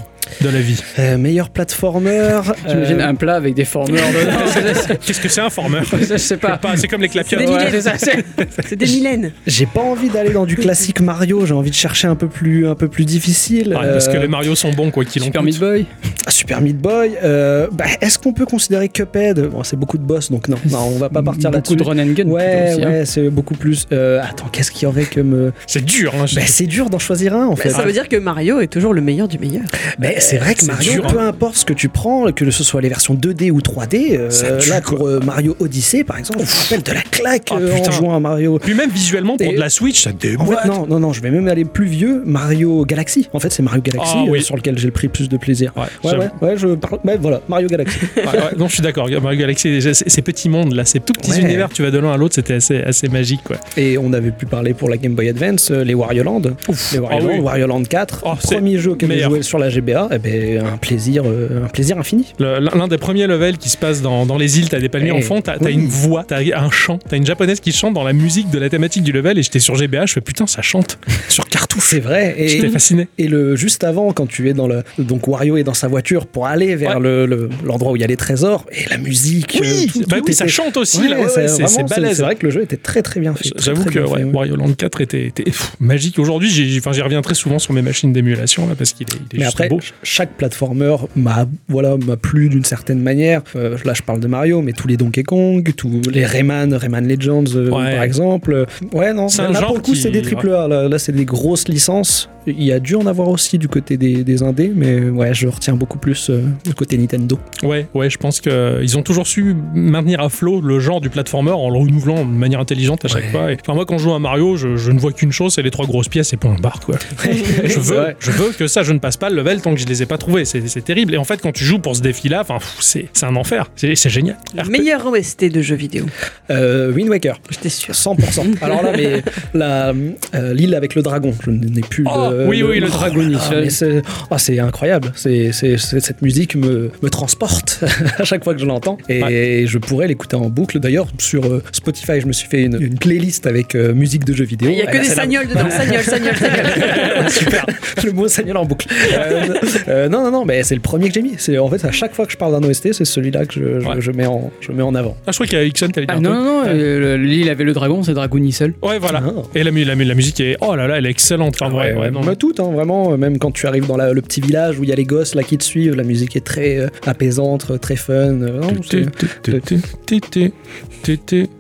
S2: de la vie.
S4: Euh, meilleur platformer.
S3: J'imagine
S4: euh,
S3: un plat avec des formeurs dedans.
S2: Qu'est-ce que c'est un former
S3: Je sais pas.
S2: Pas- C'est comme les clapiers.
S1: C'est des
S3: Ouais,
S1: milliers.
S3: c'est ça, c'est-
S1: C'est des Mylènes.
S4: J'ai pas envie d'aller dans du classique Mario. J'ai envie de chercher un peu plus, un peu plus difficile.
S2: Ouais, parce que
S4: Euh,
S2: les Mario sont bons, quoi qu'ils en
S3: Super
S2: coûte.
S3: Meat Boy.
S4: Super Meat Boy. euh, bah, Est-ce qu'on peut considérer Cuphead Bon, c'est beaucoup de boss, donc non, non, on va pas partir
S3: Beaucoup
S4: là-dessus.
S3: de run and gun.
S4: Ouais,
S3: plutôt aussi, hein.
S4: ouais, c'est beaucoup plus. Euh, attends, qu'est-ce qu'il y aurait comme. euh,
S2: C'est dur, hein,
S4: Bah, c'est dur d'en choisir un en fait.
S1: Ça veut dire que Mario est toujours le meilleur du meilleur.
S4: Mais c'est vrai que
S2: c'est
S4: Mario,
S2: dur, hein.
S4: peu importe ce que tu prends, que ce soit les versions 2D ou 3D, euh,
S2: Ça tue,
S4: là pour
S2: quoi.
S4: euh, Mario Odyssey par exemple, je me rappelle de la claque
S2: Ah,
S4: euh, en
S2: putain.
S4: jouant à Mario.
S2: Puis même visuellement, pour
S4: Et-
S2: de la Switch, ça
S4: En
S2: déboîte.
S4: fait, non, non, non, je vais même aller plus vieux, Mario Galaxy. En fait, c'est Mario Galaxy
S2: Ah,
S4: euh,
S2: oui.
S4: sur lequel j'ai pris plus de plaisir.
S2: Ouais,
S4: Ouais,
S2: j'avoue.
S4: ouais, ouais, je parle. ouais, voilà, Mario Galaxy.
S2: Ouais, ouais, non, je suis d'accord. Mario Galaxy, déjà, c'est- ces petits mondes là, ces tout petits
S4: Ouais.
S2: univers, tu vas de l'un à l'autre, c'était assez, assez magique, quoi.
S4: Et on avait pu parler pour la Game Boy Advance, euh, les Wario Land. les Wario
S2: Ah
S4: Land,
S2: oui.
S4: Wario Land 4,
S2: Oh, c'est
S4: premier jeu auquel j'ai
S2: meilleur.
S4: joué sur la GBA, eh ben, un, plaisir, euh, un plaisir infini.
S2: Le- L'un des premiers levels qui se passe dans, dans les îles, t'as des palmiers
S4: Eh,
S2: en fond, t'as t'as
S4: oui.
S2: une voix, t'as un chant, t'as une japonaise qui chante dans la musique de la thématique du level, et j'étais sur GBA, je fais putain, ça chante sur cartouche.
S4: C'est vrai. Et,
S2: J'étais fasciné.
S4: Et le juste avant, quand tu es dans le donc Wario est dans sa voiture pour aller vers
S2: Ouais.
S4: le- le- l'endroit où il y a les trésors et la musique. euh, tout-
S2: bah
S4: tout
S2: oui, ça
S4: était-
S2: chante aussi
S4: Ouais,
S2: là,
S4: ouais,
S2: ouais,
S4: c'est
S2: ouais, c'est
S4: vraiment-
S2: c'est balèze.
S4: C'est vrai que le jeu était très très bien fait.
S2: J'avoue
S4: Très,
S2: que
S4: très bien
S2: ouais,
S4: fait, ouais.
S2: Wario Land 4 était, était- pff, magique. Aujourd'hui, j'ai- j'ai- enfin, j'y reviens très souvent sur mes machines d'émulation là parce qu'il est, il est
S4: Mais
S2: juste
S4: après,
S2: beau.
S4: ch- chaque platformer m'a voilà m'a plu d'une certaine manière. Euh, là, je parle de Mario, mais tous les Donkey Kong, tous les Rayman, Rayman Legends euh,
S2: Ouais.
S4: par exemple. Ouais, non.
S2: C'est
S4: là,
S2: un
S4: là,
S2: genre
S4: pour le coup,
S2: qui-
S4: c'est des triple A. Là, là, c'est des grosses licences. Il y a dû en avoir aussi du côté des, des indés, mais ouais, je retiens beaucoup plus euh, le côté Nintendo.
S2: Ouais, ouais, je pense qu'ils ont toujours su maintenir à flot le genre du platformer en le renouvelant de manière intelligente à chaque
S4: Ouais.
S2: fois. Et, Enfin, moi, quand je joue à Mario, je, je ne vois qu'une chose, c'est les trois grosses pièces et point barre, quoi. je,
S4: C'est
S2: veux,
S4: vrai.
S2: je veux que ça, je ne passe pas le level tant que je les ai pas trouvés. C'est c'est terrible. Et en fait, quand tu joues pour ce défi-là, enfin, pff, c'est c'est un enfer. C'est c'est génial.
S4: Ah,
S2: RP.
S1: Meilleur OST de jeux vidéo.
S4: Euh, Wind Waker.
S1: J'étais sûr.
S4: 100%. Alors là, mais la, euh, l'île avec le dragon, je n'ai plus
S2: Oh,
S4: le,
S2: oui, oui, le dragon,
S4: Ah,
S2: Michel.
S4: mais c'est, ah, c'est incroyable. C'est, c'est- c'est- cette musique me, me transporte à chaque fois que je l'entends. Et je pourrais l'écouter en boucle. D'ailleurs, sur euh, Spotify, je me suis fait une, une playlist avec euh, musique de jeux vidéo.
S1: Il n'y a
S4: Ah,
S1: que
S4: là,
S1: des
S4: c'est la-
S1: sagnoles dedans. Sagnoles, sagnoles, sagnoles.
S4: Super. le mot sagnol en boucle. Euh, euh, non, non, non, mais c'est le premier que j'ai mis. C'est, en fait, à chaque fois que je parle d'un OST, c'est celui-là que je, je-
S2: Ouais.
S4: je mets, en, je mets en avant.
S2: Ah, je crois qu'il y a Ixon, t'allais dire
S3: Ah
S2: un
S3: non,
S2: truc.
S3: non, non, euh, le- l'île avait le dragon, c'est Dragoon seul.
S2: Ouais, voilà.
S4: Ah.
S2: Et la, mu- la mu- la musique est. Oh là là, elle est excellente. Enfin, ouais, ouais, non.
S4: Bah, tout, hein, vraiment. euh, Même quand tu arrives dans la- le petit village où il y a les gosses là qui te suivent, la musique est très euh, apaisante, euh, très fun. euh, non, c'est-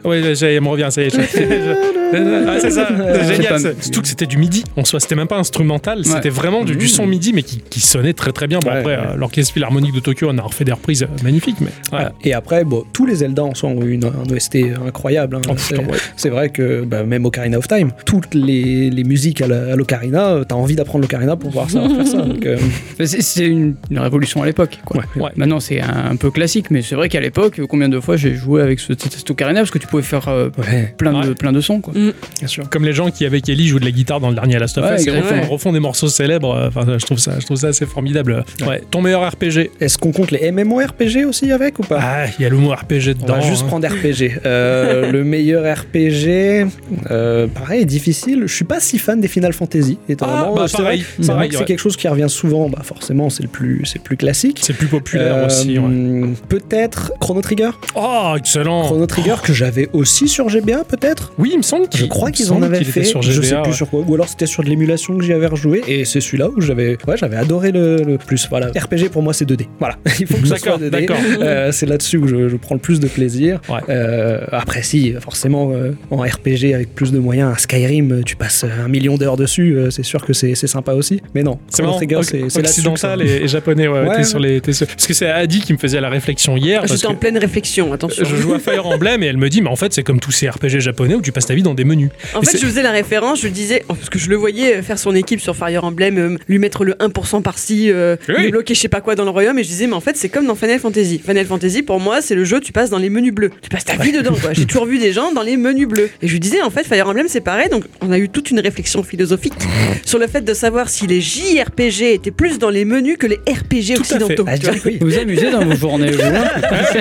S2: Ouais, là, ça y est, elle me revient, ça y est. je- je- Ah, c'est ça, c'est
S3: C'est pas-
S2: génial. c'est- Surtout que c'était du midi. En soi, c'était même pas instrumental, c'était vraiment du, du son midi, mais qui, qui sonnait très très bien. Bon,
S4: Mm-hmm. Ouais,
S2: après,
S4: ouais.
S2: euh, l'Orchestre Philharmonique de Tokyo on a refait des reprises euh, magnifiques, mais. ouais.
S4: Ah, Et après, bon, tous les Zelda en soi ont eu une- un OST incroyable. hein.
S2: Oh,
S4: c'est,
S2: putain, ouais.
S4: c'est vrai que bah, même Ocarina of Time, toutes les, les musiques à, la- à l'Ocarina, euh, t'as envie d'apprendre l'Ocarina pour pouvoir savoir faire ça. donc, euh,
S3: Enfin, c'est- C'est une, une révolution à l'époque. quoi.
S2: ouais.
S3: Maintenant, c'est un, un peu classique, mais c'est vrai qu'à l'époque, combien de fois j'ai joué avec ce cet Ocarina parce que tu pouvais faire euh,
S4: ouais.
S3: plein, de,
S2: Ouais. Mmh,
S3: plein de sons. Quoi.
S4: Bien sûr.
S2: Comme les gens qui, avec Ellie, jouent de la guitare dans le dernier Last of
S3: Ouais,
S2: Us et refont,
S1: exactement.
S2: refont des morceaux célèbres. euh, Enfin, je trouve ça, je trouve ça assez formidable. Ouais. Ton meilleur RPG
S4: Est-ce qu'on compte les MMORPG aussi avec ou pas
S2: Ah, il y a le mot RPG
S4: On
S2: dedans.
S4: va juste
S2: hein.
S4: prendre RPG. Euh, le meilleur RPG, euh, pareil, difficile. Je suis pas si fan des Final Fantasy.
S2: Ah,
S4: étonnamment. Euh,
S2: bah,
S4: c'est vrai,
S2: pareil,
S4: c'est vrai
S2: pareil,
S4: que c'est
S2: ouais.
S4: quelque chose qui revient souvent. Bah, forcément, c'est le plus, c'est le plus classique.
S2: C'est plus populaire
S4: Euh,
S2: aussi. ouais.
S4: Peut-être Chrono Trigger.
S2: Oh, excellent
S4: Chrono Trigger que j'avais aussi sur GBA, peut-être.
S2: Oui, il me semble qu'il
S4: Je crois
S2: il me
S4: qu'ils en
S2: semble
S4: avaient
S2: qu'il était
S4: fait.
S2: Sur
S4: je sais
S2: GBA,
S4: plus
S2: ouais.
S4: sur quoi. Ou alors c'était sur de l'émulation que j'y avais rejoué. Et c'est celui-là où j'avais, ouais, j'avais adoré le, le plus. Voilà. RPG pour moi c'est 2D. Voilà. Il faut que ça soit
S2: D'accord,
S4: 2D.
S2: d'accord.
S4: Euh, c'est là-dessus où je, je prends le plus de plaisir.
S2: Ouais.
S4: Euh, après si, forcément euh, en RPG avec plus de moyens, un Skyrim, euh, tu passes un million d'heures dessus. euh, c'est sûr que c'est c'est sympa aussi. Mais non.
S2: C'est
S4: Chrono
S2: marrant,
S4: Trigger,
S2: oc-
S4: c'est c'est là-dessus. que ça-
S2: occidental et, et japonais, ouais,
S4: Ouais,
S2: t'es
S4: ouais. Ah,
S2: sur les, t'es sur- Parce que c'est Adi qui me faisait la réflexion hier. parce
S1: J'étais en
S2: que
S1: pleine réflexion, attention.
S2: Je joue à Fire Emblem et elle me dit, mais en fait, c'est comme tous ces RPG japonais où tu passes ta vie dans des menus.
S1: En
S2: Mais
S1: fait,
S2: c'est-
S1: je faisais la référence, je disais, oh, parce que je le voyais faire son équipe sur Fire Emblem, euh, lui mettre le 1% par-ci, euh,
S2: Oui.
S1: lui bloquer je sais pas quoi dans le royaume, et je disais, mais en fait, c'est comme dans Final Fantasy. Final Fantasy, pour moi, c'est le jeu, tu passes dans les menus bleus. Tu passes ta vie dedans, quoi. J'ai toujours vu des gens dans les menus bleus. Et je lui disais, en fait, Fire Emblem, c'est pareil, donc on a eu toute une réflexion philosophique sur le fait de savoir si les JRPG étaient plus dans les menus que les RPG
S2: Tout à fait.
S1: occidentaux.
S4: Ah,
S1: tu vois.
S4: je dis oui.
S3: Vous vous amusez dans vos journées, vous. hein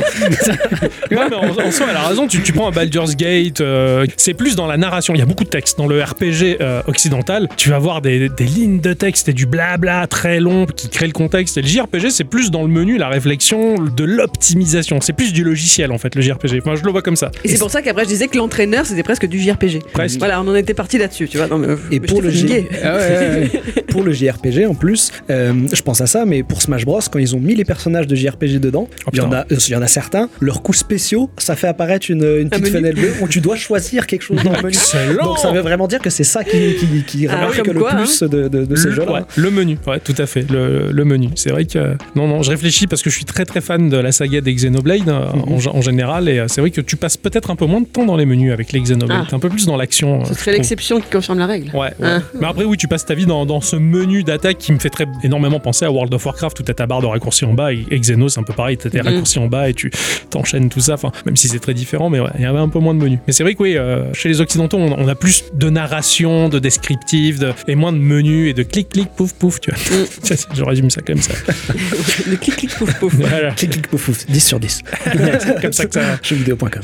S2: Ouais, mais en, en soi, elle a raison. Tu, tu prends un Baldur's Gate, euh, c'est plus dans la narration. Il y a beaucoup de textes. Dans le RPG euh, occidental, tu vas voir des, des lignes de texte et du blabla très long qui crée le contexte. Et le JRPG, c'est plus dans le menu, la réflexion, de l'optimisation. C'est plus du logiciel, en fait, le JRPG. Moi, je le vois comme ça.
S1: Et c'est pour ça qu'après, je disais que l'entraîneur, c'était presque du JRPG.
S2: Presque.
S1: Voilà, on en était parti là-dessus, tu vois. Non, mais,
S4: Et
S1: mais
S4: pour
S1: je
S4: le
S1: t'ai
S4: G-
S1: fatigué.
S3: Ah ouais, ouais, ouais.
S4: pour le JRPG en plus, euh, je pense à ça, mais pour Smash Bros, quand ils ont mis les personnages de JRPG dedans,
S2: Oh,
S4: il y, en
S2: putain.
S4: a, euh, il y en a certains, leurs coups spéciaux, ça fait apparaître une, une petite
S1: menu.
S4: fenêtre bleue où tu dois choisir quelque chose dans le menu.
S2: Excellent
S4: Donc ça veut vraiment dire que c'est ça qui, qui, qui
S1: Ah,
S4: remarque
S1: comme
S4: le
S1: quoi,
S4: plus de, de- de ces
S2: le,
S4: jeux-là.
S2: ouais, le menu, ouais, tout à fait, le, le menu. C'est vrai que non, non, je réfléchis parce que je suis très très fan de la saga des Xenoblade euh, en
S4: Mhm.
S2: gé- en, général, et euh, c'est vrai que tu passes peut-être un peu moins de temps dans les menus avec les Xenoblade,
S1: Ah.
S2: t'es un peu plus dans l'action. euh,
S1: Ce
S2: je
S1: serait
S2: trouve.
S1: l'exception qui confirme la règle.
S2: Ouais, ouais.
S1: Hein.
S2: Mais après, oui, tu passes ta vie dans, dans ce menu d'attaque qui me fait très énormément penser à World of Warcraft où t'as ta barre de raccourcis en bas et, et Xenos, c'est un peu pareil, t'as tes
S1: Mm-hmm.
S2: raccourcis en bas et tu t'enchaînes tout ça. Enfin, même si c'est très différent, mais ouais, il y avait un peu moins de menus. Mais c'est vrai que oui, euh, chez les Occidentaux, on, on a plus de narration, de descriptif, de- et moins de menus et de clic, clic, pouf, pouf, tu vois. Ça, c'est- Je résume ça comme ça.
S1: Mm. Le clic clic pouf pouf.
S2: Voilà.
S4: Clic, clic, pouf, pouf. 10 sur 10.
S2: C'est comme ça que ça.
S4: Jeuxvideo.com.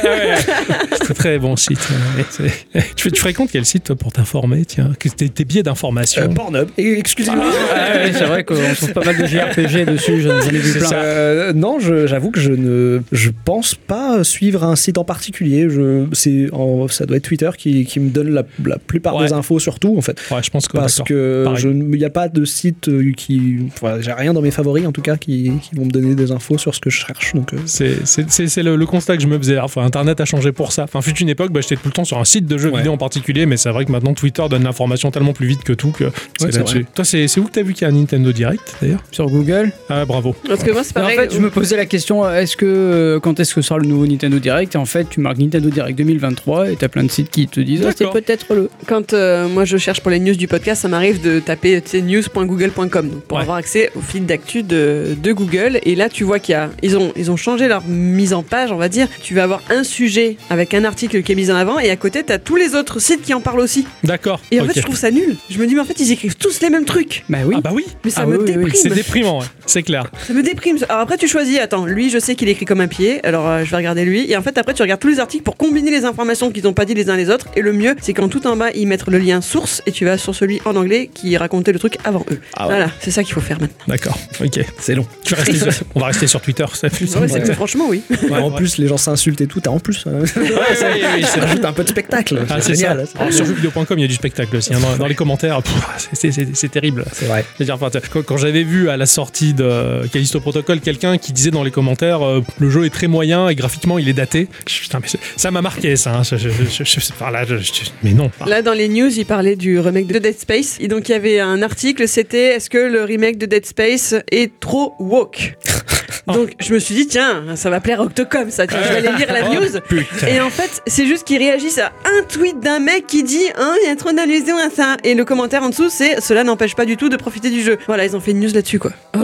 S2: C'est un très bon site. hein. C'est- Tu, fais- tu fréquentes quel site, toi, pour t'informer, tiens que Tes, tes biais d'information.
S4: Euh, Pornhub. Et Excusez-moi.
S3: Ah ouais, c'est vrai qu'on trouve pas mal de JRPG dessus, j'en j'en ai vu plein.
S4: Euh, non, je- j'avoue que je ne je pense pas suivre un site en particulier. Je, c'est en- ça doit être Twitter qui, qui me donne la, la plupart
S2: Ouais.
S4: des infos, surtout en fait.
S2: Ouais, je pense que
S4: parce
S2: d'accord.
S4: que
S2: Pareil.
S4: je il n'y a pas de site euh, qui enfin, j'ai rien dans mes favoris en tout cas qui, qui vont me donner des infos sur ce que je cherche donc euh,
S2: C'est- C'est c'est- c'est le, le constat que je me faisais. Enfin, Internet a changé pour ça. Enfin, fut une époque, bah, j'étais tout le temps sur un site de jeux vidéo en particulier, mais c'est vrai que maintenant Twitter donne l'information tellement plus vite que tout que c'est
S4: c'est
S2: là-dessus. Toi, c'est c'est où que t'as vu qu'il y a un Nintendo Direct d'ailleurs
S3: Sur Google.
S2: Ah, bravo.
S1: Parce que moi c'est
S3: Mais en
S1: pareil.
S3: fait, je me posais la question euh, est-ce que euh, quand est-ce que sort le nouveau Nintendo Direct Et en fait, tu marques Nintendo Direct 2023 et t'as plein de sites qui te disent Ah, c'est
S2: D'accord.
S3: peut-être le.
S1: Quand euh, moi je cherche pour les news du podcast, ça m'arrive de taper tu sais, news.google.com donc pour
S2: Ouais.
S1: avoir accès au fil d'actu de, de Google. Et là tu vois qu'il y a ils ont ils ont changé leur mise en page, on va dire. Tu vas avoir un sujet avec un article qui est mis en avant et à côté t'as tous les autres sites qui en parlent aussi.
S2: D'accord.
S1: Et en
S2: Ok.
S1: fait je trouve ça nul. Je me dis mais en fait ils écrivent tous les mêmes trucs.
S3: Bah oui.
S2: Ah bah oui.
S1: Mais ça
S3: Ah
S1: me
S3: oui, oui, oui,
S1: déprime.
S2: C'est déprimant, ouais. c'est clair.
S1: Ça me déprime. Alors après, tu choisis. Attends, lui, je sais qu'il écrit comme un pied. Alors euh, je vais regarder lui. Et en fait, après, tu regardes tous les articles pour combiner les informations qu'ils n'ont pas dit les uns les autres. Et le mieux, c'est qu'en tout en bas, ils mettent le lien source et tu vas sur celui en anglais qui racontait le truc avant eux.
S2: Ah ouais.
S1: Voilà, c'est ça qu'il faut faire maintenant.
S2: D'accord. Ok.
S4: c'est long
S2: Tu vas rester sur- On va rester sur Twitter. Ça fait
S1: Ouais, c'est- Franchement, oui.
S2: Ouais,
S4: en
S2: ouais.
S4: plus les gens s'insultent et tout t'as en plus euh, ça rajoute un peu de spectacle
S2: Ah,
S4: c'est
S2: c'est ça.
S4: génial
S2: Alors, sur jeuxvideo.com, il y a du spectacle aussi. hein. Dans, dans les commentaires, pff, c'est- c'est c'est terrible.
S4: c'est vrai
S2: Je veux dire, enfin, t'as- quand, quand j'avais vu à la sortie de Callisto Protocol quelqu'un qui disait dans les commentaires euh, le jeu est très moyen et graphiquement il est daté, je- putain, mais c'est- ça m'a marqué ça. hein. Je- je- je- je- je- par là, je- je- je- mais non. Par-
S1: Là, dans les news, ils parlaient du remake de Dead Space. Et donc, il y avait un article, c'était Est-ce que le remake de Dead Space est trop woke Donc, je me suis dit, tiens, ça va plaire à Octocom, ça. Tiens, je vais aller lire
S2: Oh.
S1: la news.
S2: Putain.
S1: Et en fait, c'est juste qu'ils réagissent à un tweet d'un mec qui dit Hein, il y a trop d'allusions à ça. Et le commentaire en dessous, c'est Cela n'empêche pas du tout de profiter du jeu. Voilà, ils ont fait une news là-dessus, quoi.
S2: Je-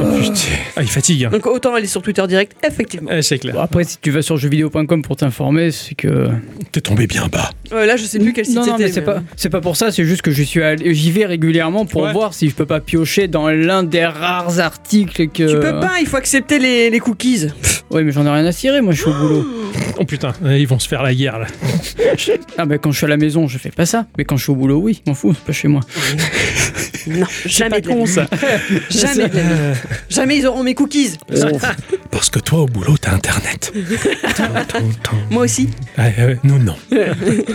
S2: Ah, il fatigue. hein.
S1: Donc autant aller sur Twitter direct, effectivement.
S2: Ah, c'est
S3: Bon,
S2: clair.
S3: après, si tu vas sur jeuxvideo.com pour t'informer, c'est que.
S2: T'es tombé bien bas.
S1: Ouais, Euh, là, je sais plus quel site
S3: non,
S1: c'était.
S3: non, mais c'est pas, c'est pas pour ça, c'est juste que je suis allé- j'y vais régulièrement pour
S2: Ouais.
S3: voir si je peux pas piocher dans l'un des rares articles que.
S1: Tu
S2: Euh.
S1: peux pas, il faut accepter les, les cookies.
S3: Oui, mais j'en ai rien à cirer, moi je suis au boulot.
S2: Oh putain, euh, ils vont se faire la guerre là.
S3: Ah, bah quand je suis à la maison, je fais pas ça. Mais quand je suis au boulot, oui, je m'en fous, c'est pas chez moi.
S1: Non, jamais de la vie.
S2: ça. Euh.
S1: Jamais de la vie. Jamais ils auront mes cookies.
S2: Parce que toi au boulot t'as internet.
S1: Moi aussi.
S2: Ah, euh, nous non.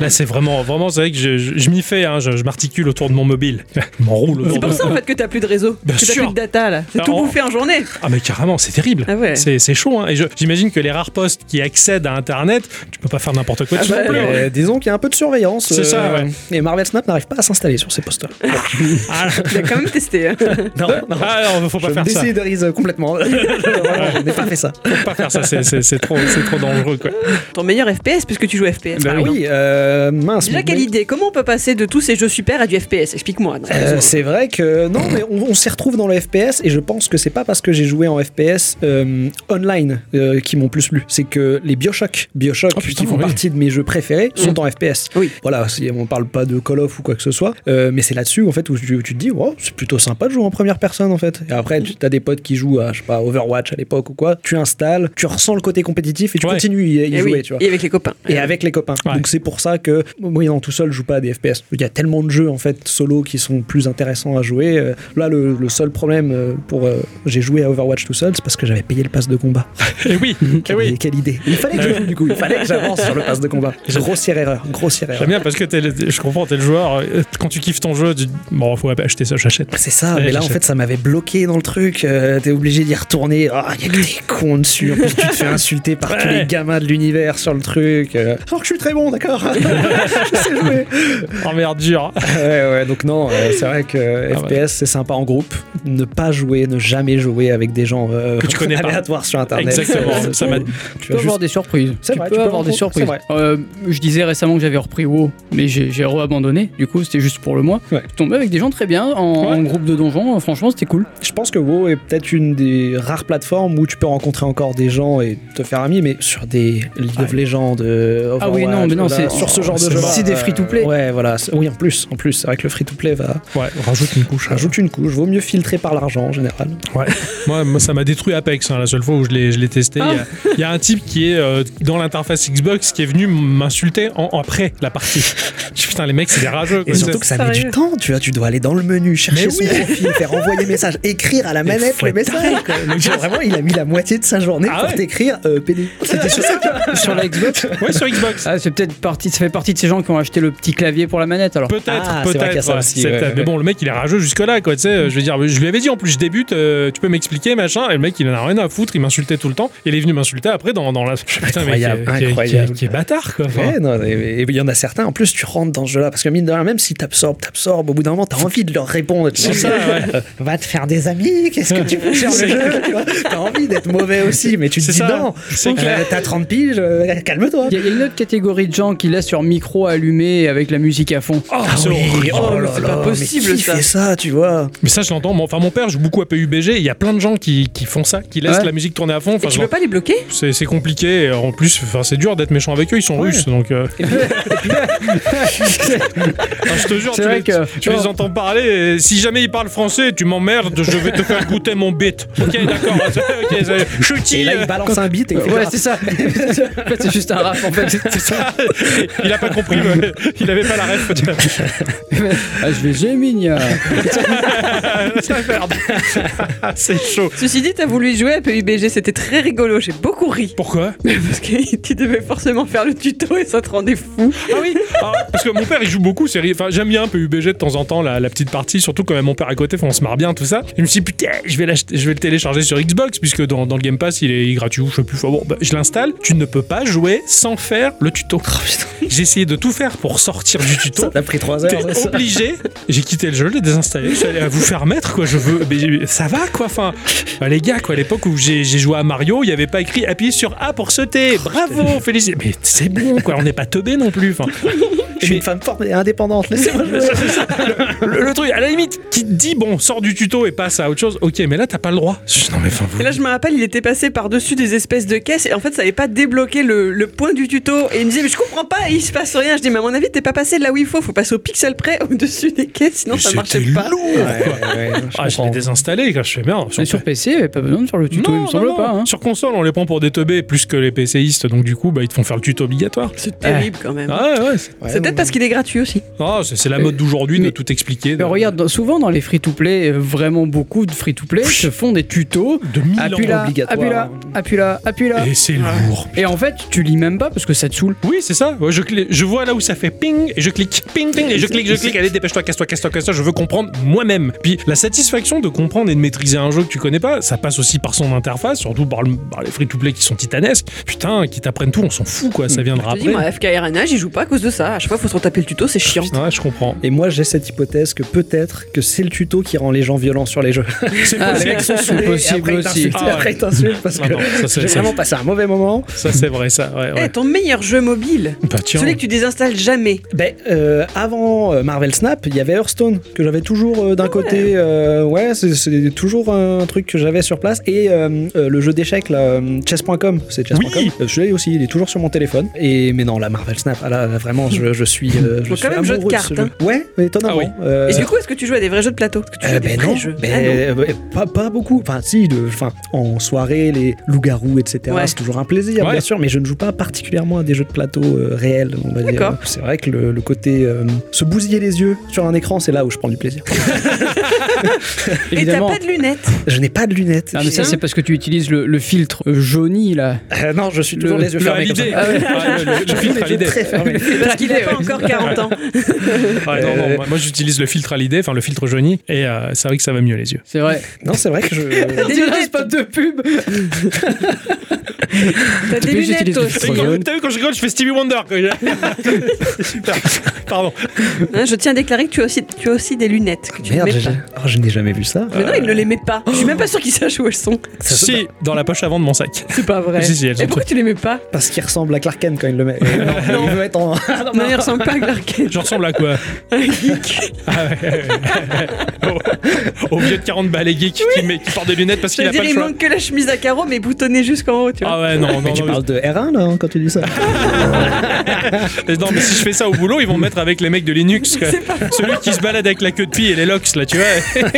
S2: Là c'est vraiment, vraiment c'est vrai que je, je- je m'y fais, hein, je, je m'articule autour de mon mobile. Je m'enroule autour
S1: C'est
S2: de
S1: pour ça en fait que t'as plus de réseau.
S2: bah, Bien
S1: que t'as
S2: sûr.
S1: plus de data là. C'est
S2: Ah,
S1: tout
S2: on-
S1: bouffé en journée.
S2: Ah mais carrément, c'est terrible.
S1: Ah ouais.
S2: C'est c'est chaud. Hein. Et je- j'imagine que les rares postes qui accèdent à internet, tu peux pas faire n'importe quoi dessus
S1: bah,
S2: non plus, hein.
S4: Euh, disons qu'il y a un peu de surveillance. euh,
S2: C'est ça, ouais.
S4: Et Marvel Snap n'arrive pas à s'installer sur ces postes-là.
S2: Ah,
S1: Il a quand même testé. hein.
S4: Non, non.
S2: ah, non, faut pas
S4: je me
S2: faire ça.
S4: décédarise complètement. Vraiment, je n'ai pas fait ça.
S2: Faut pas faire ça, c'est- c'est c'est trop, c'est trop dangereux quoi.
S1: Ton meilleur FPS puisque tu joues FPS.
S2: Bah
S4: Ah oui, euh, mince.
S1: Déjà,
S4: mais-
S1: quelle idée Comment on peut passer de tous ces jeux super à du FPS Explique-moi. non.
S4: Euh, c'est vrai que non, mais on, on s'y retrouve dans le FPS et je pense que c'est pas parce que j'ai joué en FPS euh, online euh, qui m'ont plus plu. C'est que les Bioshock, Bioshock
S2: Oh, putain,
S4: qui font
S2: oui.
S4: partie de mes jeux préférés, sont en FPS.
S1: Oui.
S4: Voilà, si on parle pas de Call of ou quoi que ce soit, euh, mais c'est là-dessus en fait où tu, tu te dis, oh, c'est plutôt sympa de jouer en première personne en fait. Et après, tu as des potes qui jouent à, je sais pas, Overwatch à l'époque ou quoi. Tu installes, tu ressens le côté compétitif et tu
S2: Ouais.
S4: continues à y, y
S1: Eh
S4: jouer,
S1: oui,
S4: tu vois
S1: Et avec les copains.
S4: et avec les copains.
S2: Ouais.
S4: Donc c'est pour ça que moi non tout seul je joue pas à des FPS. Il y a tellement de jeux en fait solo qui sont plus intéressants à jouer. Euh, Là le, le seul problème euh, pour euh, j'ai joué à Overwatch tout seul, c'est parce que j'avais payé le pass de combat.
S2: Et oui, eh
S4: Quelle-
S2: oui.
S4: Quelle idée. Il fallait que je joue du coup, il fallait que j'avance sur le pass de combat. Grossière erreur, grossière erreur.
S2: J'aime bien parce que t'es le- je comprends, t'es le joueur. euh, Quand tu kiffes ton jeu, tu dis, bon, faut acheter ça, j'achète.
S4: C'est ça,
S2: Ouais,
S4: mais là en
S2: j'achète.
S4: fait ça m'avait bloqué dans le truc. Euh, T'es obligé d'y retourner. Ah, il y a que des cons dessus. En plus, tu te fais insulter par tous
S2: Ouais.
S4: les gamins de l'univers sur le truc. Euh, alors que je suis très bon, d'accord Je sais jouer.
S2: Oh, Emmerdure.
S4: ouais, ouais, donc non, euh, c'est vrai que euh,
S2: Ah
S4: FPS,
S2: ouais.
S4: c'est sympa en groupe. Ne pas jouer, ne jamais jouer avec des gens euh,
S2: Que tu connais pas.
S4: aléatoires sur Internet.
S2: Exactement.
S4: Euh,
S2: ça m'a-
S4: tu
S3: Tu
S4: vas
S3: peux
S4: juste-
S3: avoir des surprises.
S4: C'est
S3: tu
S4: vrai,
S3: peux
S4: tu peux
S3: avoir des
S4: avoir- c'est
S3: surprises.
S4: vrai.
S3: Euh, je disais récemment que j'avais repris WoW, mais j'ai j'ai re-abandonné. Du coup, c'était juste pour le mois.
S4: Ouais.
S3: Je suis tombé avec des gens très bien en,
S2: Ouais.
S3: en groupe de donjons. euh, Franchement, c'était cool.
S4: Je pense que WoW est peut-être une des rares plateformes où tu peux rencontrer encore des gens et te faire ami, mais sur des League of Legends, euh,
S3: Ah oui,
S4: Overwatch,
S3: non, mais non,
S4: voilà,
S3: c'est-
S4: sur ce genre de
S2: c'est
S4: jeu.
S3: aussi des free-to-play.
S4: Ouais, voilà. c'est- Oui, en plus, en plus, c'est vrai que le free-to-play va
S2: Ouais, rajoute une couche.
S4: rajoute une couche. Vaut mieux filtrer par l'argent en général.
S2: Ouais. Moi, moi, ça m'a détruit Apex, hein, la seule fois où je l'ai je l'ai testé. Il y a- il y, a un type qui est euh, dans l'interface Xbox qui est venu m'insulter en, en- après la partie. Je dis, putain, les mecs, c'est des rageux.
S4: Et
S2: quoi.
S4: surtout que ça met du
S1: Sérieux.
S4: temps, tu vois, tu dois aller dans le menu, chercher
S2: Mais
S4: son profil, faire envoyer message, écrire à la manette
S2: faut
S4: le
S2: être
S4: message. quoi. Donc, genre, vraiment, il a mis la moitié de sa journée
S2: Ah
S4: pour
S2: ouais.
S4: t'écrire euh, PD. C'était sur ça
S3: Sur la Xbox.
S2: Ouais, sur Xbox.
S3: Ah, c'est peut-être partie. Ça fait partie de ces gens qui ont acheté le petit clavier pour la manette. Alors.
S2: Peut-être,
S4: Ah, c'est vrai qu'il y a
S2: peut-être.
S4: ça
S2: ouais,
S4: aussi,
S2: c'est
S4: ouais,
S2: peut-être.
S4: ouais.
S2: Mais bon, le mec, il est rageux jusque-là, quoi. Tu sais, euh, je veux dire, je lui avais dit en plus, je débute, euh, tu peux m'expliquer, machin. Et le mec, il en a rien à foutre, il m'insultait tout le temps. Et il est venu m'insulter après dans, dans la. Putain, mais qui est-
S4: Incroyable,
S2: qui est- qui est-
S4: incroyable.
S2: qui est bâtard, quoi. Enfin,
S4: Ouais, non, et- et- et il y en a certains, en plus, tu rentres dans ce jeu-là, parce que mine de rien, même si t'absorbes, t'absorbes, au bout d'un moment, t'as envie de leur répondre. Tu
S2: C'est
S4: dis,
S2: ça, ouais.
S4: Euh, Va te faire des amis, qu'est-ce que tu veux sur le jeu tu vois T'as envie d'être mauvais aussi, mais tu te
S2: C'est
S4: dis
S2: ça,
S4: non,
S2: c'est
S4: euh,
S2: clair.
S4: t'as 30 piges, euh, calme-toi.
S3: Il y, a- il y a une autre catégorie de gens qui laissent leur micro allumé avec la musique à fond. Ah
S2: Oh, c'est
S4: oui,
S2: horrible.
S4: oh
S1: mais
S4: là
S1: c'est pas
S4: là,
S1: possible,
S4: mais qui
S1: ça.
S4: fait ça, tu vois.
S2: Mais ça, je l'entends. Mon- Enfin, mon père joue beaucoup à PUBG. et Il y a plein de gens qui, qui font ça, qui laissent
S3: Ouais.
S2: la musique tourner à fond.
S1: Et
S2: Enfin,
S1: tu
S2: je
S1: peux pas les bloquer
S2: l'en- c'est c'est compliqué. Et En plus, enfin, c'est dur d'être méchant avec eux. Ils sont russes, donc. euh, Enfin, je te jure,
S3: C'est
S2: tu,
S3: vrai
S2: les,
S3: que-
S2: tu les entends parler. et si jamais ils parlent français, tu m'emmerdes. Je vais te faire goûter mon bit. Ok, d'accord. ok, c'est- Chutis,
S4: Et là,
S2: euh,
S4: il balance un beat et il fait
S3: Ouais,
S4: genre,
S3: c'est ça. en fait, c'est juste un rap. En fait, C'est- c'est ça.
S2: il a pas compris. ouais. Il avait pas la ref. tu vois.
S3: Ah, je vais Géminia.
S2: Ça merde. Ah, c'est chaud.
S1: Ceci dit, t'as voulu jouer à PUBG, c'était très rigolo, j'ai beaucoup ri.
S2: Pourquoi
S1: Parce que tu devais forcément faire le tuto et ça te rendait fou.
S2: Ah oui Ah, Parce que mon père il joue beaucoup, c'est ri- enfin j'aime bien un peu UBG de temps en temps la, la petite partie, surtout quand même mon père à côté, enfin, on se marre bien tout ça. Je me suis dit putain, je vais, l'acheter- je vais le télécharger sur Xbox puisque dans, dans le Game Pass il est gratuit ou je sais plus. Enfin, bon, bah, je l'installe, tu ne peux pas jouer sans faire le tuto. J'ai essayé de tout faire pour sortir du
S4: Ça
S2: tuto.
S4: t'a pris 3 heures.
S2: T'es obligé. J'ai quitté le jeu, je l'ai désinstallé. Je suis allé à vous faire mettre quoi. Je veux. mais ça va quoi. Enfin, bah, les gars quoi. À l'époque où j'ai j'ai joué à Mario, il n'y avait pas écrit appuyer sur A pour sauter. Bravo, félicitations. Mais c'est bon quoi. On n'est pas teubé non plus. Enfin,
S4: Je suis
S2: Mais-
S4: une femme forte et indépendante. Laissez-moi jouer.
S2: le, le truc, à la limite, qui te dit, bon, sors du tuto et passe à autre chose, ok, mais là, t'as pas le droit. Je- Non, mais enfin, vous-
S1: Et là, je me rappelle, il était passé par-dessus des espèces de caisses et en fait, ça n'avait pas débloqué le, le point du tuto. Et il me disait, mais je comprends pas, il se passe rien. Je dis, mais à mon avis, t'es pas passé de là où il faut, faut passer au pixel près au-dessus des caisses, sinon
S2: mais
S1: ça marchait
S2: c'était
S1: pas.
S2: lourd, quoi. Ah, je l'ai désinstallé quand je fais bien.
S3: Mais sur PC, il n'y avait pas besoin de faire le tuto, il me semble pas. hein.
S2: Sur console, on les prend pour des teubés plus que les PCistes, donc du coup, bah, ils te font faire le tuto obligatoire.
S1: C'est terrible quand même.
S2: Ah ouais, ouais, c'est-
S1: c'est peut-être parce qu'il est gratuit aussi.
S2: ah, c'est c'est la mode d'aujourd'hui de tout expliquer. de-
S3: Mais Eh ben, regarde, dans- souvent dans les free-to-play, euh, vraiment beaucoup de free-to-play se font des tutos.
S2: de mille
S3: Appuie
S2: ans.
S3: Ah, là, appuie là, appuie là, appuie là.
S2: Et c'est lourd.
S3: Et en fait, tu lis même pas parce que ça te saoule.
S2: Oui, c'est ça. Ouais, je, cli- je vois là où ça fait ping et je clique, ping, ping et je clique, je clique. Allez, dépêche-toi, casse-toi, casse-toi, casse-toi. Je veux comprendre moi-même. Puis la satisfaction de comprendre et de maîtriser un jeu que tu connais pas, ça passe aussi par son interface, surtout par, le- par les free-to-play qui sont titanesques. Putain, qui t'apprennent tout, on s'en fout quoi. Ça viendra
S1: Je te dis,
S2: après.
S1: moi, FKRNA, j'y joue pas à cause de ça. À chaque fois, faut se retaper le tuto, c'est chiant.
S2: Ouais, je comprends.
S4: Et moi, j'ai cette hypothèse que peut-être que c'est le tuto qui rend les gens violents sur les jeux.
S2: C'est
S3: Ah,
S2: possible.
S3: c'est- c'est possible
S4: après, ils
S3: aussi.
S4: t'insultent,
S2: Ah ouais.
S4: après, ils t'insultent parce
S2: Ah non, ça,
S4: que
S2: c'est-
S4: j'ai
S2: ça-
S4: vraiment passé un mauvais moment.
S2: Ça, c'est vrai, ça. Ouais,
S1: Eh,
S2: ouais.
S1: ton meilleur jeu mobile,
S2: Bah, tiens.
S1: celui que tu désinstalles jamais.
S4: Ben, euh, avant euh, Marvel Snap, il y avait Hearthstone que j'avais toujours euh, d'un
S1: Ah
S4: côté. euh, ouais, c'est- c'est toujours un truc que j'avais sur place. Et euh, euh, le jeu d'échecs, là, euh, chess.com, c'est chess.com.
S2: Oui.
S4: Euh, je l'ai aussi, il est toujours sur mon téléphone. Et mais non, la Marvel Snap, ah là, là, vraiment, je, je suis. euh, je
S1: Bon,
S4: suis
S1: quand même, jeu de
S4: amoureux
S1: cartes,
S4: ce jeu.
S1: hein.
S4: Ouais, étonnamment.
S2: Ah oui.
S4: Euh,
S1: Et du coup, est-ce que tu joues à des vrais jeux de plateau Est-ce que tu joues
S4: euh,
S1: à des
S4: ben
S1: vrais
S4: non,
S1: jeux
S4: ben,
S1: Ah non.
S4: euh, ben, pas, pas beaucoup. Enfin, si, de- enfin, en soirée, les loups-garous, etc.,
S1: Ouais.
S4: c'est toujours un plaisir,
S2: Ouais.
S4: bien sûr, mais je ne joue pas particulièrement à des jeux de plateau euh, réels, on va
S1: D'accord.
S4: dire. C'est vrai que le, le côté euh, se bousiller les yeux sur un écran, c'est là où je prends du plaisir.
S1: Et t'as
S3: Évidemment.
S1: pas de lunettes.
S4: je n'ai pas de lunettes.
S3: Non, Ah, mais ça,
S1: Putain.
S3: c'est parce que tu utilises le, le filtre euh, jauni là.
S4: Euh, non, je suis toujours
S3: Le-
S4: les yeux
S2: Le
S4: fermés. comme
S2: validé.
S4: ça.
S3: Ah ouais.
S2: Ah, le- le- le filtre à
S4: Les yeux
S2: l'idée.
S4: très fermés.
S1: Parce qu'il a pas encore 40 ans.
S2: Ah, non, non, moi, moi, j'utilise le filtre à l'idée, enfin le filtre jauni, et euh, c'est vrai que ça va mieux les yeux.
S3: C'est vrai.
S4: Non, c'est vrai que je.
S1: Des lunettes,
S3: pas de pub.
S1: t'as des
S3: Depuis,
S1: lunettes
S3: j'utilise le
S1: aussi.
S3: filtre jaune.
S2: T'as vu quand je rigole, je fais Stevie Wonder. quand- Super. Pardon.
S1: Hein, je tiens à déclarer que tu as aussi, tu as aussi des lunettes. Que tu ne
S4: Merde,
S1: mets
S4: j'ai-
S1: pas.
S4: oh, je n'ai jamais vu ça.
S1: Mais non, il ne les met pas. Je suis même pas sûr qu'il sache où elles sont.
S2: Si, dans la poche avant de mon sac.
S1: C'est pas vrai.
S2: Si, si, elles sont
S1: Et pourquoi tu les mets pas
S4: Parce qu'il ressemble à Clark Kent quand il le met. Euh, non, il veut être en.
S1: Non, il ressemble pas à Clark Kent.
S2: Je ressemble à quoi
S1: Un geek.
S2: Au- Au vieux de 40 balais geek qui, met, qui porte des lunettes parce
S1: Je
S2: qu'il a
S1: veux
S2: pas
S1: dire,
S2: le
S1: il
S2: choix.
S1: manque que la chemise à carreaux, mais boutonnée jusqu'en haut, tu vois.
S2: Ah ouais, non, non,
S4: Mais tu
S2: non,
S4: parles de R1 là hein, quand tu dis ça.
S2: mais- non, mais si je fais ça au boulot, ils vont me mettre avec les mecs de Linux. quoi. Celui qui se balade avec la queue de pie et les locks, là, tu vois.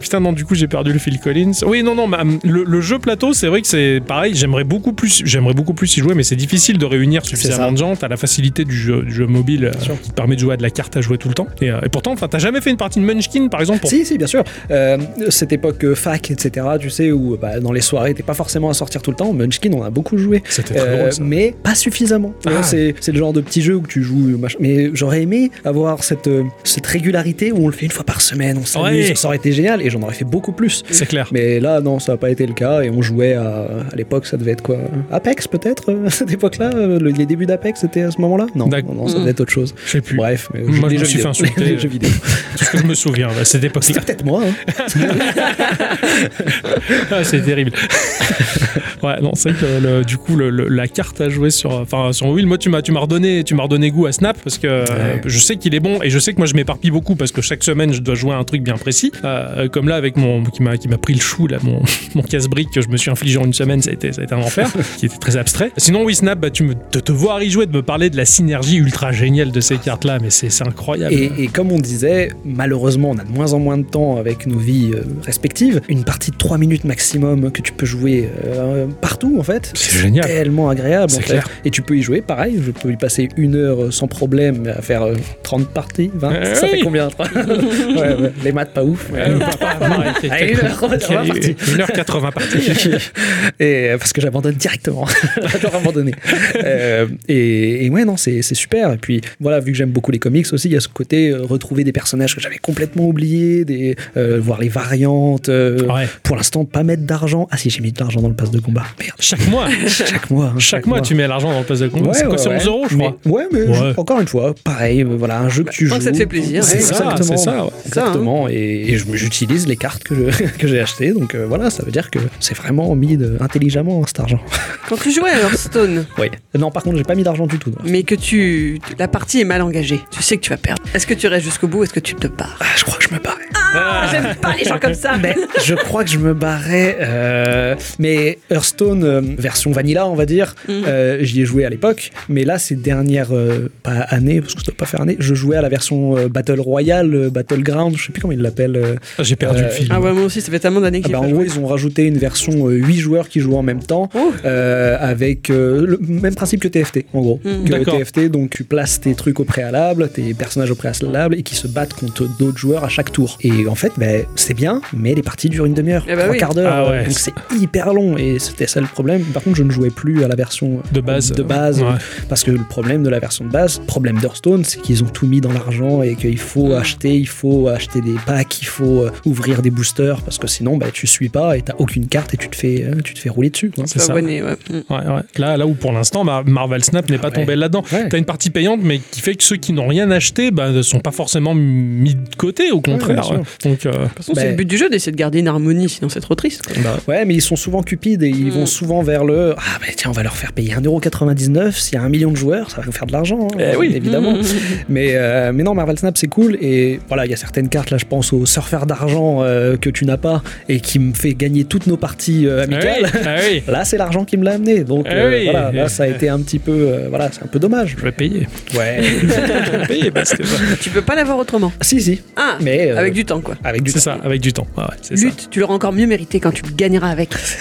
S2: Putain, non, du coup, j'ai perdu le Phil Collins. Oui, non, non, mais, hum, le, le jeu plateau, c'est vrai que c'est pareil, j'aimerais beaucoup plus j'aimerais beaucoup plus y jouer, mais c'est difficile de réunir suffisamment
S4: ça.
S2: de gens. T'as la facilité du jeu, du jeu mobile euh, qui te permet de jouer à de la carte à jouer tout le temps. Et, euh, et pourtant, enfin, t'as jamais fait une partie de Munchkin, par exemple, pour
S4: Si, si, bien sûr. Euh, cette époque euh, fac, etc., tu sais, où bah, dans les soirées, t'es pas forcément à sortir tout le temps. Munchkin, on a beaucoup joué.
S2: C'était très
S4: Euh,
S2: drôle, ça.
S4: mais pas suffisamment. Tu vois,
S2: Ah.
S4: C'est c'est le genre de petit jeu où tu joues. euh, machin. Mais j'aurais aimé avoir cette, euh, cette régularité où on le fait une fois par semaine, on s'amuse,
S2: Ouais.
S4: ça aurait été génial et j'en aurais fait beaucoup plus.
S2: C'est clair.
S4: Mais là, non, ça n'a pas été le cas et on jouait à. À l'époque, ça devait être quoi Apex peut-être euh, À cette époque-là euh, le- Les débuts d'Apex, c'était à ce moment-là non,
S2: D'accord.
S4: non, non, ça devait être autre chose.
S2: Je sais plus.
S4: Bref, mais
S2: Moi,
S4: jeux-
S2: je me
S4: les jeux
S2: suis fait
S4: vidéo.
S2: insulter.
S4: Les jeux vidéo.
S2: Tout ce que je me souviens, bah, là, c'est d'époque.
S4: C'était peut-être moi. hein.
S2: Ah, c'est terrible. ouais, non, c'est vrai que le- du coup, le- le- la carte à jouer sur, enfin, sur Will, moi, tu m'as, tu m'as redonné, tu m'as redonné goût à Snap parce que euh, je sais qu'il est bon et je sais que moi, je m'éparpille beaucoup parce que chaque semaine, je dois jouer à un truc bien précis. Euh, comme là, avec mon, qui m'a, qui m'a pris le chou, là, mon, mon casse-brique que je me suis infligé en une semaine, ça a été, ça a été un enfer, qui était très abstrait. Sinon, oui, Snap, bah, tu me, de te voir y jouer, de me parler de la synergie ultra géniale de ces cartes-là, mais c'est, c'est incroyable.
S4: Et, et comme on disait, malheureusement, on a de moins en moins de temps avec nos vies euh, respectives. Une partie de 3 minutes maximum que tu peux jouer euh, partout, en fait.
S2: C'est génial.
S4: Tellement agréable,
S2: C'est
S4: en fait.
S2: clair.
S4: Et tu peux y jouer, pareil. Je peux y passer une heure euh, sans problème à faire euh, 30 parties, 20.
S2: Eh
S4: ça
S2: oui.
S4: fait combien trois Ouais, ouais. Les maths, pas ouf. mais-
S2: Euh, pas- pas- pas-
S4: À une heure, on va partir.
S2: 1h80 partie.
S4: et euh, parce que j'abandonne directement. J'adore abandonner. Euh, et, et ouais, non, c'est c'est super. Et puis voilà, vu que j'aime beaucoup les comics aussi, il y a ce côté euh, retrouver des personnages que j'avais complètement oubliés, des, euh, voir les variantes. euh,
S2: Ouais.
S4: Pour l'instant, pas mettre d'argent. Ah si, j'ai mis de l'argent dans le pass de combat. Mais merde.
S2: Chaque mois.
S4: Chaque mois. hein,
S2: Chaque mois, tu mets l'argent dans le poste de compte. Mmh, c'est quoi, c'est 11 euros, je
S4: Mais-
S2: crois.
S4: Ouais, mais
S2: Ouais.
S4: je- encore une fois, pareil, euh, voilà, un jeu que tu
S1: tant
S4: joues.
S1: que ça te fait plaisir,
S4: C'est
S1: ouais.
S2: C'est ça,
S4: exactement.
S2: c'est ça, ouais.
S4: Exactement. Et, et je- j'utilise les cartes que je- que j'ai achetées. Donc euh, voilà, ça veut dire que c'est vraiment mis de- intelligemment hein, cet argent.
S1: Quand tu jouais à Hearthstone,
S4: Oui. Non, par contre, j'ai pas mis d'argent du tout. non.
S1: mais que tu. La partie est mal engagée, tu sais que tu vas perdre. Est-ce que tu restes jusqu'au bout Est-ce que tu te barres
S4: Ah, je crois que je me barrais.
S1: Ah, j'aime pas les gens comme ça
S4: Mais je crois que je me barrais. euh, mais Hearthstone, euh, version vanilla, on va dire, euh, j'y ai joué à l'époque. Mais là, ces dernières euh, pas années, parce que ça doit pas faire année, je jouais à la version euh, Battle Royale, euh, Battleground, je sais plus comment ils l'appellent. euh,
S2: Ah, J'ai perdu
S4: Euh,
S2: le fil.
S1: Ah ouais, moi aussi, ça fait tellement d'années que
S4: Ah
S1: j'ai
S4: bah,
S1: pas
S4: en
S1: joué.
S4: gros, ils ont rajouté une version 8 joueurs qui jouent en même temps,
S1: Oh.
S4: euh, avec euh, le même principe que TFT, en gros.
S1: Mm.
S4: Que
S2: D'accord.
S4: TFT, donc tu places tes trucs au préalable, tes personnages au préalable, et qui se battent contre d'autres joueurs à chaque tour. Et en fait, bah, c'est bien, mais les parties durent une demi-heure,
S1: Eh bah
S4: trois
S1: oui.
S4: quarts d'heure,
S2: Ah ouais.
S4: donc c'est hyper long, et c'était ça le problème. Par contre, je ne jouais plus à la version euh,
S2: De base.
S4: de base,
S2: Ouais.
S4: parce que le problème de la version de base, problème d'Hearthstone, c'est qu'ils ont tout mis dans l'argent et qu'il faut acheter, il faut acheter des packs, il faut euh, ouvrir des boosters parce que sinon bah, tu suis pas et t'as aucune carte et tu te fais, euh, tu te fais rouler dessus. quoi.
S2: C'est
S1: Pas
S2: ça.
S1: abonné, ouais. Mm.
S2: Ouais, ouais. Là, là où pour l'instant, Mar- Marvel Snap n'est pas
S4: Ah ouais.
S2: tombé là-dedans.
S4: Ouais.
S2: T'as une partie payante, mais qui fait que ceux qui n'ont rien acheté bah, ne sont pas forcément mis de côté, au contraire.
S4: bien
S2: Donc, euh,
S1: De toute façon,
S4: Ben-
S1: c'est le but du jeu d'essayer de garder une harmonie, sinon c'est trop triste. quoi.
S4: Ouais, mais ils sont souvent cupides et ils
S1: Mm.
S4: vont souvent vers le Ah, bah tiens, on va leur faire payer 1,99€. S'il y a un million de joueurs, ça va nous faire de l'argent, hein,
S2: Eh oui.
S4: évidemment. Mais, euh, mais non, Marvel Snap, c'est cool. Et voilà, il y a certaines cartes, là, je pense au surfer d'argent euh, que tu n'as pas et qui me fait gagner toutes nos parties euh,
S2: ah oui,
S4: amicales.
S2: ah oui,
S4: Là, c'est l'argent qui me l'a amené. Donc
S2: Eh
S4: euh,
S2: oui.
S4: voilà, là, ça a été un petit peu, euh, voilà, c'est un peu dommage.
S2: je vais payer.
S4: Ouais.
S2: Je vais payer Eh, parce que
S1: tu peux pas l'avoir autrement.
S4: si, si.
S1: Ah,
S4: Mais euh,
S1: avec du temps, quoi.
S4: avec du
S2: c'est
S4: temps.
S2: ça, avec du temps. Ouais, ouais, c'est ça.
S1: Lutte, tu l'auras encore mieux mérité quand tu gagneras avec.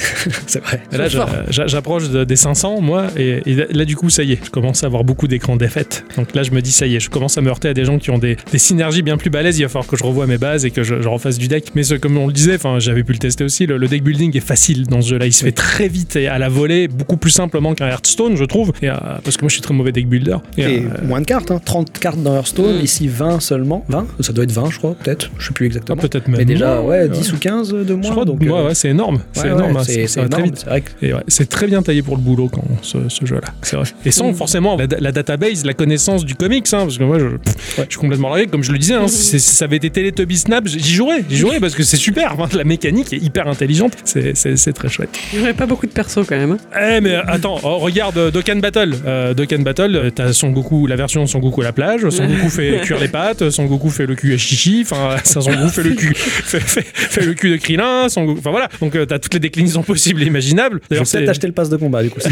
S4: C'est vrai.
S2: Et Là,
S1: Ils sont
S2: j'a- j'a- j'approche de- des 500, moi, et, et là, du coup, ça y est, je commence à avoir beaucoup d'écrans défaites. Donc là, je me dis, ça y est, je commence à me heurter à des gens qui ont des, des synergies bien plus balèzes. Il va falloir que je revoie mes bases et que je, je refasse du deck. Mais ce- comme on le disait, enfin, j'avais pu le tester aussi, le, le deck building est facile dans ce jeu-là. Il se fait très vite et à la volée, beaucoup plus simplement qu'un Hearthstone, je trouve. Et, euh, parce que moi, je suis très mauvais deck builder. Et,
S4: Et
S2: euh, Mm.
S4: moins de cartes, hein. 30 cartes dans Hearthstone, ici 20 seulement. 20 Ça doit être 20, je crois, peut-être. Je sais plus
S2: ah,
S4: exactement.
S2: peut-être même.
S4: mais déjà,
S2: moins,
S4: ouais, 10 ou 15 de
S2: Je
S4: moins.
S2: crois,
S4: donc,
S2: ouais,
S4: euh,
S2: ouais, c'est énorme. C'est
S4: ouais,
S2: énorme.
S4: ouais,
S2: hein,
S4: c'est
S2: ça- ça va très
S4: énorme.
S2: vite.
S4: C'est vrai que
S2: Et ouais, c'est très bien taillé pour le boulot quand ce, ce jeu-là. C'est vrai. Et
S4: Mm.
S2: sans forcément la, la database, la connaissance du comics, hein, parce que moi je, pff, je suis complètement largué. Comme je le
S4: Mm.
S2: disais, hein, si si ça avait été Teletubby Snap, j'y jouerais, j'y jouerais parce que c'est super. hein, la mécanique est hyper intelligente, c'est- c'est c'est très chouette.
S1: J'aurais pas beaucoup de perso quand même. hein.
S2: Eh mais euh, attends, oh, regarde euh, Dokkan Battle. Euh, Dokkan Battle, euh, t'as Son Goku, la version Son Goku à la plage,
S4: Mm.
S2: Son Goku fait cuire les pâtes, Son Goku fait le cul à Chichi, enfin ça Son Goku fait le cul, fait, fait- fait le cul de Krillin, Son Goku- enfin voilà. Donc euh, t'as toutes les déclinaisons possibles et imaginables.
S4: je vais
S2: D'ailleurs,
S4: peut-être
S2: c'est-
S4: acheter le pass de combat, du coup. c'est-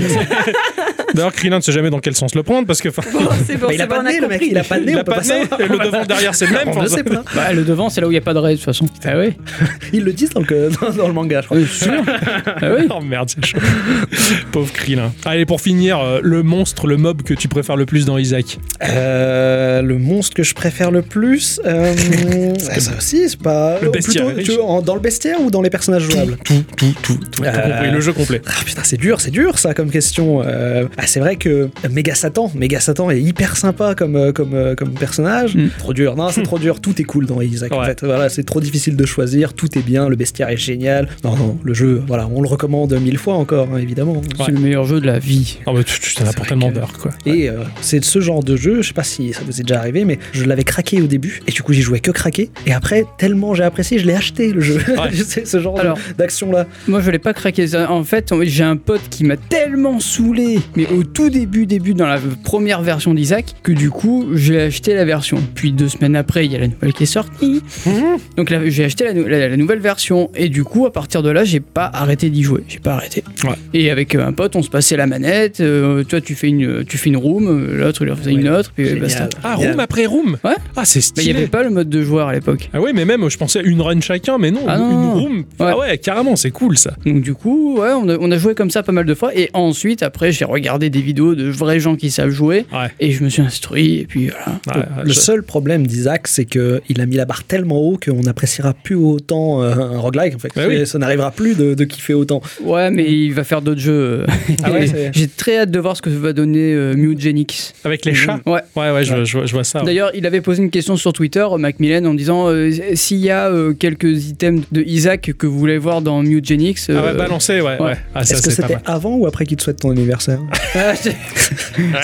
S2: D'ailleurs, Krillin ne sait jamais dans quel sens le prendre parce que. enfin,
S1: Bon, c'est bon,
S4: Mais il a
S1: c'est bon,
S4: pas
S1: on
S4: de nez, le mec.
S1: compris.
S4: Il a pas de nez,
S2: il
S4: on
S2: a
S4: peut
S2: pas
S4: pas
S2: de nez,
S4: savoir.
S2: le devant derrière c'est le même.
S4: On
S2: enfin,
S4: ne sait pas.
S3: Bah, le devant, c'est là où il n'y a pas de raid, de toute façon. Ah oui
S4: Ils le disent dans le, dans, dans le manga, je crois.
S3: Euh, sûr. Ah oui
S2: Oh merde, c'est chaud. Pauvre Krillin. Allez, pour finir, euh, le monstre, le mob que tu préfères le plus dans Isaac.
S4: Euh, le monstre que je préfère le plus, euh, ça, aussi, c'est pas.
S2: Le bestiaire
S4: Plutôt,
S2: riche.
S4: tu veux, en- dans le bestiaire ou dans les personnages jouables
S2: Tout, tout, tout, tout, tout
S4: Euh,
S2: compris, le jeu complet.
S4: Ah putain, c'est dur, c'est dur ça comme question. Euh, ah, c'est vrai que Méga Satan, Méga Satan est hyper sympa comme, euh, comme, euh, comme personnage.
S3: Mm.
S4: Trop dur, non, c'est trop dur. Tout est cool dans Isaac. En
S2: Ouais.
S4: fait, voilà, c'est trop difficile de choisir. Tout est bien, le bestiaire est génial. Non, non, le jeu, voilà, on le recommande mille fois encore, hein, évidemment.
S3: C'est le meilleur jeu de la vie.
S2: Ah bah, tu, tu t'en as pour tellement d'heures, quoi.
S4: Et euh, c'est de ce genre de jeu, je sais pas si ça vous est déjà arrivé, mais je l'avais craqué au début, et du coup j'y jouais que craqué, et après, tellement j'ai apprécié, je l'ai acheté le jeu.
S2: Ouais.
S4: c'est ce genre de-
S3: Alors.
S4: d'action-là.
S3: Moi, je l'ai pas craqué. Ça, En fait, j'ai un pote qui m'a tellement saoulé, mais au tout début, début, dans la première version d'Isaac, que du coup, j'ai acheté la version. Puis deux semaines après, il y a la nouvelle qui est sortie.
S4: Mhm.
S3: Donc là, j'ai acheté la, nou- la- la nouvelle version. Et du coup, à partir de là, j'ai pas arrêté d'y jouer. J'ai pas arrêté.
S2: Ouais.
S3: Et avec euh, un pote, on se passait la manette. euh, toi, tu fais une, tu fais une room, euh, l'autre, il en faisait une
S4: Ouais.
S3: autre. Puis euh, basta.
S4: Génial.
S2: Ah,
S4: Bien.
S2: room après room
S3: Ouais.
S2: Ah, c'est
S3: Mais il y
S2: stylé.
S3: avait pas le mode de joueur à l'époque.
S2: Ah ouais, mais même, je pensais à une run chacun, mais non,
S3: Ah
S2: une
S3: non.
S2: room. Ah ouais, carrément, c'est cool ça.
S3: Donc du coup, ouais, on a, on a joué comme ça pas mal de fois. Et ensuite, après, j'ai regardé regarder des vidéos de vrais gens qui savent jouer.
S2: Ouais.
S3: Et je me suis instruit, et puis voilà.
S2: Ouais, ouais,
S4: le
S2: euh, je-
S4: seul problème d'Isaac, c'est que il a mis la barre tellement haut qu'on n'appréciera plus autant euh, un roguelike. En fait,
S2: Bah oui.
S4: Et ça n'arrivera plus de, de kiffer autant.
S3: Ouais, mais il va faire d'autres jeux. euh,
S4: Ah ouais, c'est-
S3: J'ai très hâte de voir ce que va donner euh, Mutagenics.
S2: Avec les chats.
S3: Ouais.
S2: Ouais, ouais, je, je- je vois ça. Ah ouais.
S3: D'ailleurs, il avait posé une question sur Twitter, euh, Macmillan, en disant euh, s'il y a euh, quelques items de Isaac que vous voulez voir dans Mutagenics.
S2: Ah ouais,
S3: euh,
S2: balancé, ouais. ouais.
S3: ouais.
S2: Ah, ça,
S4: Est-ce que
S2: c'est pas
S4: c'était
S2: mal.
S4: avant ou après qu'il te souhaite ton anniversaire
S3: Ah, c'est-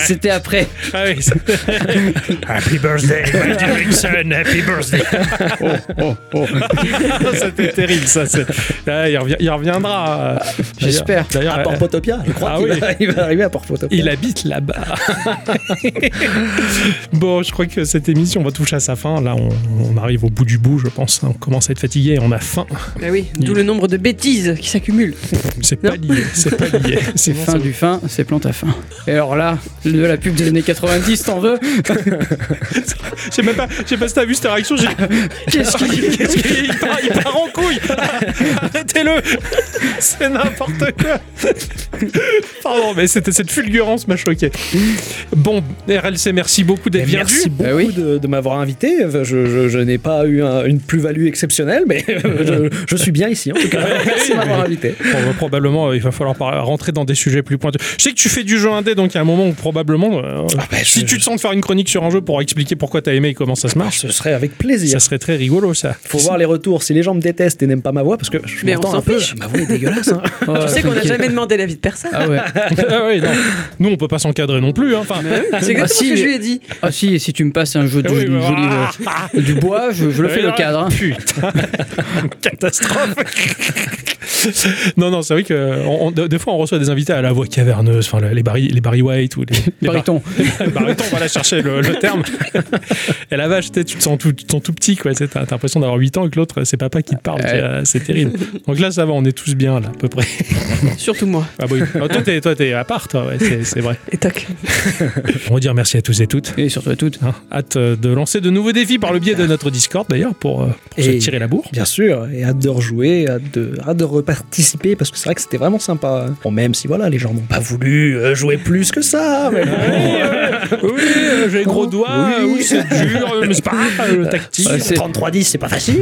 S3: C'était après.
S2: Ah oui, ça- Happy birthday, Michael Jackson, happy birthday.
S3: Oh,
S2: c'était terrible, ça. c'est- Ah, il, revient- il reviendra. euh,
S3: J'espère.
S2: D'ailleurs,
S4: À
S2: d'ailleurs,
S4: Portopia, je crois
S2: Ah
S4: qu'il
S2: oui.
S4: va, il va arriver à Portopia.
S2: Il habite là-bas. bon, je crois que cette émission va toucher à sa fin. Là, on, on arrive au bout du bout, je pense. hein. On commence à être fatigué et on a faim.
S1: Bah oui, d'où le nombre de bêtises qui s'accumulent.
S2: C'est pas lié. C'est pas lié. C'est bon,
S3: Fin du fin, c'est plante à fin. Et alors là, de la pub des années 90, t'en veux
S2: ça- Je sais même pas. Je sais pas si t'as vu cette réaction. j'ai-
S3: Qu'est-ce qu'il
S2: Qu'est-ce qu'il il part, il part en couille. Arrêtez-le. C'est n'importe quoi. Pardon, mais c'était cette fulgurance m'a choqué. Bon, RLC, merci beaucoup
S4: Mais
S2: d'être venu.
S4: Merci beaucoup
S3: Eh oui.
S4: de, de m'avoir invité. Enfin, Je, je- je n'ai pas eu un- une plus-value exceptionnelle, mais je, je suis bien ici en tout cas. Merci de m'avoir invité.
S2: Bon, bah, probablement, euh, il va falloir par- rentrer dans des sujets plus pointus. Je sais que tu fais du jeu indé, donc il y a un moment où probablement, euh,
S4: bah,
S2: si
S4: je-
S2: tu te sens de faire une chronique sur un jeu pour expliquer pourquoi t'as aimé et comment ça se marche,
S4: Ce serait avec plaisir.
S2: ça serait très rigolo ça.
S4: Ah, Faut voir les retours. Si les gens me détestent et n'aiment pas ma voix, parce que je
S1: Mais on
S4: m'entends
S1: s'en
S4: un peu.
S1: fiche.
S4: Ma voix est dégueulasse. hein.
S1: tu sais qu'on n'a jamais demandé l'avis de personne.
S3: Ah ouais.
S2: Ah ouais, non. Nous, on peut pas s'encadrer non plus. hein. Enfin,
S1: C'est exactement
S3: Ah, si,
S1: ce que je
S3: mais-
S1: lui ai dit.
S3: Ah si, et si tu me passes un jeu de,
S2: Ah oui,
S3: joli-
S2: bah,
S3: joli,
S2: ah,
S3: euh, du bois, je, je le fais
S2: Ouais,
S3: le cadre. hein.
S2: Putain, catastrophe. non, non, c'est vrai que on- on- de- des fois on reçoit des invités à la voix caverneuse, enfin le- les Barry, les Barry White ou les, les Bar-
S3: Bariton.
S2: Baryton, on va la chercher le, le terme. Et la vache, tu sais, tu te sens tout, tu te sens tout petit, quoi. tu sais, T'as t'as l'impression d'avoir 8 ans et que l'autre, c'est papa qui te parle.
S3: Ouais.
S2: C'est, euh, C'est terrible. Donc là, ça va, on est tous bien, là, à peu près.
S1: Surtout moi.
S2: Ah, oui. Ah, toi, t'es- toi, t'es à part, toi, ouais, c'est c'est vrai.
S1: Et tac.
S2: On va dire merci à tous et toutes.
S3: Et surtout à toutes.
S2: hein. hâte euh, de lancer de nouveaux défis par le biais de notre Discord, d'ailleurs, pour, euh, pour se
S4: Et-
S2: tirer la bourre.
S4: Bien sûr, et hâte de rejouer, hâte de, hâte de reparticiper, parce que c'est vrai que c'était vraiment sympa. Bon, même si voilà, les gens n'ont pas voulu euh, jouer plus que ça. Mais
S2: Oui, euh, j'ai les gros doigts, oui, c'est dur, euh, mais c'est pas grave, le tactile.
S3: Ouais, c'est-
S4: 33-10, c'est pas facile.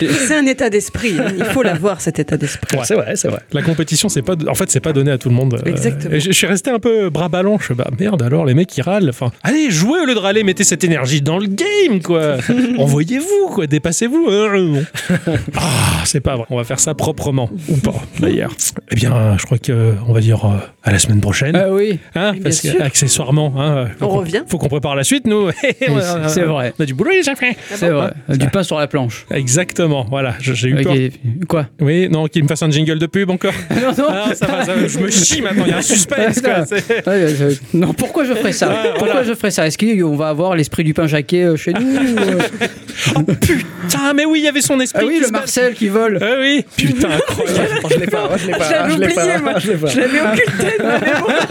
S1: C'est un état d'esprit. hein. Il faut l'avoir, cet état d'esprit.
S2: Ouais.
S4: C'est vrai, c'est vrai.
S2: La compétition, c'est pas, en fait, c'est pas donné à tout le monde. Euh,
S1: Exactement.
S2: et je, je suis resté un peu bras ballants. Je fais, bah merde, alors les mecs ils râlent. Enfin, allez, jouez au lieu de râler, mettez cette énergie dans le game, quoi. Envoyez-vous, quoi, dépassez-vous. Euh, non. Ah, c'est pas vrai. On va faire ça proprement ou pas, d'ailleurs. Eh bien, euh, je crois que euh, on va dire euh, à la semaine prochaine.
S3: Ah oui,
S2: Hein,
S1: bien
S2: parce que,
S1: sûr.
S2: accessoirement, hein,
S1: On
S2: faut qu'on-
S1: revient.
S2: Faut qu'on prépare la suite, nous.
S3: c'est c'est vrai.
S2: On a du boulot, les enfants.
S3: C'est vrai. Du pain sur la planche.
S2: Exactement, voilà, je- j'ai eu peur.
S3: Ok. Quoi
S2: Oui, non, qu'il me fasse un jingle de pub encore.
S3: Non, non.
S2: Ah, ça va, ça va, je me chie maintenant, il y a un suspense. quoi, c'est-
S3: Ouais, je- Non, pourquoi je ferais ça Pourquoi je ferais ça Est-ce qu'on va avoir l'esprit du pain jaqué euh, chez nous ou, euh
S2: Oh putain, mais oui, il y avait son esprit.
S3: Ah oui,
S2: qui
S3: le
S2: se bat-
S3: Marcel qui Euh, vole.
S2: Ah oui, putain, incroyable.
S4: je l'ai pas, je l'ai pas.
S1: J'avais
S4: je l'ai
S1: oublié,
S4: pas,
S1: moi.
S4: je l'ai pas.
S1: Je l'avais occulté de ma mémoire.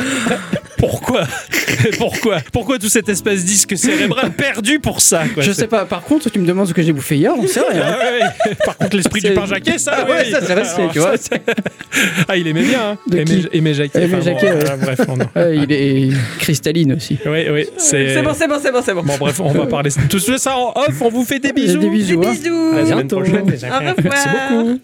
S2: Pourquoi Pourquoi Pourquoi tout cet espace disque cérébral perdu pour ça quoi,
S3: Je
S2: c'est-
S3: sais pas. Par contre, tu me demandes ce que j'ai bouffé hier, on sait rien.
S2: Ah ouais, Par contre, l'esprit du
S3: C'est-
S2: pain jaquet, ça,
S3: Ah ouais,
S2: oui.
S3: ça, c'est resté,
S2: Alors,
S3: tu vois.
S2: ça, c'est- ah, il aimait bien. Hein.
S3: De
S2: Aimait-
S3: qui
S2: aimait jaquet.
S3: Aimait
S2: enfin, bon,
S3: jaquet, ouais.
S2: voilà, bref, on en-
S3: Ouais, il est cristalline aussi.
S2: Oui, oui, c'est.
S1: C'est bon, c'est bon, c'est bon, c'est bon.
S2: Bon, bref, on va parler de tout ça en off. On vous fait des bisous.
S3: Des
S1: Des
S3: bisous. hein.
S1: bisous.
S2: À la semaine
S3: bientôt.
S2: prochaine, les
S1: Au
S2: enfants.
S1: revoir.
S2: Merci beaucoup.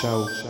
S8: Ciao.